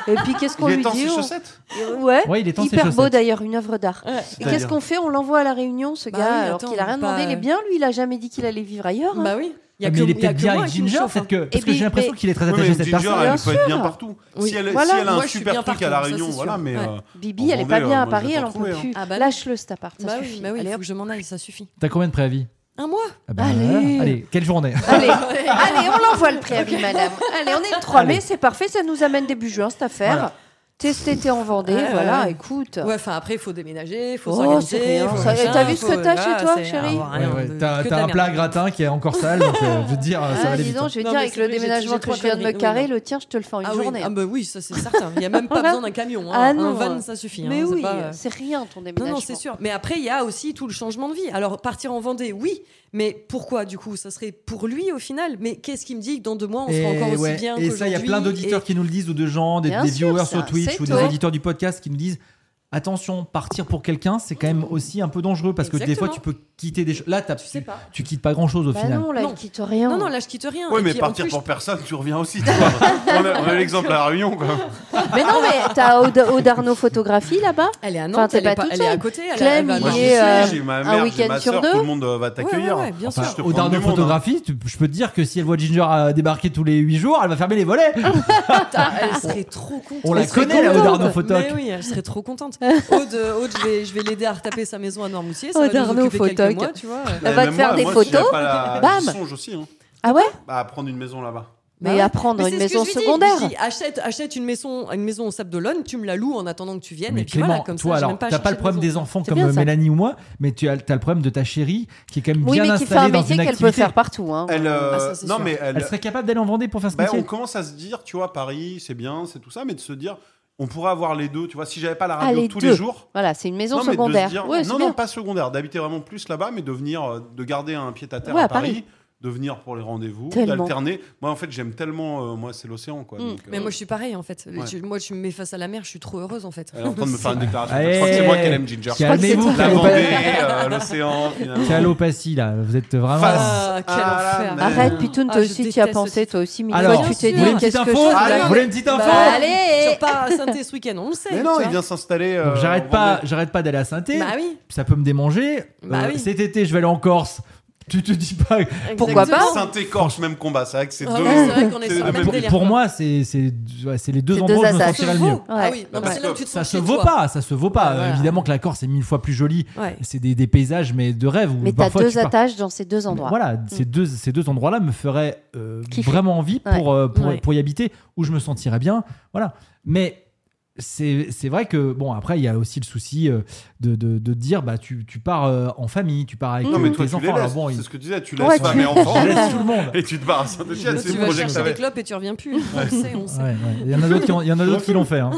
[SPEAKER 4] Et puis, qu'est-ce qu'on
[SPEAKER 5] Il est
[SPEAKER 4] lui
[SPEAKER 5] temps
[SPEAKER 4] dit
[SPEAKER 5] ses
[SPEAKER 4] on-
[SPEAKER 5] chaussettes.
[SPEAKER 4] Ouais,
[SPEAKER 1] Ouais, il est temps ses
[SPEAKER 4] hyper beau
[SPEAKER 1] chaussettes.
[SPEAKER 4] d'ailleurs, une œuvre d'art.
[SPEAKER 2] Ouais.
[SPEAKER 4] Et
[SPEAKER 5] C'est-à-dire
[SPEAKER 4] qu'est-ce qu'on fait On l'envoie à la Réunion, ce
[SPEAKER 2] Bah
[SPEAKER 4] gars,
[SPEAKER 2] oui,
[SPEAKER 4] alors
[SPEAKER 2] attends,
[SPEAKER 4] qu'il a rien
[SPEAKER 2] pas-
[SPEAKER 4] demandé. Il est bien, lui, il a jamais dit qu'il allait vivre ailleurs. hein.
[SPEAKER 2] Bah oui. Il y a
[SPEAKER 1] Ah, Mais
[SPEAKER 2] que
[SPEAKER 1] il est
[SPEAKER 2] y a
[SPEAKER 1] peut-être
[SPEAKER 2] que
[SPEAKER 1] bien
[SPEAKER 2] moi
[SPEAKER 1] avec
[SPEAKER 2] qui me
[SPEAKER 1] Ginger,
[SPEAKER 2] chauffe,
[SPEAKER 1] peut-être
[SPEAKER 2] hein.
[SPEAKER 1] que, parce que
[SPEAKER 4] puis-
[SPEAKER 1] j'ai l'impression
[SPEAKER 4] mais-
[SPEAKER 1] qu'il est très
[SPEAKER 5] Ouais,
[SPEAKER 1] attaché
[SPEAKER 5] mais
[SPEAKER 1] à cette
[SPEAKER 5] Ginger,
[SPEAKER 1] personne.
[SPEAKER 4] Bien
[SPEAKER 5] elle peut être bien
[SPEAKER 4] sûr.
[SPEAKER 5] partout.
[SPEAKER 2] Oui.
[SPEAKER 5] Si, elle, si
[SPEAKER 4] Voilà.
[SPEAKER 5] elle a
[SPEAKER 2] Moi,
[SPEAKER 5] un
[SPEAKER 2] je suis
[SPEAKER 5] super
[SPEAKER 2] bien
[SPEAKER 5] truc
[SPEAKER 2] partout,
[SPEAKER 5] à la
[SPEAKER 2] ça,
[SPEAKER 5] Réunion,
[SPEAKER 2] c'est
[SPEAKER 5] voilà,
[SPEAKER 2] sûr.
[SPEAKER 5] mais
[SPEAKER 2] Ouais.
[SPEAKER 5] euh,
[SPEAKER 4] Bibi, elle est
[SPEAKER 5] Vendée,
[SPEAKER 4] pas
[SPEAKER 5] euh,
[SPEAKER 4] bien à
[SPEAKER 5] moi, je
[SPEAKER 4] Paris,
[SPEAKER 5] l'ai
[SPEAKER 4] elle en
[SPEAKER 5] retrouvée,
[SPEAKER 4] peut
[SPEAKER 5] hein.
[SPEAKER 4] plus.
[SPEAKER 2] Ah bah oui.
[SPEAKER 4] Lâche-le, cet appart, ça
[SPEAKER 2] Bah oui,
[SPEAKER 4] suffit.
[SPEAKER 2] bah oui, il
[SPEAKER 4] Allez,
[SPEAKER 2] faut
[SPEAKER 4] hop.
[SPEAKER 2] que je m'en aille, ça suffit.
[SPEAKER 1] T'as combien de préavis
[SPEAKER 2] Un mois
[SPEAKER 1] Ah bah,
[SPEAKER 4] Allez.
[SPEAKER 1] voilà. Allez, quelle journée
[SPEAKER 4] Allez, allez, on l'envoie le préavis, madame. Allez, on est le 3 mai,
[SPEAKER 1] Allez.
[SPEAKER 4] c'est parfait, ça nous amène début juin, cette affaire.
[SPEAKER 1] Voilà.
[SPEAKER 4] T'es cet été en Vendée,
[SPEAKER 2] Ouais,
[SPEAKER 4] voilà,
[SPEAKER 2] ouais.
[SPEAKER 4] écoute.
[SPEAKER 2] Ouais, enfin après, il faut déménager, il faut
[SPEAKER 4] Oh,
[SPEAKER 2] s'organiser.
[SPEAKER 4] c'est rien,
[SPEAKER 2] faut
[SPEAKER 4] ça.
[SPEAKER 2] machin,
[SPEAKER 4] Et t'as vu ce
[SPEAKER 2] faut-
[SPEAKER 4] que t'as
[SPEAKER 2] voilà,
[SPEAKER 4] chérie
[SPEAKER 2] c'est-
[SPEAKER 4] chérie
[SPEAKER 2] Ah, rien
[SPEAKER 1] Ouais, ouais.
[SPEAKER 2] de-
[SPEAKER 1] T'as
[SPEAKER 2] que
[SPEAKER 1] t'as
[SPEAKER 2] de
[SPEAKER 1] un
[SPEAKER 2] la
[SPEAKER 1] plat
[SPEAKER 2] merde.
[SPEAKER 1] gratin qui est encore sale. donc, euh, je veux te dire, ça va
[SPEAKER 4] Ah,
[SPEAKER 1] aller
[SPEAKER 4] dis
[SPEAKER 1] vite.
[SPEAKER 4] donc, je vais
[SPEAKER 2] Non,
[SPEAKER 4] dire,
[SPEAKER 2] mais
[SPEAKER 4] avec
[SPEAKER 2] c'est
[SPEAKER 4] le
[SPEAKER 2] vrai, j'ai-
[SPEAKER 4] déménagement
[SPEAKER 2] j'ai
[SPEAKER 4] que
[SPEAKER 2] trois
[SPEAKER 4] je viens de me
[SPEAKER 2] conneries, oui,
[SPEAKER 4] carrer,
[SPEAKER 2] non.
[SPEAKER 4] le tien, je te le fais en une
[SPEAKER 2] Ah oui,
[SPEAKER 4] journée.
[SPEAKER 2] ah bah oui, ça c'est certain. Il n'y a même pas
[SPEAKER 4] Voilà.
[SPEAKER 2] besoin d'un camion. hein.
[SPEAKER 4] Ah
[SPEAKER 2] un
[SPEAKER 4] non.
[SPEAKER 2] van, ça suffit. hein,
[SPEAKER 4] Mais
[SPEAKER 2] c'est
[SPEAKER 4] oui,
[SPEAKER 2] pas-
[SPEAKER 4] c'est rien ton
[SPEAKER 2] Non,
[SPEAKER 4] déménagement.
[SPEAKER 2] non, c'est sûr. Mais après, il y a aussi tout le changement de vie. Alors, partir en Vendée, oui, mais pourquoi du coup Ça serait pour lui au final. Mais qu'est-ce qui me dit que dans deux mois, on sera
[SPEAKER 1] hein. Et,
[SPEAKER 2] encore
[SPEAKER 1] ouais,
[SPEAKER 2] aussi bien
[SPEAKER 1] et ça, il y a
[SPEAKER 2] qu'aujourd'hui
[SPEAKER 1] plein d'auditeurs
[SPEAKER 2] et-
[SPEAKER 1] qui nous le disent ou de gens, des,
[SPEAKER 4] Bien
[SPEAKER 1] des
[SPEAKER 4] sûr,
[SPEAKER 1] viewers
[SPEAKER 4] ça,
[SPEAKER 1] sur Twitch
[SPEAKER 4] c'est
[SPEAKER 1] ou des
[SPEAKER 4] toi.
[SPEAKER 1] auditeurs du podcast qui nous disent attention, partir pour quelqu'un, c'est quand même aussi un peu dangereux parce que des fois,
[SPEAKER 2] Exactement.
[SPEAKER 1] tu peux quitter des choses. Là, t'as-
[SPEAKER 2] Tu sais pas.
[SPEAKER 1] tu quittes pas grand-chose au
[SPEAKER 4] Bah
[SPEAKER 1] final.
[SPEAKER 4] non, là,
[SPEAKER 2] Non.
[SPEAKER 4] il quitte rien.
[SPEAKER 2] Non, non, là, je quitte rien.
[SPEAKER 5] Oui,
[SPEAKER 2] Et
[SPEAKER 5] mais
[SPEAKER 2] puis, en
[SPEAKER 5] partir
[SPEAKER 2] plus,
[SPEAKER 5] pour personne, tu reviens aussi. tu vois. on a, on a l'exemple à la Réunion. Quoi.
[SPEAKER 4] Mais non, mais t'as Aude- Audarno Photographie là-bas
[SPEAKER 2] Elle est à Nantes,
[SPEAKER 4] Enfin, t'es
[SPEAKER 2] elle,
[SPEAKER 4] pas
[SPEAKER 2] est pas-
[SPEAKER 4] toute
[SPEAKER 2] elle est à
[SPEAKER 4] seule.
[SPEAKER 2] côté. Elle,
[SPEAKER 4] Clem,
[SPEAKER 2] elle va à
[SPEAKER 4] il
[SPEAKER 5] Moi,
[SPEAKER 2] Nantes.
[SPEAKER 5] j'y
[SPEAKER 4] est,
[SPEAKER 5] suis,
[SPEAKER 4] euh,
[SPEAKER 5] j'ai ma
[SPEAKER 4] un
[SPEAKER 5] mère, j'ai
[SPEAKER 4] week-end
[SPEAKER 5] ma
[SPEAKER 4] sur
[SPEAKER 5] soeur,
[SPEAKER 4] deux.
[SPEAKER 5] tout le monde euh, va t'accueillir.
[SPEAKER 2] ouais, ouais, bien
[SPEAKER 5] Enfin,
[SPEAKER 2] sûr.
[SPEAKER 5] je te
[SPEAKER 1] Au
[SPEAKER 5] prends
[SPEAKER 1] dernier
[SPEAKER 5] du monde, hein.
[SPEAKER 1] photographie, tu- je peux te dire que si elle voit Ginger euh, débarquer tous les 8 jours, elle va fermer les volets.
[SPEAKER 2] Ah Putain, elle serait trop contente.
[SPEAKER 1] On la
[SPEAKER 2] Elle serait
[SPEAKER 1] connaît, la
[SPEAKER 2] contente.
[SPEAKER 1] Aude Arnaud Photoc.
[SPEAKER 2] Mais oui, elle serait trop contente. Aude, euh, Aude, je vais, je vais l'aider à retaper sa maison à Noirmoutier. Ça
[SPEAKER 4] Aude
[SPEAKER 2] va
[SPEAKER 4] Arnaud
[SPEAKER 2] nous occuper quelques
[SPEAKER 4] Photoc.
[SPEAKER 2] mois, tu vois.
[SPEAKER 4] Elle
[SPEAKER 5] Et
[SPEAKER 4] va
[SPEAKER 5] même
[SPEAKER 4] te faire
[SPEAKER 5] moi,
[SPEAKER 4] des
[SPEAKER 5] moi, si j'ai
[SPEAKER 4] photos.
[SPEAKER 5] pas la-
[SPEAKER 4] Bam.
[SPEAKER 5] j'y songe aussi, hein,
[SPEAKER 4] Ah ouais
[SPEAKER 5] à prendre une maison là-bas.
[SPEAKER 4] Mais
[SPEAKER 2] Bah ouais.
[SPEAKER 4] à prendre
[SPEAKER 2] Mais
[SPEAKER 4] une
[SPEAKER 2] c'est ce que
[SPEAKER 4] maison
[SPEAKER 2] je lui dis.
[SPEAKER 4] secondaire.
[SPEAKER 2] Je lui dis, achète, achète une maison, une maison au Sable d'Olonne, tu me la loues en attendant que tu viennes.
[SPEAKER 1] Mais
[SPEAKER 2] et puis
[SPEAKER 1] Clément,
[SPEAKER 2] voilà, comme
[SPEAKER 1] toi,
[SPEAKER 2] ça, j'ai
[SPEAKER 1] alors,
[SPEAKER 2] même pas
[SPEAKER 1] t'as pas
[SPEAKER 2] acheté
[SPEAKER 1] le
[SPEAKER 2] de
[SPEAKER 1] problème
[SPEAKER 2] maison.
[SPEAKER 1] des enfants
[SPEAKER 4] C'est
[SPEAKER 1] comme
[SPEAKER 4] bien,
[SPEAKER 1] euh,
[SPEAKER 4] ça.
[SPEAKER 1] Mélanie ou moi, mais tu as, t'as le problème de ta chérie qui est quand même
[SPEAKER 4] Oui,
[SPEAKER 1] bien
[SPEAKER 4] mais qui fait un
[SPEAKER 1] installée dans
[SPEAKER 4] métier
[SPEAKER 1] une
[SPEAKER 4] qu'elle peut
[SPEAKER 1] activité.
[SPEAKER 4] faire partout. hein.
[SPEAKER 5] Elle, euh,
[SPEAKER 2] Ah, ça, c'est
[SPEAKER 5] non,
[SPEAKER 2] sûr.
[SPEAKER 5] mais elle,
[SPEAKER 1] Elle serait capable d'aller en Vendée pour faire ce
[SPEAKER 5] ben, on
[SPEAKER 1] métier.
[SPEAKER 5] commence à se dire, tu vois, Paris, c'est bien, c'est tout ça, mais de se dire, on pourrait avoir les deux. Tu vois, si j'avais pas la
[SPEAKER 4] Ah,
[SPEAKER 5] radio
[SPEAKER 4] les
[SPEAKER 5] tous
[SPEAKER 4] deux.
[SPEAKER 5] les jours.
[SPEAKER 4] Voilà, c'est une maison
[SPEAKER 5] Non, mais de se
[SPEAKER 4] secondaire.
[SPEAKER 5] dire-
[SPEAKER 4] ouais, c'est
[SPEAKER 5] non,
[SPEAKER 4] bien.
[SPEAKER 5] non, pas secondaire, d'habiter vraiment plus là-bas, mais de venir, euh, de garder un pied à terre
[SPEAKER 4] Ouais,
[SPEAKER 5] à
[SPEAKER 4] à Paris.
[SPEAKER 5] Paris, de venir pour les rendez-vous,
[SPEAKER 4] Tellement.
[SPEAKER 5] d'alterner. Moi, en fait, j'aime tellement, euh, moi, c'est l'océan, quoi.
[SPEAKER 4] Mm.
[SPEAKER 5] donc, euh,
[SPEAKER 2] Mais moi, je suis pareil en fait.
[SPEAKER 5] Ouais.
[SPEAKER 2] Tu- moi, tu me mets face à la mer, je suis trop heureuse en fait.
[SPEAKER 5] Elle est en train de me faire une déclaration.
[SPEAKER 1] Allez.
[SPEAKER 5] je crois que c'est moi qu'elle aime Ginger.
[SPEAKER 4] crois que c'est
[SPEAKER 1] Calmez-vous,
[SPEAKER 4] toi.
[SPEAKER 5] La
[SPEAKER 4] Allez,
[SPEAKER 5] Vendée, euh, l'océan,
[SPEAKER 4] Mmh.
[SPEAKER 5] finalement.
[SPEAKER 1] Calopatie, là, vous êtes vraiment.
[SPEAKER 5] Face.
[SPEAKER 2] Ah,
[SPEAKER 5] Ah,
[SPEAKER 2] quel enfer.
[SPEAKER 5] la mer.
[SPEAKER 4] Arrête, Pitoun,
[SPEAKER 2] Ah,
[SPEAKER 4] toi
[SPEAKER 2] je
[SPEAKER 4] aussi tu y as
[SPEAKER 2] déteste ce
[SPEAKER 4] pensé,
[SPEAKER 2] titre.
[SPEAKER 4] toi aussi, mille
[SPEAKER 1] Alors,
[SPEAKER 4] fois Mmh. Bah, tu t'es
[SPEAKER 1] vous voulez
[SPEAKER 4] dit
[SPEAKER 1] une petite
[SPEAKER 4] qu'est-ce que
[SPEAKER 1] info
[SPEAKER 4] je fais
[SPEAKER 5] Ah,
[SPEAKER 4] là
[SPEAKER 1] Vous voulez une petite info
[SPEAKER 4] Bah,
[SPEAKER 2] Tu
[SPEAKER 4] Allez
[SPEAKER 2] repars à Saint-Thé ce week-end, on le sait.
[SPEAKER 5] Mais
[SPEAKER 2] tu
[SPEAKER 5] non,
[SPEAKER 2] vois.
[SPEAKER 5] il vient s'installer. euh,
[SPEAKER 1] Donc j'arrête
[SPEAKER 5] en
[SPEAKER 1] pas,
[SPEAKER 5] Vendée.
[SPEAKER 1] j'arrête pas d'aller à Saint-Étienne.
[SPEAKER 2] Bah oui.
[SPEAKER 1] Ça peut me démanger. Euh,
[SPEAKER 2] Bah oui.
[SPEAKER 1] Cet été, je vais aller en Corse. Tu te dis pas.
[SPEAKER 4] Pourquoi pas
[SPEAKER 2] Exactement.
[SPEAKER 5] Saint-Écorche, même combat, c'est vrai que c'est
[SPEAKER 2] Ah
[SPEAKER 5] deux.
[SPEAKER 2] ouais, c'est vrai qu'on est
[SPEAKER 5] c'est
[SPEAKER 2] sur
[SPEAKER 5] le
[SPEAKER 2] le même
[SPEAKER 1] Pour,
[SPEAKER 2] délire,
[SPEAKER 1] pour
[SPEAKER 2] quoi.
[SPEAKER 1] moi, c'est c'est ouais, c'est les deux
[SPEAKER 4] hein. C'est
[SPEAKER 1] endroits
[SPEAKER 4] deux
[SPEAKER 1] où je me
[SPEAKER 4] assassins.
[SPEAKER 1] sentirais le mieux.
[SPEAKER 2] Ah oui, non,
[SPEAKER 5] Ouais.
[SPEAKER 2] mais c'est là où tu te
[SPEAKER 1] Ça
[SPEAKER 2] sens
[SPEAKER 1] se
[SPEAKER 2] chez
[SPEAKER 1] vaut
[SPEAKER 2] toi.
[SPEAKER 1] pas, ça se vaut pas.
[SPEAKER 4] Bah,
[SPEAKER 2] Ouais,
[SPEAKER 1] Euh,
[SPEAKER 2] voilà.
[SPEAKER 1] Évidemment que la Corse est mille fois plus jolie.
[SPEAKER 2] Ouais.
[SPEAKER 1] C'est des, des paysages, mais de rêve. Où
[SPEAKER 4] Mais t'as
[SPEAKER 1] parfois
[SPEAKER 4] deux
[SPEAKER 1] tu pars-
[SPEAKER 4] attaches dans ces deux endroits.
[SPEAKER 1] Voilà, ces deux, ces deux endroits-là me feraient euh,
[SPEAKER 4] Kiffer.
[SPEAKER 1] vraiment envie pour, euh, pour,
[SPEAKER 2] Ouais.
[SPEAKER 1] pour y habiter, où je me sentirais bien. Voilà. Mais c'est c'est vrai que, bon, après, il y a aussi le souci euh, de, de, de dire, bah, tu, tu pars euh, en famille, tu pars avec
[SPEAKER 5] Non,
[SPEAKER 1] euh,
[SPEAKER 5] mais toi,
[SPEAKER 1] tes
[SPEAKER 5] tu les
[SPEAKER 1] enfants. Alors
[SPEAKER 5] laisses.
[SPEAKER 1] bon, ils
[SPEAKER 5] C'est ce que tu disais, tu
[SPEAKER 4] Ouais,
[SPEAKER 5] laisses
[SPEAKER 4] tu-
[SPEAKER 5] pas mes enfants.
[SPEAKER 1] ils laissent tout le monde.
[SPEAKER 5] Et tu te barres à Saint-Etienne, c'est
[SPEAKER 2] tu
[SPEAKER 5] le
[SPEAKER 2] vas
[SPEAKER 5] projet que
[SPEAKER 2] chercher des
[SPEAKER 5] t'avais.
[SPEAKER 2] clopes et tu reviens plus. On le sait, on le sait.
[SPEAKER 1] Ouais, ouais. Il y en a d'autres qui ont- il y en a d'autres qui l'ont fait. hein.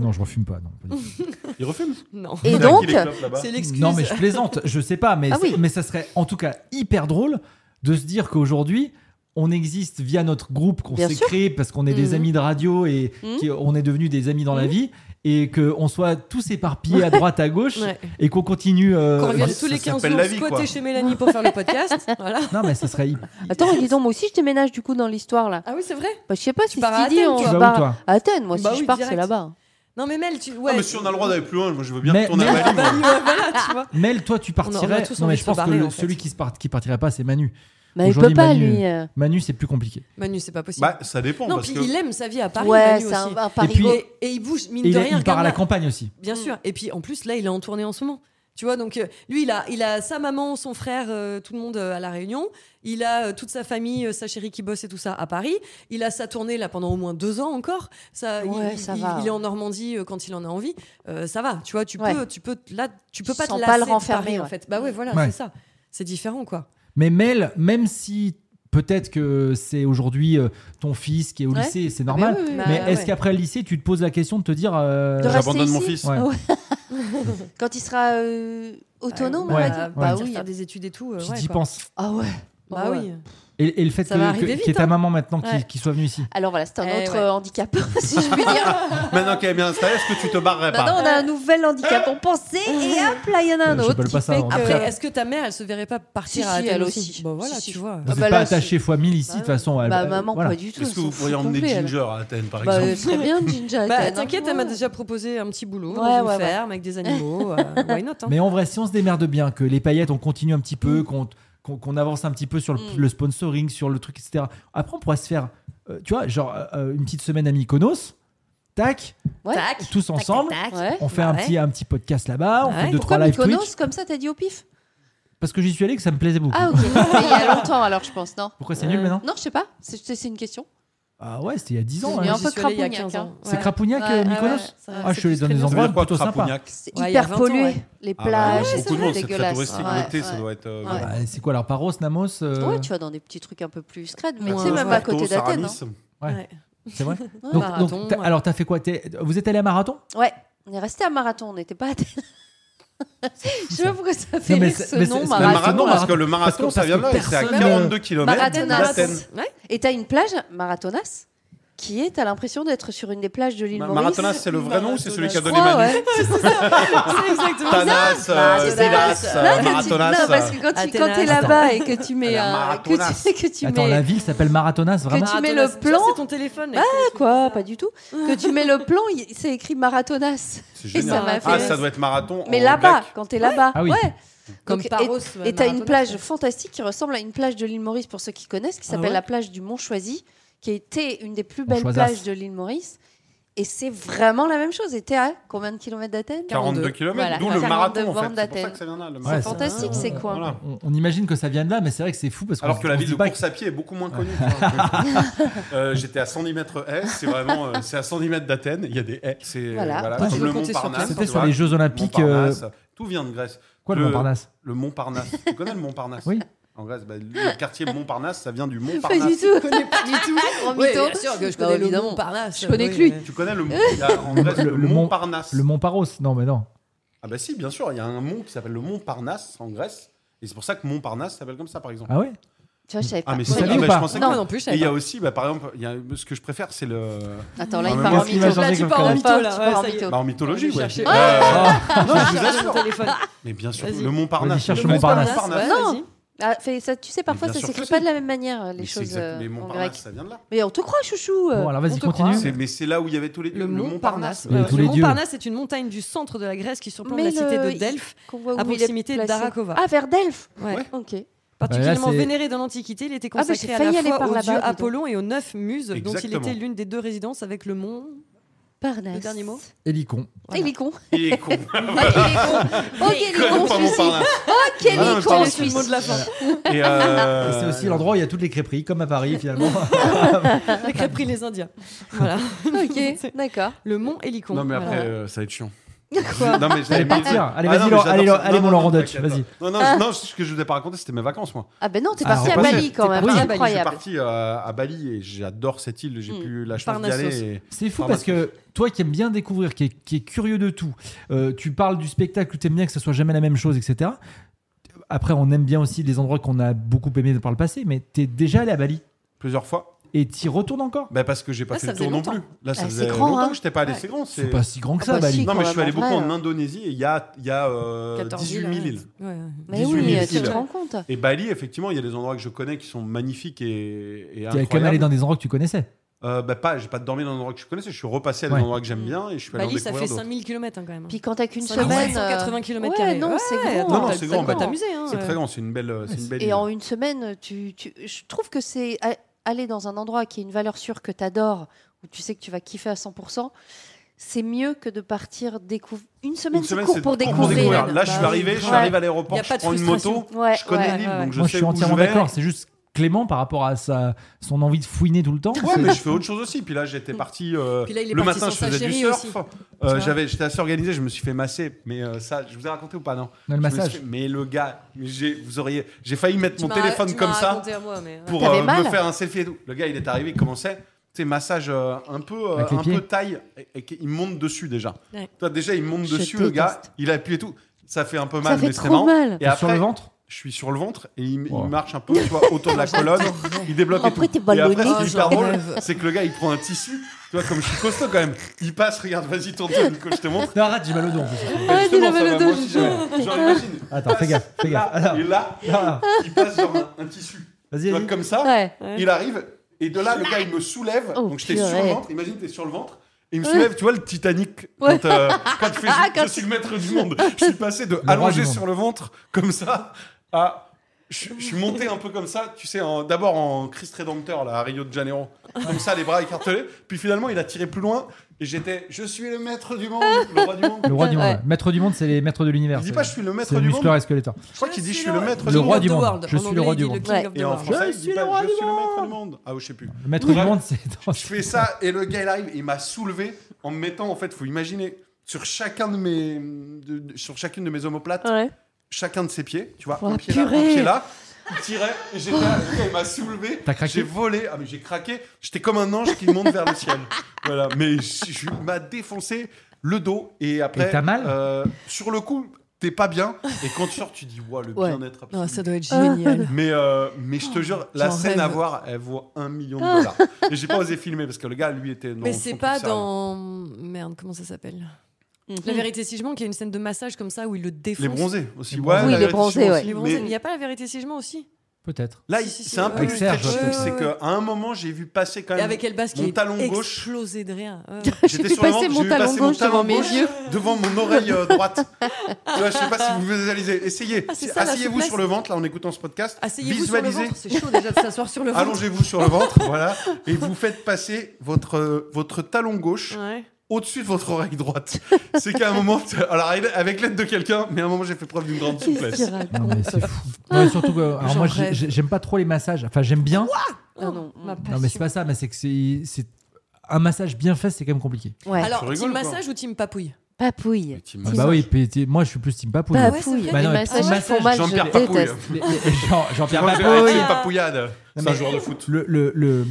[SPEAKER 1] Non, je refume pas. non, pas du tout.
[SPEAKER 5] Il refume
[SPEAKER 2] Non.
[SPEAKER 4] Et
[SPEAKER 5] Il a
[SPEAKER 4] donc,
[SPEAKER 5] acquis les clopes là-bas.
[SPEAKER 2] C'est l'excuse.
[SPEAKER 1] Non, mais je plaisante, je sais pas, mais,
[SPEAKER 4] Ah oui.
[SPEAKER 1] mais ça serait en tout cas hyper drôle de se dire qu'aujourd'hui, on existe via notre groupe qu'on
[SPEAKER 4] Bien
[SPEAKER 1] s'est
[SPEAKER 4] sûr.
[SPEAKER 2] Mmh.
[SPEAKER 1] créé parce qu'on est des
[SPEAKER 4] Mhm.
[SPEAKER 1] amis de radio et
[SPEAKER 4] Mhm.
[SPEAKER 1] qui- on est devenus des amis dans la vie. et qu'on soit tous éparpillés à droite, à gauche
[SPEAKER 2] Ouais.
[SPEAKER 1] et qu'on continue. euh,
[SPEAKER 2] Qu'on revienne
[SPEAKER 5] ça
[SPEAKER 2] tous les 15
[SPEAKER 5] s'appelle
[SPEAKER 2] jours
[SPEAKER 5] la vie,
[SPEAKER 2] squatter
[SPEAKER 5] quoi.
[SPEAKER 2] chez Mélanie pour faire le podcast. Voilà.
[SPEAKER 1] Non, mais ça serait.
[SPEAKER 4] Attends, dis donc, moi aussi je déménage du coup dans l'histoire là.
[SPEAKER 2] Ah oui, c'est vrai.
[SPEAKER 4] Bah, je sais pas si
[SPEAKER 2] pars à
[SPEAKER 4] ce qu'il dit,
[SPEAKER 2] Athènes,
[SPEAKER 4] on
[SPEAKER 1] Tu
[SPEAKER 2] Tu
[SPEAKER 4] se
[SPEAKER 1] vas où,
[SPEAKER 4] barre
[SPEAKER 1] toi
[SPEAKER 4] à Athènes. Moi,
[SPEAKER 2] Bah
[SPEAKER 4] si
[SPEAKER 2] oui,
[SPEAKER 4] je pars,
[SPEAKER 2] direct.
[SPEAKER 4] c'est là-bas.
[SPEAKER 2] Non, mais Mel, tu. Ouais.
[SPEAKER 5] Ah, mais si on a le droit d'aller plus loin, moi je veux bien
[SPEAKER 1] Mais-
[SPEAKER 5] retourner
[SPEAKER 1] mais-
[SPEAKER 5] à Bali.
[SPEAKER 2] Bah
[SPEAKER 5] moi.
[SPEAKER 2] oui, ouais, voilà, tu vois.
[SPEAKER 1] Mel, toi, tu partirais.
[SPEAKER 2] On a- on a tous
[SPEAKER 1] non,
[SPEAKER 2] envie
[SPEAKER 1] mais
[SPEAKER 2] de
[SPEAKER 1] je
[SPEAKER 2] se
[SPEAKER 1] pense que
[SPEAKER 2] barrer,
[SPEAKER 1] le-
[SPEAKER 2] en fait.
[SPEAKER 1] celui qui, se part, qui partirait pas, c'est Manu.
[SPEAKER 4] Mais il peut
[SPEAKER 1] Aujourd'hui,
[SPEAKER 4] pas,
[SPEAKER 1] Manu-
[SPEAKER 4] lui. euh.
[SPEAKER 1] Manu, c'est plus compliqué.
[SPEAKER 2] Manu, c'est pas possible.
[SPEAKER 5] Bah, ça dépend.
[SPEAKER 2] non,
[SPEAKER 5] parce
[SPEAKER 2] puis
[SPEAKER 5] que...
[SPEAKER 2] il aime sa vie à Paris.
[SPEAKER 4] Ouais,
[SPEAKER 2] Manu
[SPEAKER 4] c'est un,
[SPEAKER 2] aussi.
[SPEAKER 4] un pari
[SPEAKER 1] Et puis-
[SPEAKER 4] gros.
[SPEAKER 2] Et, et il bouge, mine
[SPEAKER 1] Et il,
[SPEAKER 2] de
[SPEAKER 1] est-
[SPEAKER 2] rien.
[SPEAKER 1] il part à
[SPEAKER 2] regarde
[SPEAKER 1] la
[SPEAKER 2] là.
[SPEAKER 1] campagne aussi.
[SPEAKER 2] Bien
[SPEAKER 4] Mm.
[SPEAKER 2] sûr. Et puis en plus, là, il est en tournée en ce moment. Tu vois, donc euh, lui, il a, il a sa maman, son frère, euh, tout le monde euh, à La Réunion. Il a euh, toute sa famille, euh, sa chérie qui bosse et tout ça à Paris. Il a sa tournée là pendant au moins deux ans encore. Ça, il-
[SPEAKER 4] Ouais,
[SPEAKER 2] il,
[SPEAKER 4] ça
[SPEAKER 2] il-
[SPEAKER 4] va.
[SPEAKER 2] il est en Normandie euh, quand il en a envie. Euh, ça va, tu vois, tu
[SPEAKER 4] Ouais.
[SPEAKER 2] peux, tu peux, là, tu peux
[SPEAKER 4] Tu
[SPEAKER 2] pas te
[SPEAKER 4] sens
[SPEAKER 2] lasser
[SPEAKER 4] pas le
[SPEAKER 2] de
[SPEAKER 4] renfermer,
[SPEAKER 2] Paris, en
[SPEAKER 4] ouais.
[SPEAKER 2] fait. Bah ouais, voilà,
[SPEAKER 1] Ouais.
[SPEAKER 2] c'est ça. C'est différent, quoi.
[SPEAKER 1] Mais Mel, même si peut-être que c'est aujourd'hui euh, ton fils qui est au
[SPEAKER 4] Ouais.
[SPEAKER 1] lycée, c'est
[SPEAKER 4] Mais
[SPEAKER 1] normal.
[SPEAKER 4] oui, oui,
[SPEAKER 2] Bah,
[SPEAKER 1] Mais
[SPEAKER 2] ouais.
[SPEAKER 1] est-ce qu'après le lycée, tu te poses la question de te dire. euh,
[SPEAKER 4] De rester
[SPEAKER 5] J'abandonne mon
[SPEAKER 4] ici.
[SPEAKER 5] fils.
[SPEAKER 1] Ouais.
[SPEAKER 4] Quand il sera euh, autonome, on
[SPEAKER 1] Ouais,
[SPEAKER 4] va
[SPEAKER 2] bah,
[SPEAKER 4] dire.
[SPEAKER 1] ouais.
[SPEAKER 4] Bah
[SPEAKER 2] partir
[SPEAKER 4] oui.
[SPEAKER 2] faire des études et tout. euh,
[SPEAKER 1] Tu
[SPEAKER 2] ouais,
[SPEAKER 1] t'y
[SPEAKER 2] quoi.
[SPEAKER 1] penses.
[SPEAKER 4] Ah ouais.
[SPEAKER 2] Bah oui.
[SPEAKER 1] Et, et le fait
[SPEAKER 2] Ça
[SPEAKER 1] que,
[SPEAKER 2] va
[SPEAKER 1] que-
[SPEAKER 2] arriver
[SPEAKER 1] qu'il
[SPEAKER 2] vite,
[SPEAKER 1] y ait ta
[SPEAKER 2] hein.
[SPEAKER 1] maman maintenant qui,
[SPEAKER 2] Ouais.
[SPEAKER 1] qui soit venue ici.
[SPEAKER 4] Alors voilà, c'est un
[SPEAKER 2] Eh
[SPEAKER 4] autre
[SPEAKER 2] ouais.
[SPEAKER 4] euh, handicap, si je puis dire.
[SPEAKER 5] Maintenant qu'elle est bien installée, est-ce que tu te barrerais pas
[SPEAKER 4] Maintenant, on a un nouvel handicap. On pensait, et hop, là, il y en a un
[SPEAKER 1] Euh, je
[SPEAKER 4] autre.
[SPEAKER 1] colle
[SPEAKER 4] Qui
[SPEAKER 1] pas ça,
[SPEAKER 4] fait
[SPEAKER 1] hein.
[SPEAKER 4] que-
[SPEAKER 2] Après, est-ce que ta mère, elle se verrait pas partir
[SPEAKER 4] Si,
[SPEAKER 2] à
[SPEAKER 4] si,
[SPEAKER 2] Athènes
[SPEAKER 4] elle
[SPEAKER 2] aussi
[SPEAKER 4] aussi.
[SPEAKER 2] Bon, voilà,
[SPEAKER 4] Si, si.
[SPEAKER 2] tu vois.
[SPEAKER 1] Vous n'êtes
[SPEAKER 4] bah
[SPEAKER 1] pas
[SPEAKER 4] là,
[SPEAKER 1] attaché fois 1000 ici, de
[SPEAKER 4] Bah
[SPEAKER 1] toute façon. elle-
[SPEAKER 4] Bah,
[SPEAKER 1] elle-
[SPEAKER 4] maman,
[SPEAKER 1] voilà.
[SPEAKER 4] pas du tout.
[SPEAKER 5] Est-ce que
[SPEAKER 4] elle
[SPEAKER 5] vous
[SPEAKER 4] s'en
[SPEAKER 5] pourriez
[SPEAKER 4] fout
[SPEAKER 5] emmener
[SPEAKER 4] complet, elle.
[SPEAKER 5] Ginger à Athènes, par
[SPEAKER 4] Bah,
[SPEAKER 5] exemple
[SPEAKER 4] euh, serait bien une Ginger à
[SPEAKER 2] Bah,
[SPEAKER 4] Athènes, hein.
[SPEAKER 2] t'inquiète, elle m'a déjà proposé un petit boulot
[SPEAKER 4] Ouais,
[SPEAKER 2] dans une
[SPEAKER 4] ouais, ouais.
[SPEAKER 2] ferme avec des animaux. euh, why not hein.
[SPEAKER 1] Mais en vrai, si on se démerde bien, que les paillettes, on continue un petit
[SPEAKER 2] Mm.
[SPEAKER 1] peu, qu'on qu'on- qu'on avance un petit peu sur le,
[SPEAKER 4] Mm.
[SPEAKER 1] le sponsoring, sur le truc, etc. Après, on pourra se faire, euh, tu vois, genre euh, une petite semaine à Mykonos, tac,
[SPEAKER 4] Ouais.
[SPEAKER 2] Tac,
[SPEAKER 1] tous ensemble.
[SPEAKER 2] tac, tac.
[SPEAKER 4] Ouais.
[SPEAKER 1] On fait
[SPEAKER 2] Bah
[SPEAKER 1] un,
[SPEAKER 2] ouais. Ah
[SPEAKER 1] petit, un petit podcast là-bas, on
[SPEAKER 2] Ouais.
[SPEAKER 1] fait deux,
[SPEAKER 4] Pourquoi
[SPEAKER 1] trois live
[SPEAKER 4] Mykonos,
[SPEAKER 1] Twitch.
[SPEAKER 4] comme ça, t'as dit au pif
[SPEAKER 1] Parce que j'y suis allé, que ça me plaisait beaucoup.
[SPEAKER 4] Ah, ok. Mais Il y a longtemps, alors, je pense, non
[SPEAKER 1] Pourquoi c'est nul maintenant
[SPEAKER 4] Non, je sais pas. C'est c'est une question.
[SPEAKER 1] Ah ouais, c'était il y a 10 ans.
[SPEAKER 4] C'est
[SPEAKER 1] hein.
[SPEAKER 4] bien.
[SPEAKER 2] Moi,
[SPEAKER 4] un
[SPEAKER 2] j'y
[SPEAKER 4] peu
[SPEAKER 2] suis allée il y a
[SPEAKER 4] crapaugnac,
[SPEAKER 2] 15 ans.
[SPEAKER 1] C'est
[SPEAKER 2] Ouais.
[SPEAKER 1] Crapognac,
[SPEAKER 4] Ouais,
[SPEAKER 1] euh,
[SPEAKER 4] ouais,
[SPEAKER 1] Mykonos
[SPEAKER 4] ouais, ça va.
[SPEAKER 1] Ah, je
[SPEAKER 2] C'est
[SPEAKER 1] te les donne
[SPEAKER 2] plus
[SPEAKER 1] des
[SPEAKER 5] Ça veut
[SPEAKER 1] endroits
[SPEAKER 5] dire quoi,
[SPEAKER 1] plutôt sympas.
[SPEAKER 5] Crapognac
[SPEAKER 4] C'est
[SPEAKER 2] Ouais, il y a
[SPEAKER 4] hyper
[SPEAKER 2] 20 ans,
[SPEAKER 4] pollué.
[SPEAKER 2] ouais.
[SPEAKER 4] Les
[SPEAKER 5] Ah bah,
[SPEAKER 4] plages,
[SPEAKER 5] pour
[SPEAKER 4] et
[SPEAKER 5] beaucoup
[SPEAKER 4] tout,
[SPEAKER 5] de monde,
[SPEAKER 4] c'est
[SPEAKER 5] c'est très
[SPEAKER 4] dégueulasse.
[SPEAKER 5] touristique
[SPEAKER 4] Ouais,
[SPEAKER 5] l'été, ça
[SPEAKER 4] ouais.
[SPEAKER 5] doit être. euh,
[SPEAKER 4] Ouais.
[SPEAKER 1] Bah, c'est quoi alors Paros, Namos euh,
[SPEAKER 4] Ouais, tu vas dans des petits trucs un peu plus scred, mais
[SPEAKER 2] Moins
[SPEAKER 4] tu sais, même
[SPEAKER 2] ouais.
[SPEAKER 4] à côté
[SPEAKER 5] Porto,
[SPEAKER 4] d'Athènes. hein.
[SPEAKER 5] Saramis.
[SPEAKER 1] Ouais. C'est vrai
[SPEAKER 4] Ouais.
[SPEAKER 1] Donc,
[SPEAKER 2] Marathon,
[SPEAKER 1] donc, t'as-
[SPEAKER 2] ouais.
[SPEAKER 1] Alors, t'as fait quoi T'es- Vous êtes allé à marathon
[SPEAKER 4] hein. Ouais, on est resté à marathon, on n'était pas à Athènes. Je sais pas pourquoi ça fait
[SPEAKER 1] Non, mais
[SPEAKER 4] rire
[SPEAKER 1] c'est-
[SPEAKER 4] ce
[SPEAKER 1] mais c'est-
[SPEAKER 4] nom,
[SPEAKER 1] c'est
[SPEAKER 5] Le
[SPEAKER 1] Bah, Marathon,
[SPEAKER 4] marathon.
[SPEAKER 5] marathon, parce que le
[SPEAKER 1] parce
[SPEAKER 5] marathon,
[SPEAKER 1] que
[SPEAKER 5] ça vient de là, et c'est
[SPEAKER 1] personne,
[SPEAKER 5] à
[SPEAKER 1] euh,
[SPEAKER 5] 42 km
[SPEAKER 4] Marathonas.
[SPEAKER 5] d'Athènes.
[SPEAKER 2] Ouais.
[SPEAKER 4] Et t'as une plage, Marathonas, qui est, t'as l'impression d'être sur une des plages de l'île
[SPEAKER 5] Ma-
[SPEAKER 4] Maurice.
[SPEAKER 5] Marathonas, c'est le vrai nom ou c'est celui qu'a
[SPEAKER 4] Je
[SPEAKER 5] donné
[SPEAKER 4] crois,
[SPEAKER 5] Manu
[SPEAKER 4] ouais.
[SPEAKER 2] C'est exactement ça.
[SPEAKER 5] Thanas,
[SPEAKER 4] Ah,
[SPEAKER 5] euh,
[SPEAKER 4] c'est ça.
[SPEAKER 5] Silas,
[SPEAKER 4] Non,
[SPEAKER 5] euh,
[SPEAKER 4] quand tu- non, parce
[SPEAKER 5] Marathonas.
[SPEAKER 4] que quand, tu,
[SPEAKER 2] Athénas.
[SPEAKER 4] quand t'es là-bas et que tu mets,
[SPEAKER 5] La
[SPEAKER 4] un, que
[SPEAKER 5] Marathonas.
[SPEAKER 4] tu, que tu
[SPEAKER 1] Attends,
[SPEAKER 4] mets
[SPEAKER 1] la ville s'appelle Marathonas,
[SPEAKER 4] tu
[SPEAKER 1] vraiment
[SPEAKER 4] mets
[SPEAKER 2] Marathon,
[SPEAKER 4] le
[SPEAKER 2] là, Bah, c'est-
[SPEAKER 4] plan.
[SPEAKER 2] C'est ton téléphone. là, qui-
[SPEAKER 4] quoi, pas du tout, que tu mets le plan, il- c'est écrit Marathonas.
[SPEAKER 5] C'est
[SPEAKER 4] Et ça
[SPEAKER 5] génial.
[SPEAKER 4] m'a fait
[SPEAKER 5] Ah,
[SPEAKER 4] rire.
[SPEAKER 5] ça doit être marathon.
[SPEAKER 4] Mais
[SPEAKER 5] en
[SPEAKER 4] là-bas,
[SPEAKER 5] grec.
[SPEAKER 4] quand t'es là-bas,
[SPEAKER 1] Ah oui.
[SPEAKER 4] ouais.
[SPEAKER 2] Comme
[SPEAKER 4] Donc,
[SPEAKER 2] Paros. euh,
[SPEAKER 4] Et t'as une
[SPEAKER 2] Marathon,
[SPEAKER 4] plage fantastique qui ressemble à une plage de l'île Maurice, pour ceux qui connaissent, qui
[SPEAKER 2] Ah
[SPEAKER 4] s'appelle
[SPEAKER 2] ouais
[SPEAKER 4] la plage du Mont Choisy, qui était une des plus belles
[SPEAKER 1] Choisasse.
[SPEAKER 4] plages de l'île Maurice. Et c'est vraiment la même chose. Et t'es à combien de kilomètres d'Athènes
[SPEAKER 5] 42
[SPEAKER 4] Voilà,
[SPEAKER 5] km, d'où le
[SPEAKER 4] 42
[SPEAKER 5] marathon en
[SPEAKER 4] bornes
[SPEAKER 5] fait. C'est pour ça
[SPEAKER 4] d'Athènes.
[SPEAKER 5] que ça vient de là. le
[SPEAKER 4] C'est
[SPEAKER 1] Ouais,
[SPEAKER 5] marathon.
[SPEAKER 4] fantastique
[SPEAKER 1] c'est-
[SPEAKER 4] ces coins.
[SPEAKER 5] Voilà.
[SPEAKER 1] on, on imagine que ça vient de là, mais c'est vrai que c'est fou parce qu'on
[SPEAKER 5] Ah. Alors que la
[SPEAKER 1] on se
[SPEAKER 5] ville
[SPEAKER 1] dit
[SPEAKER 5] de
[SPEAKER 1] pas
[SPEAKER 5] course à pied est beaucoup moins connue. Euh, J'étais à 110 mètres haies, c'est vraiment euh, c'est à 110 mètres d'Athènes, il y a des haies, c'est euh,
[SPEAKER 4] Voilà.
[SPEAKER 5] voilà,
[SPEAKER 1] Putain,
[SPEAKER 5] comme
[SPEAKER 2] je
[SPEAKER 5] le
[SPEAKER 2] veux compter sur
[SPEAKER 5] Montparnasse.
[SPEAKER 2] toi.
[SPEAKER 1] C'était
[SPEAKER 5] tu
[SPEAKER 1] sur
[SPEAKER 5] vois,
[SPEAKER 1] les Jeux Olympiques, euh,
[SPEAKER 5] Montparnasse, tout vient de Grèce.
[SPEAKER 1] Quoi le
[SPEAKER 5] Le-
[SPEAKER 1] Montparnasse
[SPEAKER 5] Le Montparnasse, tu connais le Montparnasse
[SPEAKER 1] Oui.
[SPEAKER 5] En Grèce, bah, le quartier Montparnasse, ça vient du
[SPEAKER 4] Pas du
[SPEAKER 5] Montparnasse.
[SPEAKER 4] tout. pas du tout. Gros
[SPEAKER 2] Oui,
[SPEAKER 4] mytho.
[SPEAKER 2] bien sûr que je
[SPEAKER 4] Bah,
[SPEAKER 2] connais le
[SPEAKER 4] évidemment.
[SPEAKER 2] Montparnasse.
[SPEAKER 4] Je connais
[SPEAKER 2] oui,
[SPEAKER 4] que lui.
[SPEAKER 2] mais-
[SPEAKER 5] Tu connais le, mont- il y a en Grèce,
[SPEAKER 1] Le-
[SPEAKER 5] le,
[SPEAKER 1] le Mont-
[SPEAKER 5] Montparnasse
[SPEAKER 1] Le Mont Paros Non, mais non.
[SPEAKER 5] Ah bah si, bien sûr, il y a un mont qui s'appelle le Montparnasse en Grèce, et c'est pour ça que Montparnasse s'appelle comme ça, par exemple.
[SPEAKER 1] Ah ouais
[SPEAKER 4] Tu vois, je savais pas.
[SPEAKER 5] Ah mais
[SPEAKER 4] Ouais.
[SPEAKER 5] c'est
[SPEAKER 1] saviez ou
[SPEAKER 5] bah,
[SPEAKER 1] pas
[SPEAKER 5] je pensais
[SPEAKER 2] Non,
[SPEAKER 5] que-
[SPEAKER 2] non plus, je
[SPEAKER 5] Et
[SPEAKER 2] savais
[SPEAKER 5] il y a
[SPEAKER 2] pas.
[SPEAKER 5] aussi, bah, par exemple, il y a- ce que je préfère, c'est le.
[SPEAKER 4] Attends, là,
[SPEAKER 5] Ah,
[SPEAKER 4] il
[SPEAKER 5] mais
[SPEAKER 4] part
[SPEAKER 5] moi,
[SPEAKER 4] en
[SPEAKER 5] ce
[SPEAKER 1] qui m'a
[SPEAKER 4] mytho.
[SPEAKER 1] changé
[SPEAKER 4] Là, tu
[SPEAKER 1] comme
[SPEAKER 4] pars
[SPEAKER 1] ça.
[SPEAKER 4] en
[SPEAKER 2] Mytho,
[SPEAKER 4] mytho.
[SPEAKER 2] là,
[SPEAKER 4] Tu
[SPEAKER 2] ouais,
[SPEAKER 4] pars en
[SPEAKER 2] ça y est.
[SPEAKER 4] mytho.
[SPEAKER 5] Bah, en mythologie,
[SPEAKER 2] Je
[SPEAKER 5] ouais.
[SPEAKER 2] cherchais.
[SPEAKER 5] Euh,
[SPEAKER 4] Ah,
[SPEAKER 5] non, je vous
[SPEAKER 2] Mon
[SPEAKER 5] assure.
[SPEAKER 2] téléphone.
[SPEAKER 5] Mais bien sûr,
[SPEAKER 2] Vas-y.
[SPEAKER 5] le Montparnasse.
[SPEAKER 1] Vas-y, cherche
[SPEAKER 5] le
[SPEAKER 1] le Montparnasse.
[SPEAKER 2] Montparnasse,
[SPEAKER 4] Non.
[SPEAKER 2] ouais, vas-y.
[SPEAKER 4] Ah, fait ça, tu sais, parfois,
[SPEAKER 5] bien
[SPEAKER 4] ça
[SPEAKER 5] sûr que
[SPEAKER 4] s'écrit
[SPEAKER 5] si.
[SPEAKER 4] pas de la même manière, les
[SPEAKER 5] Mais c'est
[SPEAKER 4] choses
[SPEAKER 5] exact-
[SPEAKER 4] euh,
[SPEAKER 5] mais
[SPEAKER 4] en
[SPEAKER 5] Montparnasse,
[SPEAKER 4] grec.
[SPEAKER 5] ça vient de là.
[SPEAKER 4] Mais on te croit, chouchou. euh.
[SPEAKER 1] Bon, alors vas-y,
[SPEAKER 2] on te
[SPEAKER 1] continue.
[SPEAKER 2] croit.
[SPEAKER 5] C'est- Mais c'est là où il y avait tous les.
[SPEAKER 2] Le Montparnasse.
[SPEAKER 1] Et
[SPEAKER 2] ouais,
[SPEAKER 1] tous
[SPEAKER 2] ouais.
[SPEAKER 1] les
[SPEAKER 2] Le
[SPEAKER 1] dieux.
[SPEAKER 2] Montparnasse est une montagne du centre de la Grèce qui surplombe
[SPEAKER 4] Mais
[SPEAKER 2] la cité
[SPEAKER 4] le-
[SPEAKER 2] de Delphes.
[SPEAKER 4] Qu'on voit
[SPEAKER 2] À
[SPEAKER 4] où il est
[SPEAKER 2] proximité de
[SPEAKER 4] placé.
[SPEAKER 2] Darakova.
[SPEAKER 4] Ah, vers Delphes.
[SPEAKER 2] Ouais.
[SPEAKER 4] Ok.
[SPEAKER 2] Particulièrement
[SPEAKER 1] Bah, là, c'est-
[SPEAKER 2] vénéré dans l'Antiquité, il était
[SPEAKER 4] Ah, mais j'ai
[SPEAKER 2] consacré à
[SPEAKER 4] failli
[SPEAKER 2] la
[SPEAKER 4] aller
[SPEAKER 2] fois
[SPEAKER 4] par
[SPEAKER 2] au
[SPEAKER 4] là-bas,
[SPEAKER 2] dieu
[SPEAKER 4] dis donc.
[SPEAKER 2] Apollon et aux neuf muses, dont il
[SPEAKER 5] Exactement.
[SPEAKER 2] était l'une des deux résidences avec le mont.
[SPEAKER 4] Parnasse.
[SPEAKER 2] Le dernier mot
[SPEAKER 1] Hélicon.
[SPEAKER 4] Ah, Il est con.
[SPEAKER 5] Il est con.
[SPEAKER 4] Ah, il est con. Oh, quel est con,
[SPEAKER 5] Pas
[SPEAKER 4] celui-ci.
[SPEAKER 5] Montparnasse.
[SPEAKER 4] Oh, quel
[SPEAKER 5] Ah, non,
[SPEAKER 4] est
[SPEAKER 5] je parle
[SPEAKER 4] con,
[SPEAKER 5] aussi
[SPEAKER 2] Le mot de
[SPEAKER 4] celui-ci.
[SPEAKER 2] la fin.
[SPEAKER 5] Et, euh,
[SPEAKER 1] Et c'est aussi l'endroit où il y a toutes les crêperies, comme à Paris finalement.
[SPEAKER 2] Les crêperies, les Indiens. Voilà.
[SPEAKER 4] Ok, d'accord.
[SPEAKER 2] Le mont Hélicon.
[SPEAKER 5] Non, mais
[SPEAKER 2] Voilà.
[SPEAKER 5] après, euh, ça va être chiant.
[SPEAKER 2] Quoi
[SPEAKER 5] non, mais je
[SPEAKER 1] Allez,
[SPEAKER 5] l'avais mis-
[SPEAKER 1] partir. Allez, vas-y,
[SPEAKER 5] Ah, non, mais
[SPEAKER 1] Laurent-
[SPEAKER 5] j'adore
[SPEAKER 1] allez,
[SPEAKER 5] ça.
[SPEAKER 1] Laurent- allez, mon Laurent Dutch,
[SPEAKER 5] t'inquiète
[SPEAKER 1] vas-y.
[SPEAKER 5] pas. Non, non, non, ce que je vous ai pas raconté, c'était mes vacances, moi.
[SPEAKER 4] Ah ben non, t'es
[SPEAKER 1] Ah,
[SPEAKER 4] parti à
[SPEAKER 5] repassez.
[SPEAKER 4] Bali quand
[SPEAKER 2] T'es
[SPEAKER 4] même,
[SPEAKER 2] parti
[SPEAKER 4] c'est
[SPEAKER 2] à Bali.
[SPEAKER 5] Je suis
[SPEAKER 4] incroyable.
[SPEAKER 5] parti euh, à Bali et j'adore cette île. J'ai
[SPEAKER 4] Mm.
[SPEAKER 5] plus la chance d'y
[SPEAKER 2] Parnassos.
[SPEAKER 5] aller. et-
[SPEAKER 1] C'est fou
[SPEAKER 5] Pardon.
[SPEAKER 1] parce que toi qui aimes bien découvrir, qui est, qui est curieux de tout, euh, tu parles du spectacle, tu aimes bien que ce soit jamais la même chose, etc. Après, on aime bien aussi les endroits qu'on a beaucoup aimés par le passé, mais t'es déjà allé à Bali.
[SPEAKER 5] Plusieurs fois.
[SPEAKER 1] Et t'y retournes encore
[SPEAKER 5] Bah, parce que j'ai pas
[SPEAKER 2] Ah,
[SPEAKER 5] fait
[SPEAKER 2] ça
[SPEAKER 5] le tour
[SPEAKER 2] faisait
[SPEAKER 5] non plus. Là, ça
[SPEAKER 4] Ah,
[SPEAKER 5] faisait
[SPEAKER 4] c'est grand,
[SPEAKER 5] longtemps
[SPEAKER 4] hein.
[SPEAKER 5] que j'étais pas allé.
[SPEAKER 4] Ouais.
[SPEAKER 5] C'est grand.
[SPEAKER 1] C'est pas si grand que ça,
[SPEAKER 4] Ah bah
[SPEAKER 1] Bali.
[SPEAKER 4] si.
[SPEAKER 5] Non, mais je
[SPEAKER 4] quand
[SPEAKER 5] suis allé
[SPEAKER 4] même, en
[SPEAKER 5] beaucoup
[SPEAKER 4] vrai,
[SPEAKER 5] en
[SPEAKER 2] euh,
[SPEAKER 4] hein.
[SPEAKER 5] Indonésie et il y a, il y a euh, 18 000 îles.
[SPEAKER 2] Ouais, ouais.
[SPEAKER 4] Mais
[SPEAKER 5] 18
[SPEAKER 4] oui,
[SPEAKER 5] 000
[SPEAKER 4] tu te
[SPEAKER 5] îles.
[SPEAKER 4] rends compte.
[SPEAKER 5] Et Bali, effectivement, il y a des endroits que je connais qui sont magnifiques et, et
[SPEAKER 1] T'es quand même allé
[SPEAKER 5] incroyables.
[SPEAKER 1] dans des endroits que tu connaissais.
[SPEAKER 5] Euh, bah, pas, j'ai pas dormi dans des endroits que je connaissais. Je suis repassé à des
[SPEAKER 1] Ouais.
[SPEAKER 5] endroits que j'aime bien et je suis allé en
[SPEAKER 2] Bali, ça fait
[SPEAKER 5] découvrir d'autres.
[SPEAKER 2] 5000 km quand même.
[SPEAKER 4] Puis quand t'as qu'une
[SPEAKER 2] Cinq-
[SPEAKER 4] semaine. euh,
[SPEAKER 2] 580 km
[SPEAKER 4] ouais, non, c'est grand.
[SPEAKER 5] Non, non, c'est grand,
[SPEAKER 2] T'as
[SPEAKER 5] bah,
[SPEAKER 2] t'amuser. hein,
[SPEAKER 5] C'est
[SPEAKER 2] ouais.
[SPEAKER 5] très grand, c'est une belle, euh, c'est une belle
[SPEAKER 4] Et
[SPEAKER 5] île.
[SPEAKER 4] en une semaine, tu, tu- je trouve que c'est a- aller dans un endroit qui a une valeur sûre que tu adores, où tu sais que tu vas kiffer à 100%, c'est mieux que de partir découvrir. Une semaine, c'est court pour
[SPEAKER 5] court
[SPEAKER 4] découvrir.
[SPEAKER 5] Là, je
[SPEAKER 2] Bah
[SPEAKER 5] suis
[SPEAKER 2] oui.
[SPEAKER 5] arrivé, je suis
[SPEAKER 4] Ouais.
[SPEAKER 5] arrivé
[SPEAKER 2] Y
[SPEAKER 5] à
[SPEAKER 2] a
[SPEAKER 5] l'aéroport, je
[SPEAKER 2] pas de
[SPEAKER 5] prends une
[SPEAKER 2] frustration.
[SPEAKER 5] moto,
[SPEAKER 4] Ouais,
[SPEAKER 5] je connais
[SPEAKER 4] ouais,
[SPEAKER 5] l'île,
[SPEAKER 2] ouais,
[SPEAKER 5] donc je
[SPEAKER 1] Moi, je
[SPEAKER 5] sais
[SPEAKER 1] suis
[SPEAKER 5] où je
[SPEAKER 1] entièrement
[SPEAKER 5] vais.
[SPEAKER 1] d'accord. C'est juste Clément par rapport à sa, son envie de fouiner tout le temps.
[SPEAKER 5] Ouais,
[SPEAKER 1] c'est-
[SPEAKER 5] mais je fais autre chose aussi. Puis là, j'étais parti. euh,
[SPEAKER 2] Mm. Puis là, il est
[SPEAKER 5] le
[SPEAKER 2] parti
[SPEAKER 5] matin, je
[SPEAKER 2] sur sa
[SPEAKER 5] faisais du
[SPEAKER 2] chérie aussi.
[SPEAKER 5] surf. Euh,
[SPEAKER 2] vois.
[SPEAKER 5] j'avais, j'étais assez organisé. Je me suis fait masser, mais euh, ça, je vous ai raconté ou pas non
[SPEAKER 1] On a le
[SPEAKER 5] Je me suis
[SPEAKER 1] massage.
[SPEAKER 5] fait- Mais le gars, mais j'ai, vous auriez, j'ai failli mettre
[SPEAKER 2] Tu
[SPEAKER 5] mon
[SPEAKER 2] m'as-
[SPEAKER 5] téléphone
[SPEAKER 2] tu
[SPEAKER 5] comme
[SPEAKER 2] m'as
[SPEAKER 5] ça
[SPEAKER 2] raconté à moi, mais, ouais.
[SPEAKER 5] pour
[SPEAKER 4] T'avais
[SPEAKER 5] euh,
[SPEAKER 4] mal
[SPEAKER 5] me faire un selfie et tout. Le gars, il est arrivé, il commençait. Tu sais, massage euh, un peu, euh,
[SPEAKER 1] Avec les
[SPEAKER 5] un
[SPEAKER 1] pieds.
[SPEAKER 5] peu taille. Et, et qu'il- il monte dessus déjà.
[SPEAKER 2] Ouais.
[SPEAKER 5] Toi, déjà, il monte
[SPEAKER 4] Je
[SPEAKER 5] dessus, le gars.
[SPEAKER 4] déteste.
[SPEAKER 5] Il appuie et tout. Ça fait un peu
[SPEAKER 4] Ça
[SPEAKER 5] mal,
[SPEAKER 4] fait
[SPEAKER 5] mais c'était
[SPEAKER 4] trop
[SPEAKER 5] marrant.
[SPEAKER 4] mal.
[SPEAKER 5] Et après,
[SPEAKER 1] Sur le ventre
[SPEAKER 5] je suis sur le ventre et il, il
[SPEAKER 1] Wow.
[SPEAKER 5] marche un peu, tu vois, autour de la colonne. Il débloque et
[SPEAKER 4] Après,
[SPEAKER 5] tout.
[SPEAKER 4] t'es ballonné.
[SPEAKER 5] Et après, ce qui est
[SPEAKER 2] Oh,
[SPEAKER 5] hyper
[SPEAKER 2] j'en
[SPEAKER 5] drôle,
[SPEAKER 2] rêve.
[SPEAKER 5] c'est que le gars, il prend un tissu. Tu vois, comme je suis costaud quand même. Il passe, regarde, vas-y, tourne-toi, Nico, je te montre.
[SPEAKER 1] Non, arrête, j'ai mal au dos. en plus.
[SPEAKER 5] Mais justement,
[SPEAKER 4] il a
[SPEAKER 5] ça,
[SPEAKER 4] mal au
[SPEAKER 5] bah, moi
[SPEAKER 4] dos,
[SPEAKER 5] aussi,
[SPEAKER 4] je
[SPEAKER 5] j'aurais- j'aurais imaginé.
[SPEAKER 1] Attends, fais gaffe, fais gaffe.
[SPEAKER 5] Là,
[SPEAKER 1] Attends,
[SPEAKER 5] et là,
[SPEAKER 1] Ah,
[SPEAKER 5] il passe sur un, un tissu. Tu
[SPEAKER 1] Vas-y,
[SPEAKER 5] vois,
[SPEAKER 1] vas-y.
[SPEAKER 5] comme ça,
[SPEAKER 4] Ouais.
[SPEAKER 5] il arrive. Et de là, le gars, il me soulève.
[SPEAKER 4] Oh,
[SPEAKER 5] donc, j'étais sur le
[SPEAKER 4] purée.
[SPEAKER 5] ventre. Imagine, t'es sur le ventre. Et il me soulève, tu vois, le Titanic,
[SPEAKER 4] Ouais.
[SPEAKER 5] quand, euh, quand tu fais
[SPEAKER 4] Ah,
[SPEAKER 5] je,
[SPEAKER 4] quand
[SPEAKER 5] je suis le maître du monde. Je suis passé de
[SPEAKER 1] roi
[SPEAKER 5] allongé
[SPEAKER 1] du monde.
[SPEAKER 5] sur le ventre, comme ça, à. Je, je suis monté un peu comme ça, tu sais, en- d'abord en Christ Rédempteur, là, à Rio de Janeiro. Comme ça, les bras écartelés. Puis finalement, il a tiré plus loin. Et j'étais, je suis le maître du monde, le roi du monde.
[SPEAKER 1] Le roi du monde.
[SPEAKER 4] Ouais.
[SPEAKER 1] ouais. Maître du monde, c'est les maîtres de l'univers.
[SPEAKER 5] Il dit
[SPEAKER 1] c'est-
[SPEAKER 5] pas, je suis le maître
[SPEAKER 1] C'est
[SPEAKER 5] du
[SPEAKER 1] muscleur
[SPEAKER 5] monde.
[SPEAKER 1] et squeletteur.
[SPEAKER 5] Je crois qu'il dit, je suis le maître du
[SPEAKER 1] Le
[SPEAKER 5] monde.
[SPEAKER 1] roi
[SPEAKER 2] King
[SPEAKER 1] du
[SPEAKER 2] of the
[SPEAKER 1] monde. Je
[SPEAKER 2] world. En
[SPEAKER 1] suis le
[SPEAKER 2] anglais,
[SPEAKER 1] roi
[SPEAKER 2] il
[SPEAKER 1] du
[SPEAKER 2] dit
[SPEAKER 1] monde.
[SPEAKER 2] le King of the
[SPEAKER 5] Et en
[SPEAKER 2] world.
[SPEAKER 5] français, il dit pas, je suis le maître du monde. Ah, ouais, je sais plus.
[SPEAKER 1] Le maître
[SPEAKER 5] Ouais.
[SPEAKER 1] du monde, c'est.
[SPEAKER 5] Je fais ça et le gars il arrive, il m'a soulevé en me mettant en fait, faut imaginer sur chacun de mes de- de- sur chacune de mes omoplates,
[SPEAKER 4] Ouais.
[SPEAKER 5] chacun de ses pieds, tu vois,
[SPEAKER 4] Oh,
[SPEAKER 5] un pied là, un
[SPEAKER 4] purée.
[SPEAKER 5] pied là. Il tirait, et j'étais là, le gars, il m'a soulevé.
[SPEAKER 1] T'as craqué
[SPEAKER 5] J'ai volé, ah mais j'ai craqué, j'étais comme un ange qui monte vers le ciel. Voilà, mais je, je- il m'a défoncé le dos et après
[SPEAKER 1] Et t'as mal
[SPEAKER 5] euh, sur le coup, t'es pas bien et quand tu sors, tu dis waouh, le
[SPEAKER 4] Ouais.
[SPEAKER 5] bien-être absolu.
[SPEAKER 2] Ah, ça doit être génial.
[SPEAKER 5] Mais, euh, mais je te jure, la
[SPEAKER 2] Oh, j'en
[SPEAKER 5] scène
[SPEAKER 2] rêve.
[SPEAKER 5] à voir, elle vaut un million de dollars. Et j'ai pas osé filmer parce que le gars, lui, était dans
[SPEAKER 2] Mais
[SPEAKER 5] son
[SPEAKER 2] c'est
[SPEAKER 5] truc
[SPEAKER 2] pas
[SPEAKER 5] sérieux.
[SPEAKER 2] dans. Merde, comment ça s'appelle La vérité si je mens, qu'il y a une scène de massage comme ça où il le défonce.
[SPEAKER 5] Les bronzés aussi.
[SPEAKER 1] Les
[SPEAKER 5] Ouais,
[SPEAKER 1] bronzés.
[SPEAKER 5] la
[SPEAKER 4] Oui, les
[SPEAKER 5] vérité,
[SPEAKER 4] bronzés,
[SPEAKER 5] sûrement
[SPEAKER 4] ouais.
[SPEAKER 5] aussi.
[SPEAKER 2] Les bronzés.
[SPEAKER 5] Mais
[SPEAKER 2] Mais il n'y a pas la vérité si je mens aussi.
[SPEAKER 1] Peut-être.
[SPEAKER 5] là,
[SPEAKER 2] Si, si, si,
[SPEAKER 5] c'est un
[SPEAKER 2] ouais.
[SPEAKER 5] peu
[SPEAKER 1] Avec
[SPEAKER 5] illustré le
[SPEAKER 1] Serge.
[SPEAKER 5] truc,
[SPEAKER 2] Ouais, ouais,
[SPEAKER 5] c'est
[SPEAKER 2] ouais.
[SPEAKER 5] qu'à un moment, j'ai vu passer quand
[SPEAKER 2] Et
[SPEAKER 5] même.
[SPEAKER 2] avec Elbas qui
[SPEAKER 5] Mon
[SPEAKER 2] est
[SPEAKER 5] talon gauche.
[SPEAKER 2] explosé de rien. Ouais.
[SPEAKER 4] J'ai vu
[SPEAKER 5] le
[SPEAKER 4] passer
[SPEAKER 5] ventre,
[SPEAKER 4] mon
[SPEAKER 5] j'ai vu
[SPEAKER 4] talon
[SPEAKER 5] passer mon
[SPEAKER 4] gauche devant mes
[SPEAKER 5] gauche
[SPEAKER 4] yeux.
[SPEAKER 5] devant mon oreille euh, droite. tu vois, je sais pas si vous visualisez. Essayez.
[SPEAKER 2] Ah, c'est ça, la
[SPEAKER 5] Asseyez-vous
[SPEAKER 2] souplesse.
[SPEAKER 5] sur le ventre, là, en écoutant ce podcast.
[SPEAKER 2] Asseyez-vous sur le
[SPEAKER 5] Visualisez.
[SPEAKER 2] ventre, c'est chaud déjà de s'asseoir sur le ventre.
[SPEAKER 5] Allongez-vous sur le ventre, voilà, et vous faites passer votre, euh, votre talon gauche
[SPEAKER 2] Ouais.
[SPEAKER 5] au-dessus de votre oreille droite. C'est qu'à un moment, alors avec l'aide de quelqu'un, mais à un moment j'ai fait preuve d'une grande souplesse.
[SPEAKER 4] Qu'est-ce qu'il raconte
[SPEAKER 1] Non, mais c'est fou. Ouais, surtout que, alors
[SPEAKER 2] J'en
[SPEAKER 1] moi, j'ai-
[SPEAKER 2] rêve.
[SPEAKER 1] j'ai- j'aime pas trop les massages. Enfin, j'aime bien.
[SPEAKER 4] Ah non,
[SPEAKER 2] Ma
[SPEAKER 1] Non, mais c'est pas ça, mais c'est que c'est. c'est- Un massage bien fait, c'est quand même compliqué.
[SPEAKER 4] Ouais.
[SPEAKER 2] Alors,
[SPEAKER 5] Tu rigoles
[SPEAKER 2] team
[SPEAKER 5] ou quoi
[SPEAKER 2] massage ou team papouille
[SPEAKER 4] Papouille.
[SPEAKER 1] Ah bah oui, puis t'es- moi je suis plus team papouille.
[SPEAKER 2] Bah ouais, c'est
[SPEAKER 4] Papouille.
[SPEAKER 2] vrai.
[SPEAKER 1] Bah non,
[SPEAKER 4] les
[SPEAKER 1] mais
[SPEAKER 4] massages
[SPEAKER 1] petit
[SPEAKER 4] font
[SPEAKER 1] massage,
[SPEAKER 4] mal,
[SPEAKER 5] Jean-Pierre
[SPEAKER 4] je
[SPEAKER 5] Papouille.
[SPEAKER 4] déteste.
[SPEAKER 1] Les- les- Jean- Jean-Pierre Papouille.
[SPEAKER 5] C'est une papouillade. C'est un joueur de foot.
[SPEAKER 1] Le, le, le-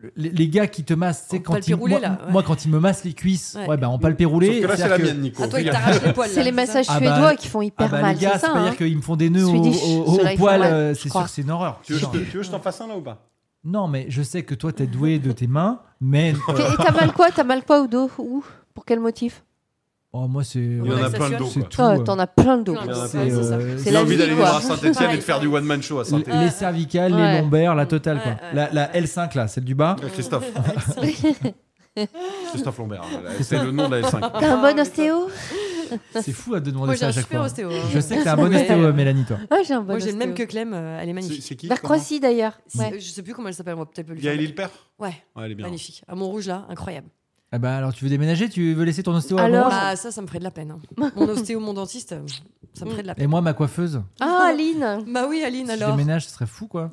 [SPEAKER 1] le- les- les gars qui te massent, c'est
[SPEAKER 2] En
[SPEAKER 1] quand
[SPEAKER 2] palpé
[SPEAKER 1] ils,
[SPEAKER 2] roulé,
[SPEAKER 1] moi,
[SPEAKER 2] là, ouais.
[SPEAKER 1] moi, quand ils me massent les cuisses,
[SPEAKER 2] Ouais.
[SPEAKER 1] ouais, bah, en palpé roulé.
[SPEAKER 5] Sauf que là, c'est la
[SPEAKER 1] c'est-à-dire que-
[SPEAKER 5] mienne, Nico.
[SPEAKER 2] Ah, toi, il
[SPEAKER 5] Regarde.
[SPEAKER 2] t'arrache les poils. là,
[SPEAKER 4] C'est les
[SPEAKER 2] ça
[SPEAKER 4] massages
[SPEAKER 1] Ah bah,
[SPEAKER 4] suédois qui font
[SPEAKER 1] Ah
[SPEAKER 4] hyper
[SPEAKER 1] bah,
[SPEAKER 4] mal,
[SPEAKER 1] les
[SPEAKER 4] c'est
[SPEAKER 1] gars,
[SPEAKER 4] ça.
[SPEAKER 1] pas
[SPEAKER 4] hein.
[SPEAKER 1] dire qu'ils me font des nœuds au,
[SPEAKER 4] Swedish,
[SPEAKER 1] au- au
[SPEAKER 4] ceux-là, ils
[SPEAKER 1] poil,
[SPEAKER 4] font mal,
[SPEAKER 1] euh,
[SPEAKER 4] je
[SPEAKER 1] c'est sûr
[SPEAKER 4] crois.
[SPEAKER 1] que c'est une horreur.
[SPEAKER 5] Tu veux, je
[SPEAKER 1] Genre.
[SPEAKER 5] te- tu veux que je t'en fasse un là ou pas
[SPEAKER 1] Non, mais je sais que toi, t'es doué de tes mains, mais. euh,
[SPEAKER 4] Et t'as mal quoi T'as mal quoi au dos Où Pour quel motif
[SPEAKER 1] oh, moi, c'est.
[SPEAKER 2] Il y en a
[SPEAKER 1] c'est
[SPEAKER 2] plein de dos,
[SPEAKER 1] tout,
[SPEAKER 4] Oh,
[SPEAKER 1] euh,
[SPEAKER 4] T'en as plein le dos.
[SPEAKER 2] Plein
[SPEAKER 5] de dos.
[SPEAKER 1] c'est,
[SPEAKER 2] Ouais, c'est ça.
[SPEAKER 1] euh,
[SPEAKER 4] C'est
[SPEAKER 5] J'ai
[SPEAKER 4] la
[SPEAKER 5] envie
[SPEAKER 4] vie,
[SPEAKER 5] d'aller
[SPEAKER 4] quoi.
[SPEAKER 5] voir à Saint-Etienne et
[SPEAKER 2] Ouais,
[SPEAKER 5] de faire du one-man show à
[SPEAKER 1] l-
[SPEAKER 5] Saint-Etienne.
[SPEAKER 1] les cervicales, les
[SPEAKER 4] Ouais.
[SPEAKER 1] lombaires, la totale, quoi.
[SPEAKER 2] Ouais, ouais,
[SPEAKER 1] La, la L5, là, celle du bas.
[SPEAKER 5] Euh, Christophe, Christophe Lambert, voilà, c'est le nom de la L5.
[SPEAKER 4] T'as un
[SPEAKER 2] Ah,
[SPEAKER 4] bon ostéo
[SPEAKER 1] C'est fou à te demander
[SPEAKER 2] Moi, j'ai
[SPEAKER 1] ça
[SPEAKER 2] un
[SPEAKER 1] à chaque
[SPEAKER 2] super
[SPEAKER 1] fois.
[SPEAKER 2] ostéo. hein.
[SPEAKER 1] Je sais que t'es un bon
[SPEAKER 4] Ouais.
[SPEAKER 1] ostéo, euh, Mélanie, toi.
[SPEAKER 4] Ouais, Ah, j'ai un bon
[SPEAKER 2] Moi, j'ai le même que
[SPEAKER 4] ostéo.
[SPEAKER 2] Clem, euh, elle est
[SPEAKER 5] C'est
[SPEAKER 2] magnifique.
[SPEAKER 5] c'est qui
[SPEAKER 4] Vers Croissy d'ailleurs.
[SPEAKER 2] C'est-
[SPEAKER 4] Ouais.
[SPEAKER 2] Je sais plus comment elle s'appelle, moi, peut-être pas
[SPEAKER 5] Il
[SPEAKER 2] lui
[SPEAKER 5] y a
[SPEAKER 2] faire.
[SPEAKER 5] Elil Père
[SPEAKER 2] Ouais,
[SPEAKER 5] Ouais, elle est bien.
[SPEAKER 2] magnifique. À Montrouge, là, incroyable.
[SPEAKER 1] Ah bah alors tu veux déménager, tu veux laisser ton ostéo à
[SPEAKER 4] Alors-
[SPEAKER 1] moi
[SPEAKER 2] Bah, ça, ça me ferait de la peine. hein. Mon ostéo, mon dentiste, euh, ça me ferait de la peine.
[SPEAKER 1] Et moi ma coiffeuse.
[SPEAKER 4] Ah, Aline
[SPEAKER 2] Bah oui, Aline,
[SPEAKER 1] Si je
[SPEAKER 2] alors.
[SPEAKER 1] déménage, ce serait fou quoi.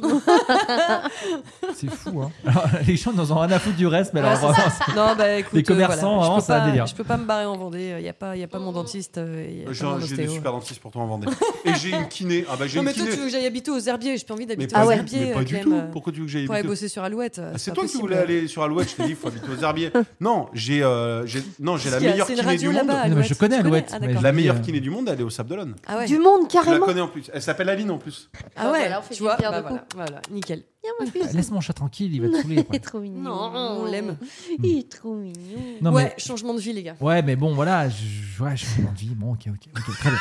[SPEAKER 1] c'est fou hein. Alors, les gens n'en ont rien à foutre du reste, mais
[SPEAKER 2] Ouais,
[SPEAKER 1] alors vraiment,
[SPEAKER 2] Non, bah écoute.
[SPEAKER 1] Les commerçants,
[SPEAKER 2] voilà, je
[SPEAKER 1] vraiment,
[SPEAKER 2] peux
[SPEAKER 1] c'est un
[SPEAKER 2] pas-
[SPEAKER 1] délire.
[SPEAKER 2] Je peux pas me barrer en Vendée, il n'y a, pas- y a pas mon dentiste. euh, y a
[SPEAKER 5] Euh,
[SPEAKER 2] pas
[SPEAKER 5] j'ai
[SPEAKER 2] mon
[SPEAKER 5] un- J'ai des
[SPEAKER 2] ostéo.
[SPEAKER 5] super dentistes pour toi en Vendée. Et j'ai une kiné. Ah bah j'ai
[SPEAKER 2] Non,
[SPEAKER 5] une
[SPEAKER 2] mais toi, tu
[SPEAKER 5] kiné.
[SPEAKER 2] veux que j'aille habiter aux herbiers, j'ai pas envie
[SPEAKER 5] Mais
[SPEAKER 2] d'habiter
[SPEAKER 5] pas
[SPEAKER 4] Ah
[SPEAKER 2] aux
[SPEAKER 4] ouais.
[SPEAKER 5] du- mais
[SPEAKER 2] herbiers,
[SPEAKER 5] pas
[SPEAKER 2] euh,
[SPEAKER 5] du
[SPEAKER 2] Clem.
[SPEAKER 5] tout.
[SPEAKER 2] euh,
[SPEAKER 5] Pourquoi tu veux que j'aille
[SPEAKER 2] Pour aller
[SPEAKER 5] habiter
[SPEAKER 2] bosser sur Alouette. euh,
[SPEAKER 5] Ah, C'est
[SPEAKER 2] pas
[SPEAKER 5] toi qui
[SPEAKER 2] possible.
[SPEAKER 5] voulais aller sur Alouette, je t'ai dit, il faut habiter aux herbiers. Non, Non, j'ai euh, j'ai- non, j'ai la
[SPEAKER 2] Si,
[SPEAKER 5] meilleure
[SPEAKER 2] c'est une
[SPEAKER 5] kiné du
[SPEAKER 2] radio
[SPEAKER 5] monde.
[SPEAKER 2] là-bas.
[SPEAKER 1] Non, mais je
[SPEAKER 2] Alouette.
[SPEAKER 1] connais
[SPEAKER 2] Tu
[SPEAKER 1] Alouette,
[SPEAKER 2] Ah,
[SPEAKER 1] mais
[SPEAKER 2] d'accord.
[SPEAKER 1] je-
[SPEAKER 5] La meilleure kiné du monde, elle est au Sable d'Olonne.
[SPEAKER 2] Ah ouais.
[SPEAKER 4] Du monde,
[SPEAKER 5] Je la
[SPEAKER 4] carrément.
[SPEAKER 5] connais en plus. Elle s'appelle Aline en plus.
[SPEAKER 2] Ah ouais,
[SPEAKER 4] Voilà, on fait
[SPEAKER 2] tu
[SPEAKER 4] du
[SPEAKER 2] vois,
[SPEAKER 4] bien
[SPEAKER 2] bah
[SPEAKER 4] de
[SPEAKER 2] voilà. voilà, nickel.
[SPEAKER 4] Viens, moi, je
[SPEAKER 1] Laisse mon chat tranquille, il va te saouler.
[SPEAKER 4] Il est
[SPEAKER 1] après.
[SPEAKER 4] trop mignon.
[SPEAKER 2] Non, on l'aime.
[SPEAKER 4] Il est trop mignon.
[SPEAKER 1] Non,
[SPEAKER 2] ouais,
[SPEAKER 1] mais,
[SPEAKER 2] changement de vie, les gars.
[SPEAKER 1] ouais, mais bon, voilà, je, ouais, je suis en vie. Bon, ok, ok, ok, très bien.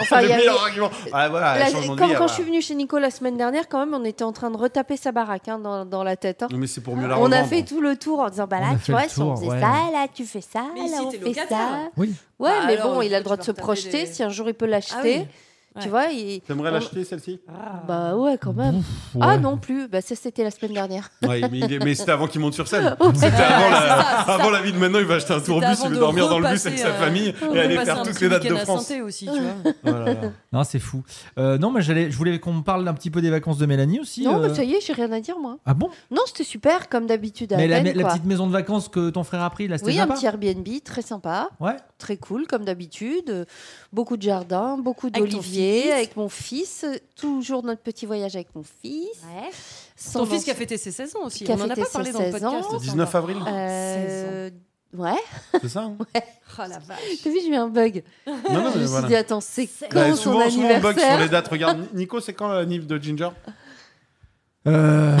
[SPEAKER 4] Enfin, il y
[SPEAKER 5] le
[SPEAKER 4] avait-
[SPEAKER 5] meilleur argument. Ah, voilà,
[SPEAKER 4] la-
[SPEAKER 5] elle change de
[SPEAKER 4] quand,
[SPEAKER 5] vie, elle
[SPEAKER 4] quand
[SPEAKER 5] va-
[SPEAKER 4] je suis venue chez Nico la semaine dernière, quand même, on était en train de retaper sa baraque hein, dans, dans la tête. hein.
[SPEAKER 5] Non, mais c'est pour mieux la
[SPEAKER 4] On a
[SPEAKER 5] revendre.
[SPEAKER 4] fait tout le tour en disant bah
[SPEAKER 1] On
[SPEAKER 4] là,
[SPEAKER 1] a
[SPEAKER 4] tu
[SPEAKER 1] fait
[SPEAKER 4] vois,
[SPEAKER 1] le
[SPEAKER 4] si on
[SPEAKER 1] tour,
[SPEAKER 4] faisait
[SPEAKER 1] ouais. hein.
[SPEAKER 4] ça, là, tu fais ça,
[SPEAKER 2] Mais
[SPEAKER 4] là,
[SPEAKER 2] si,
[SPEAKER 4] on
[SPEAKER 2] t'es
[SPEAKER 4] fait ça.
[SPEAKER 2] locataire.
[SPEAKER 1] Oui.
[SPEAKER 4] Ouais,
[SPEAKER 2] Bah
[SPEAKER 4] mais
[SPEAKER 2] alors,
[SPEAKER 4] bon,
[SPEAKER 2] du
[SPEAKER 4] il a
[SPEAKER 2] coup,
[SPEAKER 4] le droit
[SPEAKER 2] tu
[SPEAKER 4] de
[SPEAKER 2] vas
[SPEAKER 4] se
[SPEAKER 2] retaper
[SPEAKER 4] projeter.
[SPEAKER 2] les-
[SPEAKER 4] Si un jour il peut l'acheter, tu
[SPEAKER 2] Ouais.
[SPEAKER 4] vois, il-
[SPEAKER 5] T'aimerais
[SPEAKER 4] on-
[SPEAKER 5] l'acheter celle-ci
[SPEAKER 4] Bah ouais, quand même.
[SPEAKER 1] Ouf, ouais.
[SPEAKER 4] Ah non plus, bah ça c'était la semaine dernière.
[SPEAKER 5] Ouais, mais, il est- mais c'était avant qu'il monte sur scène.
[SPEAKER 4] Ouais.
[SPEAKER 5] C'était
[SPEAKER 2] Ouais,
[SPEAKER 5] avant,
[SPEAKER 2] c'est
[SPEAKER 5] la...
[SPEAKER 2] ça, c'est
[SPEAKER 5] avant
[SPEAKER 2] ça.
[SPEAKER 5] la vie de maintenant, il va acheter un tour en
[SPEAKER 2] C'était
[SPEAKER 5] bus,
[SPEAKER 2] avant
[SPEAKER 5] il va
[SPEAKER 2] de
[SPEAKER 5] dormir dans le bus
[SPEAKER 2] repasser,
[SPEAKER 5] avec sa
[SPEAKER 2] euh,
[SPEAKER 5] famille
[SPEAKER 2] On
[SPEAKER 5] et
[SPEAKER 2] peut
[SPEAKER 5] aller
[SPEAKER 2] passer
[SPEAKER 5] faire
[SPEAKER 2] un
[SPEAKER 5] toutes
[SPEAKER 2] petit
[SPEAKER 5] les dates
[SPEAKER 2] week-end
[SPEAKER 5] de
[SPEAKER 2] à
[SPEAKER 5] France.
[SPEAKER 2] Santé aussi, tu vois.
[SPEAKER 5] Voilà.
[SPEAKER 1] Non, c'est fou. Euh, non, mais j'allais, je voulais qu'on me parle un petit peu des vacances de Mélanie aussi.
[SPEAKER 4] Non,
[SPEAKER 1] euh.
[SPEAKER 4] mais ça y est, j'ai rien à dire moi.
[SPEAKER 1] Ah bon
[SPEAKER 4] Non, c'était super comme d'habitude à
[SPEAKER 1] Mais la,
[SPEAKER 4] Athènes,
[SPEAKER 1] la
[SPEAKER 4] quoi.
[SPEAKER 1] petite maison de vacances que ton frère a pris, là, c'était
[SPEAKER 4] Oui, un
[SPEAKER 1] sympa
[SPEAKER 4] petit Airbnb très sympa,
[SPEAKER 1] Ouais.
[SPEAKER 4] très cool comme d'habitude, Euh, beaucoup de jardins, beaucoup
[SPEAKER 2] ton fils.
[SPEAKER 4] d'oliviers avec mon fils, Euh, toujours notre petit voyage avec mon fils.
[SPEAKER 2] Ton fils qui a fêté ses 16 ans aussi.
[SPEAKER 4] Qui a
[SPEAKER 2] On en a
[SPEAKER 4] fêté
[SPEAKER 2] pas parlé
[SPEAKER 4] ses
[SPEAKER 2] dans le
[SPEAKER 4] 16
[SPEAKER 2] podcast.
[SPEAKER 4] ans.
[SPEAKER 2] on s'en
[SPEAKER 5] 19
[SPEAKER 2] va.
[SPEAKER 5] avril.
[SPEAKER 4] Euh, Ouais,
[SPEAKER 5] C'est ça hein
[SPEAKER 2] Oh la vache.
[SPEAKER 4] t'as vu, j'ai eu un bug.
[SPEAKER 5] Ah Non, non,
[SPEAKER 4] je me
[SPEAKER 5] mais
[SPEAKER 4] suis
[SPEAKER 5] voilà.
[SPEAKER 4] dit, attends, c'est quand
[SPEAKER 5] Bah,
[SPEAKER 4] son
[SPEAKER 5] souvent, souvent on bug sur
[SPEAKER 4] anniversaire
[SPEAKER 5] les dates. Regarde, Ni- Nico, c'est quand la nif de Ginger
[SPEAKER 1] Euh,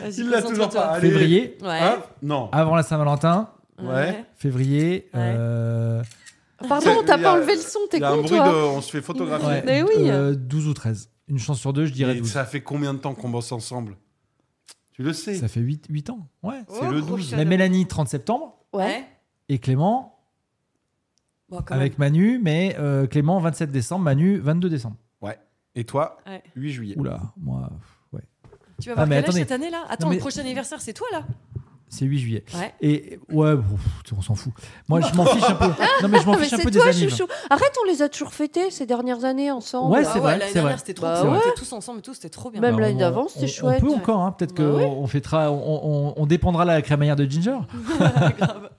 [SPEAKER 2] Vas-y,
[SPEAKER 5] Il l'a toujours
[SPEAKER 2] concentre-toi.
[SPEAKER 5] pas. Allez.
[SPEAKER 1] février, Ah.
[SPEAKER 2] Ouais.
[SPEAKER 5] Hein Non.
[SPEAKER 1] avant la Saint-Valentin.
[SPEAKER 5] Ouais.
[SPEAKER 1] Février.
[SPEAKER 2] Ouais.
[SPEAKER 1] euh,
[SPEAKER 4] Pardon,
[SPEAKER 5] C'est-
[SPEAKER 4] t'as
[SPEAKER 5] il y a-
[SPEAKER 4] pas enlevé le son, t'es
[SPEAKER 5] Il y a un
[SPEAKER 4] con,
[SPEAKER 5] bruit de.
[SPEAKER 4] toi
[SPEAKER 5] On se fait photographier.
[SPEAKER 1] ouais,
[SPEAKER 4] Mais oui.
[SPEAKER 1] euh, 12 ou 13. Une chance sur deux, je dirais
[SPEAKER 5] Et
[SPEAKER 1] 12.
[SPEAKER 5] ça fait combien de temps qu'on bosse ensemble Tu le sais.
[SPEAKER 1] Ça fait Oh, 8, 8 ans. Ouais.
[SPEAKER 5] C'est le 12.
[SPEAKER 1] Mais Mélanie, 30 septembre.
[SPEAKER 4] Ouais.
[SPEAKER 1] Et Clément,
[SPEAKER 2] Bon, quand
[SPEAKER 1] avec Manu, mais euh, Clément 27 décembre, Manu 22 décembre.
[SPEAKER 5] Et toi,
[SPEAKER 2] même. Ouais.
[SPEAKER 5] 8 juillet.
[SPEAKER 1] Oula, moi,
[SPEAKER 2] Tu vas
[SPEAKER 1] Ah,
[SPEAKER 2] voir
[SPEAKER 1] mais
[SPEAKER 2] quel âge
[SPEAKER 1] attendez.
[SPEAKER 2] cette année là Attends,
[SPEAKER 1] mais-
[SPEAKER 2] le prochain anniversaire, c'est toi là
[SPEAKER 1] c'est 8 juillet.
[SPEAKER 2] Ouais.
[SPEAKER 1] Et ouais, bon, pff, on s'en fout. Moi, je m'en fiche un peu. Non, mais je m'en
[SPEAKER 4] Ah, Mais
[SPEAKER 1] fiche un
[SPEAKER 4] c'est
[SPEAKER 1] peu des hein.
[SPEAKER 4] toi,
[SPEAKER 1] annives.
[SPEAKER 4] chouchou. Arrête, on les a toujours fêtés ces dernières années ensemble.
[SPEAKER 1] Ouais,
[SPEAKER 2] Ah
[SPEAKER 1] c'est vrai,
[SPEAKER 2] L'année
[SPEAKER 1] c'est vrai.
[SPEAKER 2] dernière, c'était trop
[SPEAKER 4] Bah
[SPEAKER 2] cool.
[SPEAKER 4] ouais.
[SPEAKER 2] On était tous ensemble et tout, c'était trop bien.
[SPEAKER 4] Même
[SPEAKER 1] Bah,
[SPEAKER 4] l'année
[SPEAKER 1] on-
[SPEAKER 4] d'avant, c'était
[SPEAKER 1] on-
[SPEAKER 4] chouette.
[SPEAKER 1] On peut encore, hein, peut-être
[SPEAKER 4] Bah
[SPEAKER 1] qu'on
[SPEAKER 4] ouais.
[SPEAKER 1] on fêtera, on, on- on dépendra la crémaillère de Ginger.
[SPEAKER 2] Grave.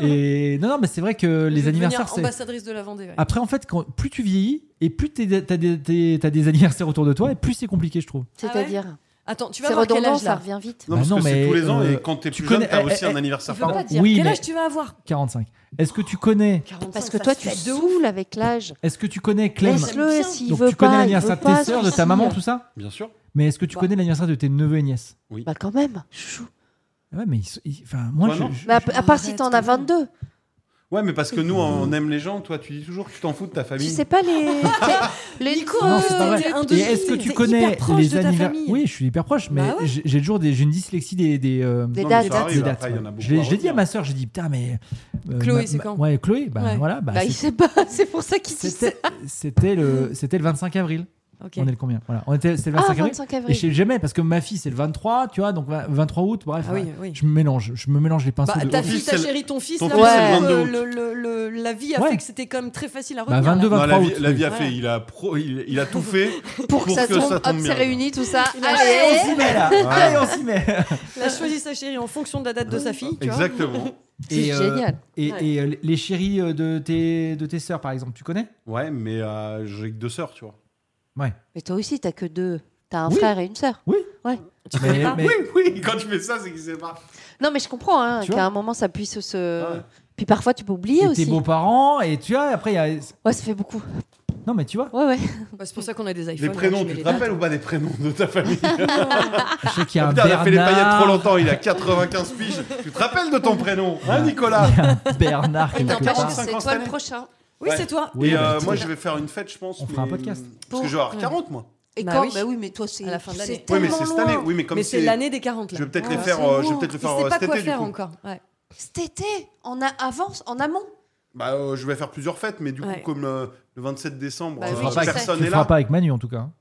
[SPEAKER 1] Et non, non, mais c'est vrai que
[SPEAKER 2] Je
[SPEAKER 1] les
[SPEAKER 2] vais devenir
[SPEAKER 1] anniversaires, c'est.
[SPEAKER 2] Ambassadrice de la Vendée. ouais.
[SPEAKER 5] Ah.
[SPEAKER 1] Après, en fait, quand, plus tu vieillis et plus t'es- t'as des, t'es- t'as des anniversaires autour de toi, et plus c'est compliqué, je trouve.
[SPEAKER 4] C'est-à-dire,
[SPEAKER 2] Attends, Ah tu vas
[SPEAKER 4] c'est
[SPEAKER 2] avoir quel
[SPEAKER 4] redondant,
[SPEAKER 2] âge
[SPEAKER 4] ça
[SPEAKER 2] là
[SPEAKER 4] revient vite.
[SPEAKER 5] Non,
[SPEAKER 1] Bah
[SPEAKER 5] parce
[SPEAKER 1] non,
[SPEAKER 5] que c'est
[SPEAKER 1] mais,
[SPEAKER 5] tous les ans
[SPEAKER 1] euh,
[SPEAKER 5] et quand t'es
[SPEAKER 1] tu
[SPEAKER 5] plus jeune,
[SPEAKER 1] connais-
[SPEAKER 5] t'as
[SPEAKER 1] eh,
[SPEAKER 5] aussi
[SPEAKER 1] eh,
[SPEAKER 5] un anniversaire
[SPEAKER 2] Il veut
[SPEAKER 4] Ah.
[SPEAKER 5] par an.
[SPEAKER 2] pas dire.
[SPEAKER 1] Oui,
[SPEAKER 2] quel
[SPEAKER 1] mais-
[SPEAKER 2] âge tu vas avoir
[SPEAKER 1] 45. Est-ce que tu connais,
[SPEAKER 2] 45,
[SPEAKER 4] Parce que
[SPEAKER 2] ça
[SPEAKER 4] toi,
[SPEAKER 2] se
[SPEAKER 4] tu
[SPEAKER 2] fait de ouf.
[SPEAKER 4] saoules avec l'âge.
[SPEAKER 1] est-ce que tu connais Clem
[SPEAKER 2] j'aime
[SPEAKER 4] Laisse-le
[SPEAKER 2] bien.
[SPEAKER 4] s'il
[SPEAKER 1] Donc
[SPEAKER 4] veut
[SPEAKER 1] tu connais
[SPEAKER 4] pas. il
[SPEAKER 1] l'anniversaire
[SPEAKER 4] veut
[SPEAKER 1] de tes
[SPEAKER 4] pas,
[SPEAKER 1] sœurs, de ta
[SPEAKER 4] celui-ci.
[SPEAKER 1] maman, tout ça
[SPEAKER 5] Bien sûr.
[SPEAKER 1] Mais est-ce que tu
[SPEAKER 2] Bah.
[SPEAKER 1] connais l'anniversaire de tes neveux et nièces
[SPEAKER 4] Bah quand même, chouchou.
[SPEAKER 1] Ah Ouais, mais ils sont- ils- enfin, moi,
[SPEAKER 5] Toi,
[SPEAKER 1] je-
[SPEAKER 5] non
[SPEAKER 1] je-
[SPEAKER 4] Mais
[SPEAKER 2] Bah,
[SPEAKER 4] à, à part si
[SPEAKER 2] Arrête,
[SPEAKER 4] t'en as
[SPEAKER 2] quand même.
[SPEAKER 4] 22.
[SPEAKER 5] Ouais, mais parce que nous,
[SPEAKER 1] Mmh.
[SPEAKER 5] on aime les gens. Toi, tu dis toujours que tu t'en fous de ta
[SPEAKER 4] Tu
[SPEAKER 5] famille.
[SPEAKER 4] sais pas les. les
[SPEAKER 2] Nico,
[SPEAKER 4] creux.
[SPEAKER 1] Non, c'est pas vrai.
[SPEAKER 2] t'es un de
[SPEAKER 1] Et
[SPEAKER 2] nous,
[SPEAKER 1] est-ce que
[SPEAKER 2] t'es
[SPEAKER 1] tu
[SPEAKER 2] hyper
[SPEAKER 1] connais
[SPEAKER 2] proche de
[SPEAKER 1] les
[SPEAKER 2] ta
[SPEAKER 1] anniversaires
[SPEAKER 2] famille.
[SPEAKER 1] Oui, je suis hyper proche, mais
[SPEAKER 2] Bah ouais.
[SPEAKER 1] j'ai j'ai toujours des, j'ai une dyslexie des, des, euh,
[SPEAKER 4] Des
[SPEAKER 5] Non, mais ça
[SPEAKER 4] dates.
[SPEAKER 5] arrive,
[SPEAKER 1] des dates.
[SPEAKER 5] après, il y en a
[SPEAKER 1] ouais.
[SPEAKER 5] beaucoup
[SPEAKER 1] Je l'ai-
[SPEAKER 5] à
[SPEAKER 1] je l'ai dit à
[SPEAKER 5] retenir.
[SPEAKER 1] ma soeur, j'ai dit putain, mais. euh,
[SPEAKER 2] Chloé,
[SPEAKER 1] ma-
[SPEAKER 2] c'est
[SPEAKER 1] ma-
[SPEAKER 2] quand
[SPEAKER 1] Ouais, Chloé, bah
[SPEAKER 2] Ouais.
[SPEAKER 1] voilà. bah,
[SPEAKER 4] Bah il
[SPEAKER 1] c'est-
[SPEAKER 4] sait pas, c'est pour ça qu'il sait.
[SPEAKER 1] c'était- C'était le, c'était le 25 avril.
[SPEAKER 2] Ok.
[SPEAKER 1] On est le combien Voilà, on était, c'était le
[SPEAKER 4] Ah,
[SPEAKER 1] 25 avril.
[SPEAKER 4] 25
[SPEAKER 1] Et
[SPEAKER 4] avril.
[SPEAKER 1] je sais jamais parce que ma fille c'est le 23, tu vois, donc vingt- 23 août, bref.
[SPEAKER 2] Ah oui,
[SPEAKER 1] ouais.
[SPEAKER 2] oui.
[SPEAKER 1] Je me mélange, je me mélange les pinceaux.
[SPEAKER 2] Bah,
[SPEAKER 1] de
[SPEAKER 2] ta
[SPEAKER 1] ouf.
[SPEAKER 2] fille,
[SPEAKER 5] fils,
[SPEAKER 2] ta
[SPEAKER 5] c'est le-
[SPEAKER 2] chérie, ton fils,
[SPEAKER 5] ton
[SPEAKER 2] là,
[SPEAKER 4] fils, c'est
[SPEAKER 5] le
[SPEAKER 2] euh, le-
[SPEAKER 5] 22
[SPEAKER 2] le- le- la vie a
[SPEAKER 1] Ouais.
[SPEAKER 2] fait que c'était quand même très facile à
[SPEAKER 1] Bah,
[SPEAKER 2] retenir. là.
[SPEAKER 1] 22,
[SPEAKER 5] Non, la
[SPEAKER 1] 23
[SPEAKER 5] vie,
[SPEAKER 1] août.
[SPEAKER 5] la vie a
[SPEAKER 2] Ouais.
[SPEAKER 5] fait, il a, pro- il, il a tout fait
[SPEAKER 4] Pour que ça tombe, hop, c'est
[SPEAKER 5] bien.
[SPEAKER 4] réuni tout ça.
[SPEAKER 2] Il a-
[SPEAKER 4] Allez,
[SPEAKER 1] s'y met là
[SPEAKER 5] Ouais.
[SPEAKER 1] Allez, Ah, on s'y met
[SPEAKER 2] Elle a choisi sa chérie en fonction de la date de sa fille. Tu vois.
[SPEAKER 5] Exactement.
[SPEAKER 4] C'est
[SPEAKER 1] euh,
[SPEAKER 4] génial.
[SPEAKER 1] Et,
[SPEAKER 2] Ouais.
[SPEAKER 1] et, euh, les chéris euh, de tes, de tes sœurs, par exemple, tu connais
[SPEAKER 5] Ouais, mais euh, j'ai que deux sœurs, tu vois.
[SPEAKER 4] Mais toi aussi, t'as que deux. T'as un
[SPEAKER 1] Oui.
[SPEAKER 4] frère et une sœur.
[SPEAKER 2] Tu connais pas
[SPEAKER 1] mais-
[SPEAKER 5] oui, quand tu fais ça, c'est qu'il sait pas.
[SPEAKER 4] Non, mais je comprends hein,
[SPEAKER 1] Tu vois
[SPEAKER 4] qu'à un moment, ça puisse se.
[SPEAKER 5] Ouais.
[SPEAKER 4] Puis parfois, tu peux oublier
[SPEAKER 1] et tes
[SPEAKER 4] aussi.
[SPEAKER 1] beaux-parents, et tu vois, après, il y a...
[SPEAKER 4] Ouais, ça fait beaucoup.
[SPEAKER 1] Non, mais tu vois,
[SPEAKER 4] Ouais, ouais.
[SPEAKER 2] Bah, C'est pour ça qu'on a des
[SPEAKER 5] Les
[SPEAKER 2] iPhones.
[SPEAKER 5] prénoms,
[SPEAKER 2] hein, tu
[SPEAKER 5] tu
[SPEAKER 2] mets
[SPEAKER 5] te
[SPEAKER 2] les dates.
[SPEAKER 5] rappelles ou pas des prénoms de ta famille
[SPEAKER 1] je sais qu'il y a un
[SPEAKER 5] Putain, il a fait les paillettes trop
[SPEAKER 1] Bernard...
[SPEAKER 5] longtemps, il a 95 piges. Tu te rappelles de ton prénom,
[SPEAKER 1] Ah.
[SPEAKER 5] hein, Nicolas
[SPEAKER 1] Il y a un Bernard qui
[SPEAKER 4] Et
[SPEAKER 5] t'as
[SPEAKER 1] est
[SPEAKER 5] pas
[SPEAKER 1] quelque
[SPEAKER 4] t'empêches
[SPEAKER 5] de
[SPEAKER 1] part.
[SPEAKER 4] que
[SPEAKER 5] cinq ans
[SPEAKER 4] c'est
[SPEAKER 5] cette
[SPEAKER 4] toi le
[SPEAKER 5] année.
[SPEAKER 4] prochain.
[SPEAKER 2] Oui,
[SPEAKER 5] Ouais.
[SPEAKER 2] c'est toi.
[SPEAKER 1] Oui,
[SPEAKER 5] Et
[SPEAKER 1] bah,
[SPEAKER 5] euh,
[SPEAKER 1] c'est
[SPEAKER 5] moi,
[SPEAKER 1] bien.
[SPEAKER 5] je vais faire une fête, je pense.
[SPEAKER 1] On fera un
[SPEAKER 5] mais-
[SPEAKER 1] podcast.
[SPEAKER 5] Parce que je vais avoir 40, moi.
[SPEAKER 4] Et
[SPEAKER 2] Bah
[SPEAKER 4] quand
[SPEAKER 2] oui.
[SPEAKER 4] Bah oui, mais toi, c'est.
[SPEAKER 2] À la fin de l'année.
[SPEAKER 4] c'est
[SPEAKER 5] Oui, mais
[SPEAKER 4] tellement
[SPEAKER 5] c'est cette année.
[SPEAKER 4] loin.
[SPEAKER 5] Oui, mais comme
[SPEAKER 2] Mais c'est l'année des 40. là. Ah,
[SPEAKER 5] Je vais peut-être
[SPEAKER 4] Ouais,
[SPEAKER 5] les faire,
[SPEAKER 4] c'est
[SPEAKER 5] euh, je vais
[SPEAKER 4] beau.
[SPEAKER 5] peut-être les
[SPEAKER 2] Il
[SPEAKER 5] faire
[SPEAKER 2] sait
[SPEAKER 5] euh,
[SPEAKER 2] pas
[SPEAKER 5] cet
[SPEAKER 2] quoi
[SPEAKER 5] été, du
[SPEAKER 2] faire
[SPEAKER 5] coup.
[SPEAKER 2] encore. Ouais.
[SPEAKER 4] Cet été, en a- avance, en amont.
[SPEAKER 5] Bah, euh, je vais faire plusieurs fêtes, mais du coup,
[SPEAKER 2] Ouais.
[SPEAKER 5] comme euh, le 27 décembre,
[SPEAKER 4] Bah
[SPEAKER 5] euh,
[SPEAKER 4] oui,
[SPEAKER 1] je sais.
[SPEAKER 5] personne
[SPEAKER 1] Tu
[SPEAKER 5] n'est
[SPEAKER 1] feras
[SPEAKER 5] là.
[SPEAKER 1] pas avec Manu, en tout cas. hein.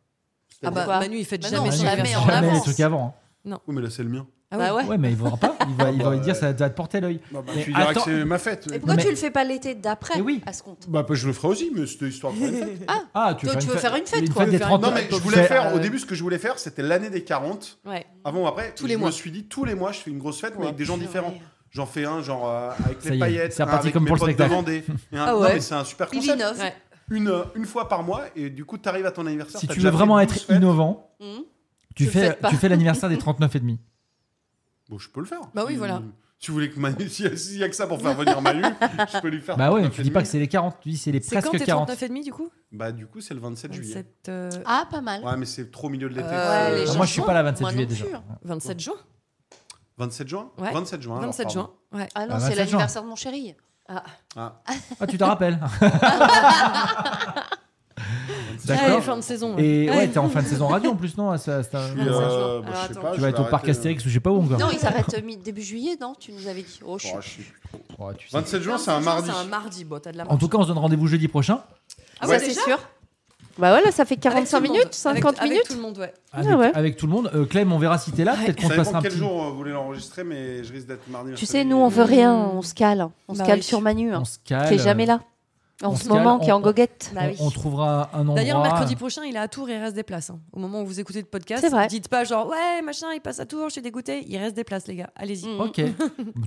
[SPEAKER 2] Ah bah
[SPEAKER 4] Pourquoi
[SPEAKER 2] Manu, il fait
[SPEAKER 4] Bah
[SPEAKER 2] jamais
[SPEAKER 4] non,
[SPEAKER 2] son
[SPEAKER 4] jamais,
[SPEAKER 2] anniversaire.
[SPEAKER 4] on
[SPEAKER 1] jamais les
[SPEAKER 4] avance.
[SPEAKER 1] trucs avant. hein.
[SPEAKER 5] Oui, mais là, c'est le mien.
[SPEAKER 2] Ah
[SPEAKER 4] Bah
[SPEAKER 2] ouais.
[SPEAKER 1] Ouais, mais il voudra pas. Il va, il va
[SPEAKER 5] bah,
[SPEAKER 1] lui dire, ça va te porter l'œil.
[SPEAKER 5] Bah, bah,
[SPEAKER 1] Mais
[SPEAKER 5] tu diras
[SPEAKER 1] attends.
[SPEAKER 5] que c'est ma fête.
[SPEAKER 4] Et pourquoi
[SPEAKER 1] mais-
[SPEAKER 4] tu le fais pas l'été d'après
[SPEAKER 1] Mais oui.
[SPEAKER 4] À ce compte.
[SPEAKER 5] Bah, bah, je le ferai aussi, mais c'était histoire de faire une fête.
[SPEAKER 1] Ah, tu,
[SPEAKER 4] Toi, tu veux faire une fête, quoi.
[SPEAKER 1] des
[SPEAKER 4] Faire
[SPEAKER 1] 30
[SPEAKER 5] Non, mais je
[SPEAKER 1] Tu
[SPEAKER 5] voulais
[SPEAKER 1] fais-
[SPEAKER 5] faire,
[SPEAKER 4] euh,
[SPEAKER 5] au début, ce que je voulais faire, c'était l'année des 40.
[SPEAKER 2] Ouais.
[SPEAKER 5] Avant ou après,
[SPEAKER 2] Tous
[SPEAKER 5] je
[SPEAKER 2] les
[SPEAKER 5] me
[SPEAKER 2] mois.
[SPEAKER 5] suis dit, tous les mois, je fais une grosse fête, mais avec des gens
[SPEAKER 4] Ouais.
[SPEAKER 5] différents. J'en fais un, genre, euh, avec
[SPEAKER 1] Ça y
[SPEAKER 5] les
[SPEAKER 1] est,
[SPEAKER 5] paillettes,
[SPEAKER 1] c'est
[SPEAKER 5] un
[SPEAKER 1] reparti
[SPEAKER 5] avec
[SPEAKER 1] comme
[SPEAKER 5] mes
[SPEAKER 1] pour le
[SPEAKER 5] potes de
[SPEAKER 1] spectacle.
[SPEAKER 5] Vendée. et un-
[SPEAKER 4] Ah
[SPEAKER 5] Non,
[SPEAKER 4] ouais.
[SPEAKER 5] mais c'est un super
[SPEAKER 4] Il
[SPEAKER 5] concept.
[SPEAKER 4] innove.
[SPEAKER 2] Ouais.
[SPEAKER 5] Une, euh, une fois par mois, et du coup, t'arrives à ton anniversaire.
[SPEAKER 1] Si
[SPEAKER 5] t'as
[SPEAKER 1] tu
[SPEAKER 5] déjà
[SPEAKER 1] veux
[SPEAKER 5] fait
[SPEAKER 1] vraiment
[SPEAKER 5] 12
[SPEAKER 1] être
[SPEAKER 5] fêtes.
[SPEAKER 1] innovant,
[SPEAKER 4] Mhm.
[SPEAKER 1] tu
[SPEAKER 4] Je le
[SPEAKER 1] fais,
[SPEAKER 4] fête pas.
[SPEAKER 1] tu fais l'anniversaire des 39 et demi.
[SPEAKER 5] Bon, je peux le faire.
[SPEAKER 2] Bah oui, voilà.
[SPEAKER 5] Mm. Si vous voulez que Manu, s'il y, n'y a que ça pour faire venir Manu, je peux lui faire.
[SPEAKER 1] Bah ouais,
[SPEAKER 5] 39
[SPEAKER 1] tu dis pas
[SPEAKER 5] et
[SPEAKER 1] que c'est les 40, tu dis c'est les
[SPEAKER 2] C'est quand
[SPEAKER 1] presque
[SPEAKER 2] t'es
[SPEAKER 1] 40.
[SPEAKER 2] 39 et demi du coup
[SPEAKER 5] demi. Bah du coup, c'est le 27 juillet.
[SPEAKER 2] 27, euh,
[SPEAKER 4] Ah, pas mal.
[SPEAKER 5] Ouais, mais c'est trop milieu de l'été.
[SPEAKER 2] Euh,
[SPEAKER 5] c'est-
[SPEAKER 2] les gens-
[SPEAKER 1] Moi, je suis pas là 27
[SPEAKER 4] Moi
[SPEAKER 1] juillet
[SPEAKER 4] non
[SPEAKER 1] déjà.
[SPEAKER 4] plus.
[SPEAKER 2] 27 juin
[SPEAKER 5] 27 juin
[SPEAKER 2] Ouais.
[SPEAKER 5] 27 juin. alors,
[SPEAKER 2] 27
[SPEAKER 5] pardon.
[SPEAKER 2] juin. Ouais.
[SPEAKER 4] Ah non,
[SPEAKER 1] Ah,
[SPEAKER 4] c'est
[SPEAKER 1] 27
[SPEAKER 4] l'anniversaire de mon chéri.
[SPEAKER 5] Ah,
[SPEAKER 1] Ah, tu te rappelles
[SPEAKER 2] Ouais,
[SPEAKER 1] D'accord.
[SPEAKER 2] fin de saison.
[SPEAKER 1] Et
[SPEAKER 2] Ouais.
[SPEAKER 1] ouais, t'es en fin de saison radio en plus, non à ce- à ce-
[SPEAKER 5] je
[SPEAKER 4] Non,
[SPEAKER 5] suis,
[SPEAKER 4] ça, je vois.
[SPEAKER 5] euh, bah,
[SPEAKER 2] Alors,
[SPEAKER 5] je sais
[SPEAKER 2] attends.
[SPEAKER 5] pas,
[SPEAKER 1] Tu
[SPEAKER 5] je
[SPEAKER 1] vas
[SPEAKER 5] vais
[SPEAKER 1] être au parc
[SPEAKER 5] arrêter,
[SPEAKER 1] Astérix ou je sais pas où encore.
[SPEAKER 4] Non, il s'arrête euh, mi- début juillet, non Tu nous avais dit. Oh, je
[SPEAKER 5] euh,
[SPEAKER 4] suis-
[SPEAKER 5] oh, je sais plus.
[SPEAKER 1] Oh, tu sais.
[SPEAKER 5] 27 juin, c'est
[SPEAKER 2] 27
[SPEAKER 5] un
[SPEAKER 2] juin,
[SPEAKER 5] mardi.
[SPEAKER 2] C'est un mardi, bon, t'as de la
[SPEAKER 1] En tout cas, on se donne rendez-vous jeudi prochain.
[SPEAKER 2] Ah
[SPEAKER 4] ça,
[SPEAKER 2] ouais,
[SPEAKER 4] c'est
[SPEAKER 2] déjà
[SPEAKER 4] sûr. Bah voilà, ça fait 45
[SPEAKER 2] Avec tout le
[SPEAKER 4] minutes,
[SPEAKER 2] monde.
[SPEAKER 4] 50
[SPEAKER 2] Avec-
[SPEAKER 4] minutes.
[SPEAKER 2] Avec tout le monde, ouais.
[SPEAKER 1] Avec,
[SPEAKER 4] ouais.
[SPEAKER 1] avec tout le monde. Euh, Clem, on verra si t'es là. Peut-être qu'on
[SPEAKER 5] Ah, Ça
[SPEAKER 1] te passera
[SPEAKER 5] dépend
[SPEAKER 1] un
[SPEAKER 5] quel
[SPEAKER 1] petit.
[SPEAKER 5] jour euh, vous voulez l'enregistrer, mais je risque d'être mardi.
[SPEAKER 4] Tu
[SPEAKER 5] mercredi
[SPEAKER 4] sais, nous,
[SPEAKER 5] et-
[SPEAKER 4] on veut rien, on se cale. hein. On
[SPEAKER 2] Bah
[SPEAKER 4] se cale
[SPEAKER 2] oui.
[SPEAKER 4] sur Manu, hein,
[SPEAKER 1] On se cale. euh,
[SPEAKER 4] qui est jamais là. Bah En
[SPEAKER 1] on
[SPEAKER 4] ce
[SPEAKER 1] se cale,
[SPEAKER 4] moment, qui est
[SPEAKER 1] on-
[SPEAKER 4] en goguette.
[SPEAKER 1] On, on trouvera un endroit.
[SPEAKER 2] D'ailleurs, mercredi prochain, il est à Tours et il reste des places. hein. Au moment où vous écoutez le podcast,
[SPEAKER 4] C'est vrai.
[SPEAKER 2] dites pas genre ouais, machin, il passe à Tours, je suis dégoûté. Il reste des places, les gars. Allez-y.
[SPEAKER 4] Mm.
[SPEAKER 1] Ok.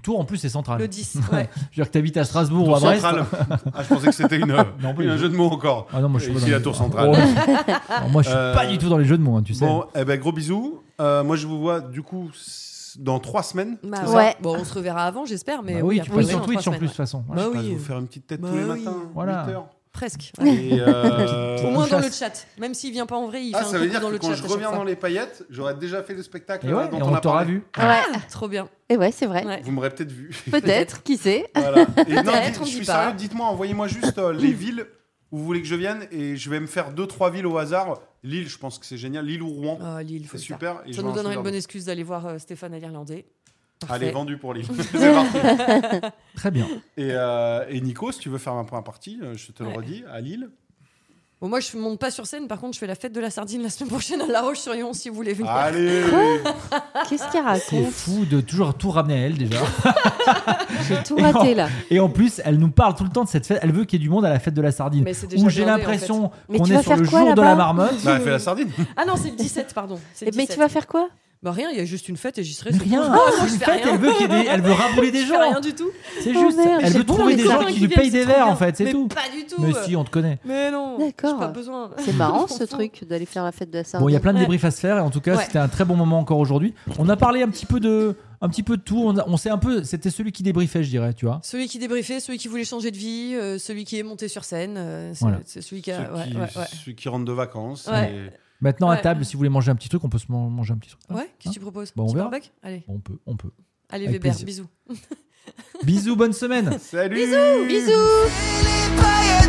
[SPEAKER 1] Tour en plus, c'est central.
[SPEAKER 2] Le 10. Ouais.
[SPEAKER 1] Je veux dire que t'habites à Strasbourg ou
[SPEAKER 5] Tour
[SPEAKER 1] à Brest.
[SPEAKER 5] centrale. Ah, je pensais que c'était une,
[SPEAKER 1] Non, pas
[SPEAKER 5] une-
[SPEAKER 1] du
[SPEAKER 5] un
[SPEAKER 1] tout.
[SPEAKER 5] jeu de mots encore.
[SPEAKER 1] Ah non, moi je suis pas
[SPEAKER 5] Ici,
[SPEAKER 1] dans
[SPEAKER 5] la
[SPEAKER 1] les-
[SPEAKER 5] tour
[SPEAKER 1] Oh,
[SPEAKER 5] centrale.
[SPEAKER 1] non, moi je suis
[SPEAKER 5] Euh,
[SPEAKER 1] pas du tout dans les jeux de mots, hein, tu sais.
[SPEAKER 5] Bon, eh ben, gros bisous. Euh, moi, je vous vois du coup s- dans trois semaines.
[SPEAKER 2] Bah,
[SPEAKER 4] Ouais.
[SPEAKER 2] Bon, on se reverra avant, j'espère, mais
[SPEAKER 1] Bah
[SPEAKER 2] oui,
[SPEAKER 1] oui, tu
[SPEAKER 2] après,
[SPEAKER 1] passes
[SPEAKER 2] ouais,
[SPEAKER 1] sur
[SPEAKER 2] dans
[SPEAKER 1] Twitch
[SPEAKER 2] trois
[SPEAKER 1] en plus, de
[SPEAKER 2] semaines,
[SPEAKER 1] toute façon. Ouais.
[SPEAKER 2] ouais. Bah
[SPEAKER 5] Ah, Je vais
[SPEAKER 2] oui,
[SPEAKER 5] vous faire Ah, une petite tête
[SPEAKER 2] Bah
[SPEAKER 5] tous les
[SPEAKER 2] oui.
[SPEAKER 5] matins.
[SPEAKER 1] Voilà.
[SPEAKER 5] 8 heures.
[SPEAKER 2] presque.
[SPEAKER 5] Et, euh,
[SPEAKER 2] Au moins dans le
[SPEAKER 1] chasse.
[SPEAKER 2] chat. Même s'il vient pas en vrai, il
[SPEAKER 5] Ah,
[SPEAKER 2] fait
[SPEAKER 5] ça
[SPEAKER 2] un
[SPEAKER 5] veut
[SPEAKER 2] coucou
[SPEAKER 5] dire
[SPEAKER 2] dans
[SPEAKER 5] que
[SPEAKER 2] le
[SPEAKER 5] quand
[SPEAKER 2] chat.
[SPEAKER 5] je
[SPEAKER 2] à chaque
[SPEAKER 5] reviens
[SPEAKER 2] fois.
[SPEAKER 5] dans les paillettes, j'aurais déjà fait le spectacle
[SPEAKER 1] Et ouais,
[SPEAKER 5] dont
[SPEAKER 1] et
[SPEAKER 5] on,
[SPEAKER 1] on
[SPEAKER 5] a
[SPEAKER 1] t'aura
[SPEAKER 5] parlé.
[SPEAKER 1] vu.
[SPEAKER 4] Ouais,
[SPEAKER 2] Trop bien.
[SPEAKER 4] et Eh ouais, c'est vrai.
[SPEAKER 2] Ouais.
[SPEAKER 5] Vous m'aurez peut-être vu.
[SPEAKER 4] Peut-être, qui sait
[SPEAKER 5] Voilà. Et non,
[SPEAKER 2] Peut-être, on
[SPEAKER 5] je suis
[SPEAKER 2] dit pas.
[SPEAKER 5] sérieux, dites-moi, envoyez-moi juste euh, les villes où vous voulez que je vienne et je vais me faire deux trois villes au hasard. Lille, je pense que c'est génial. Lille ou Rouen,
[SPEAKER 2] Ah, Lille, faut
[SPEAKER 5] c'est
[SPEAKER 2] le faire.
[SPEAKER 5] super. et je
[SPEAKER 2] Ça
[SPEAKER 5] vais
[SPEAKER 2] nous
[SPEAKER 5] en
[SPEAKER 2] donnera
[SPEAKER 5] faire
[SPEAKER 2] une
[SPEAKER 5] deux.
[SPEAKER 2] bonne excuse d'aller voir euh, Stéphane à l'Irlandais.
[SPEAKER 5] Allez,
[SPEAKER 2] Parfait.
[SPEAKER 5] vendu pour Lille. C'est parti.
[SPEAKER 1] Très bien.
[SPEAKER 5] Et, euh, et Nico, si tu veux faire un point partie, euh, je te le
[SPEAKER 2] Ouais.
[SPEAKER 5] redis, à Lille.
[SPEAKER 2] Bon, moi, je monte pas sur scène. Par contre, je fais la fête de la sardine la semaine prochaine à La Roche-sur-Yon si vous voulez venir.
[SPEAKER 1] Ah.
[SPEAKER 5] Ah, Allez
[SPEAKER 4] Qu'est-ce qu'il
[SPEAKER 1] C'est
[SPEAKER 4] raconte
[SPEAKER 1] fou de toujours tout ramener à elle déjà.
[SPEAKER 4] J'ai tout raté là.
[SPEAKER 1] Et en plus, elle nous parle tout le temps de cette fête. Elle veut qu'il y ait du monde à la fête de la sardine.
[SPEAKER 2] Mais c'est déjà
[SPEAKER 1] Où j'ai
[SPEAKER 2] blindé, en
[SPEAKER 1] l'impression
[SPEAKER 4] Mais
[SPEAKER 1] qu'on
[SPEAKER 4] tu
[SPEAKER 1] est
[SPEAKER 4] vas
[SPEAKER 1] sur
[SPEAKER 4] faire
[SPEAKER 1] le
[SPEAKER 4] quoi,
[SPEAKER 1] jour de
[SPEAKER 4] là-bas
[SPEAKER 1] la marmotte.
[SPEAKER 5] Bah, elle fait la sardine.
[SPEAKER 2] Ah non, c'est le 17, pardon. C'est le
[SPEAKER 4] Eh, Mais
[SPEAKER 2] 17.
[SPEAKER 4] ben, tu vas faire quoi
[SPEAKER 2] Bah rien, il y a juste une fête et j'y serai.
[SPEAKER 1] Mais
[SPEAKER 2] c'est tout.
[SPEAKER 1] rien.
[SPEAKER 2] Ah, moi,
[SPEAKER 1] C'est
[SPEAKER 2] je
[SPEAKER 1] une
[SPEAKER 2] fais
[SPEAKER 1] fête.
[SPEAKER 2] rien.
[SPEAKER 1] Elle veut qu'il y ait des- elle veut rabouler des
[SPEAKER 2] Je fais
[SPEAKER 1] gens.
[SPEAKER 2] rien du tout.
[SPEAKER 1] C'est
[SPEAKER 4] Oh,
[SPEAKER 1] juste.
[SPEAKER 4] merde.
[SPEAKER 1] Elle
[SPEAKER 4] J'ai
[SPEAKER 1] veut
[SPEAKER 4] bon,
[SPEAKER 1] trouver
[SPEAKER 4] les
[SPEAKER 1] des
[SPEAKER 4] copains
[SPEAKER 1] gens qui lui
[SPEAKER 2] viennent,
[SPEAKER 1] payent des
[SPEAKER 2] c'est trop
[SPEAKER 1] verres
[SPEAKER 2] bien.
[SPEAKER 1] en fait. C'est
[SPEAKER 2] Mais
[SPEAKER 1] tout.
[SPEAKER 2] Pas du tout. euh.
[SPEAKER 1] Mais si, on te connaît.
[SPEAKER 2] Mais non.
[SPEAKER 4] D'accord.
[SPEAKER 2] J'ai pas besoin.
[SPEAKER 4] C'est marrant ce truc d'aller faire la fête de la sardine.
[SPEAKER 1] Bon, il y a plein de
[SPEAKER 2] Ouais.
[SPEAKER 1] débriefs à se faire. Et en tout cas,
[SPEAKER 2] Ouais.
[SPEAKER 1] c'était un très bon moment encore aujourd'hui. On a parlé un petit peu de, un petit peu de tout. On, a- on s'est un peu. C'était celui qui débriefait, je dirais. Tu vois.
[SPEAKER 2] Celui qui débriefait, celui qui voulait changer de vie, euh, celui qui est monté sur scène, euh, c'est
[SPEAKER 1] Voilà.
[SPEAKER 2] c'est celui qui a.
[SPEAKER 5] Ceux
[SPEAKER 2] Ouais,
[SPEAKER 5] qui,
[SPEAKER 2] ouais, ouais.
[SPEAKER 5] ceux qui rentrent de vacances.
[SPEAKER 2] Ouais.
[SPEAKER 5] et-
[SPEAKER 1] Maintenant à
[SPEAKER 2] Ouais.
[SPEAKER 1] table, si vous voulez manger un petit truc, on peut se man- manger un petit truc.
[SPEAKER 2] Ouais, qu'est-ce que tu proposes
[SPEAKER 1] Hein Bon, on
[SPEAKER 2] Petit
[SPEAKER 1] verra.
[SPEAKER 2] barbec Allez,
[SPEAKER 1] On peut, on peut.
[SPEAKER 2] allez
[SPEAKER 1] Avec
[SPEAKER 2] Weber,
[SPEAKER 1] plaisir.
[SPEAKER 2] bisous.
[SPEAKER 1] Bisous, bonne semaine.
[SPEAKER 5] Salut Bisous
[SPEAKER 4] Bisous
[SPEAKER 3] Les paillettes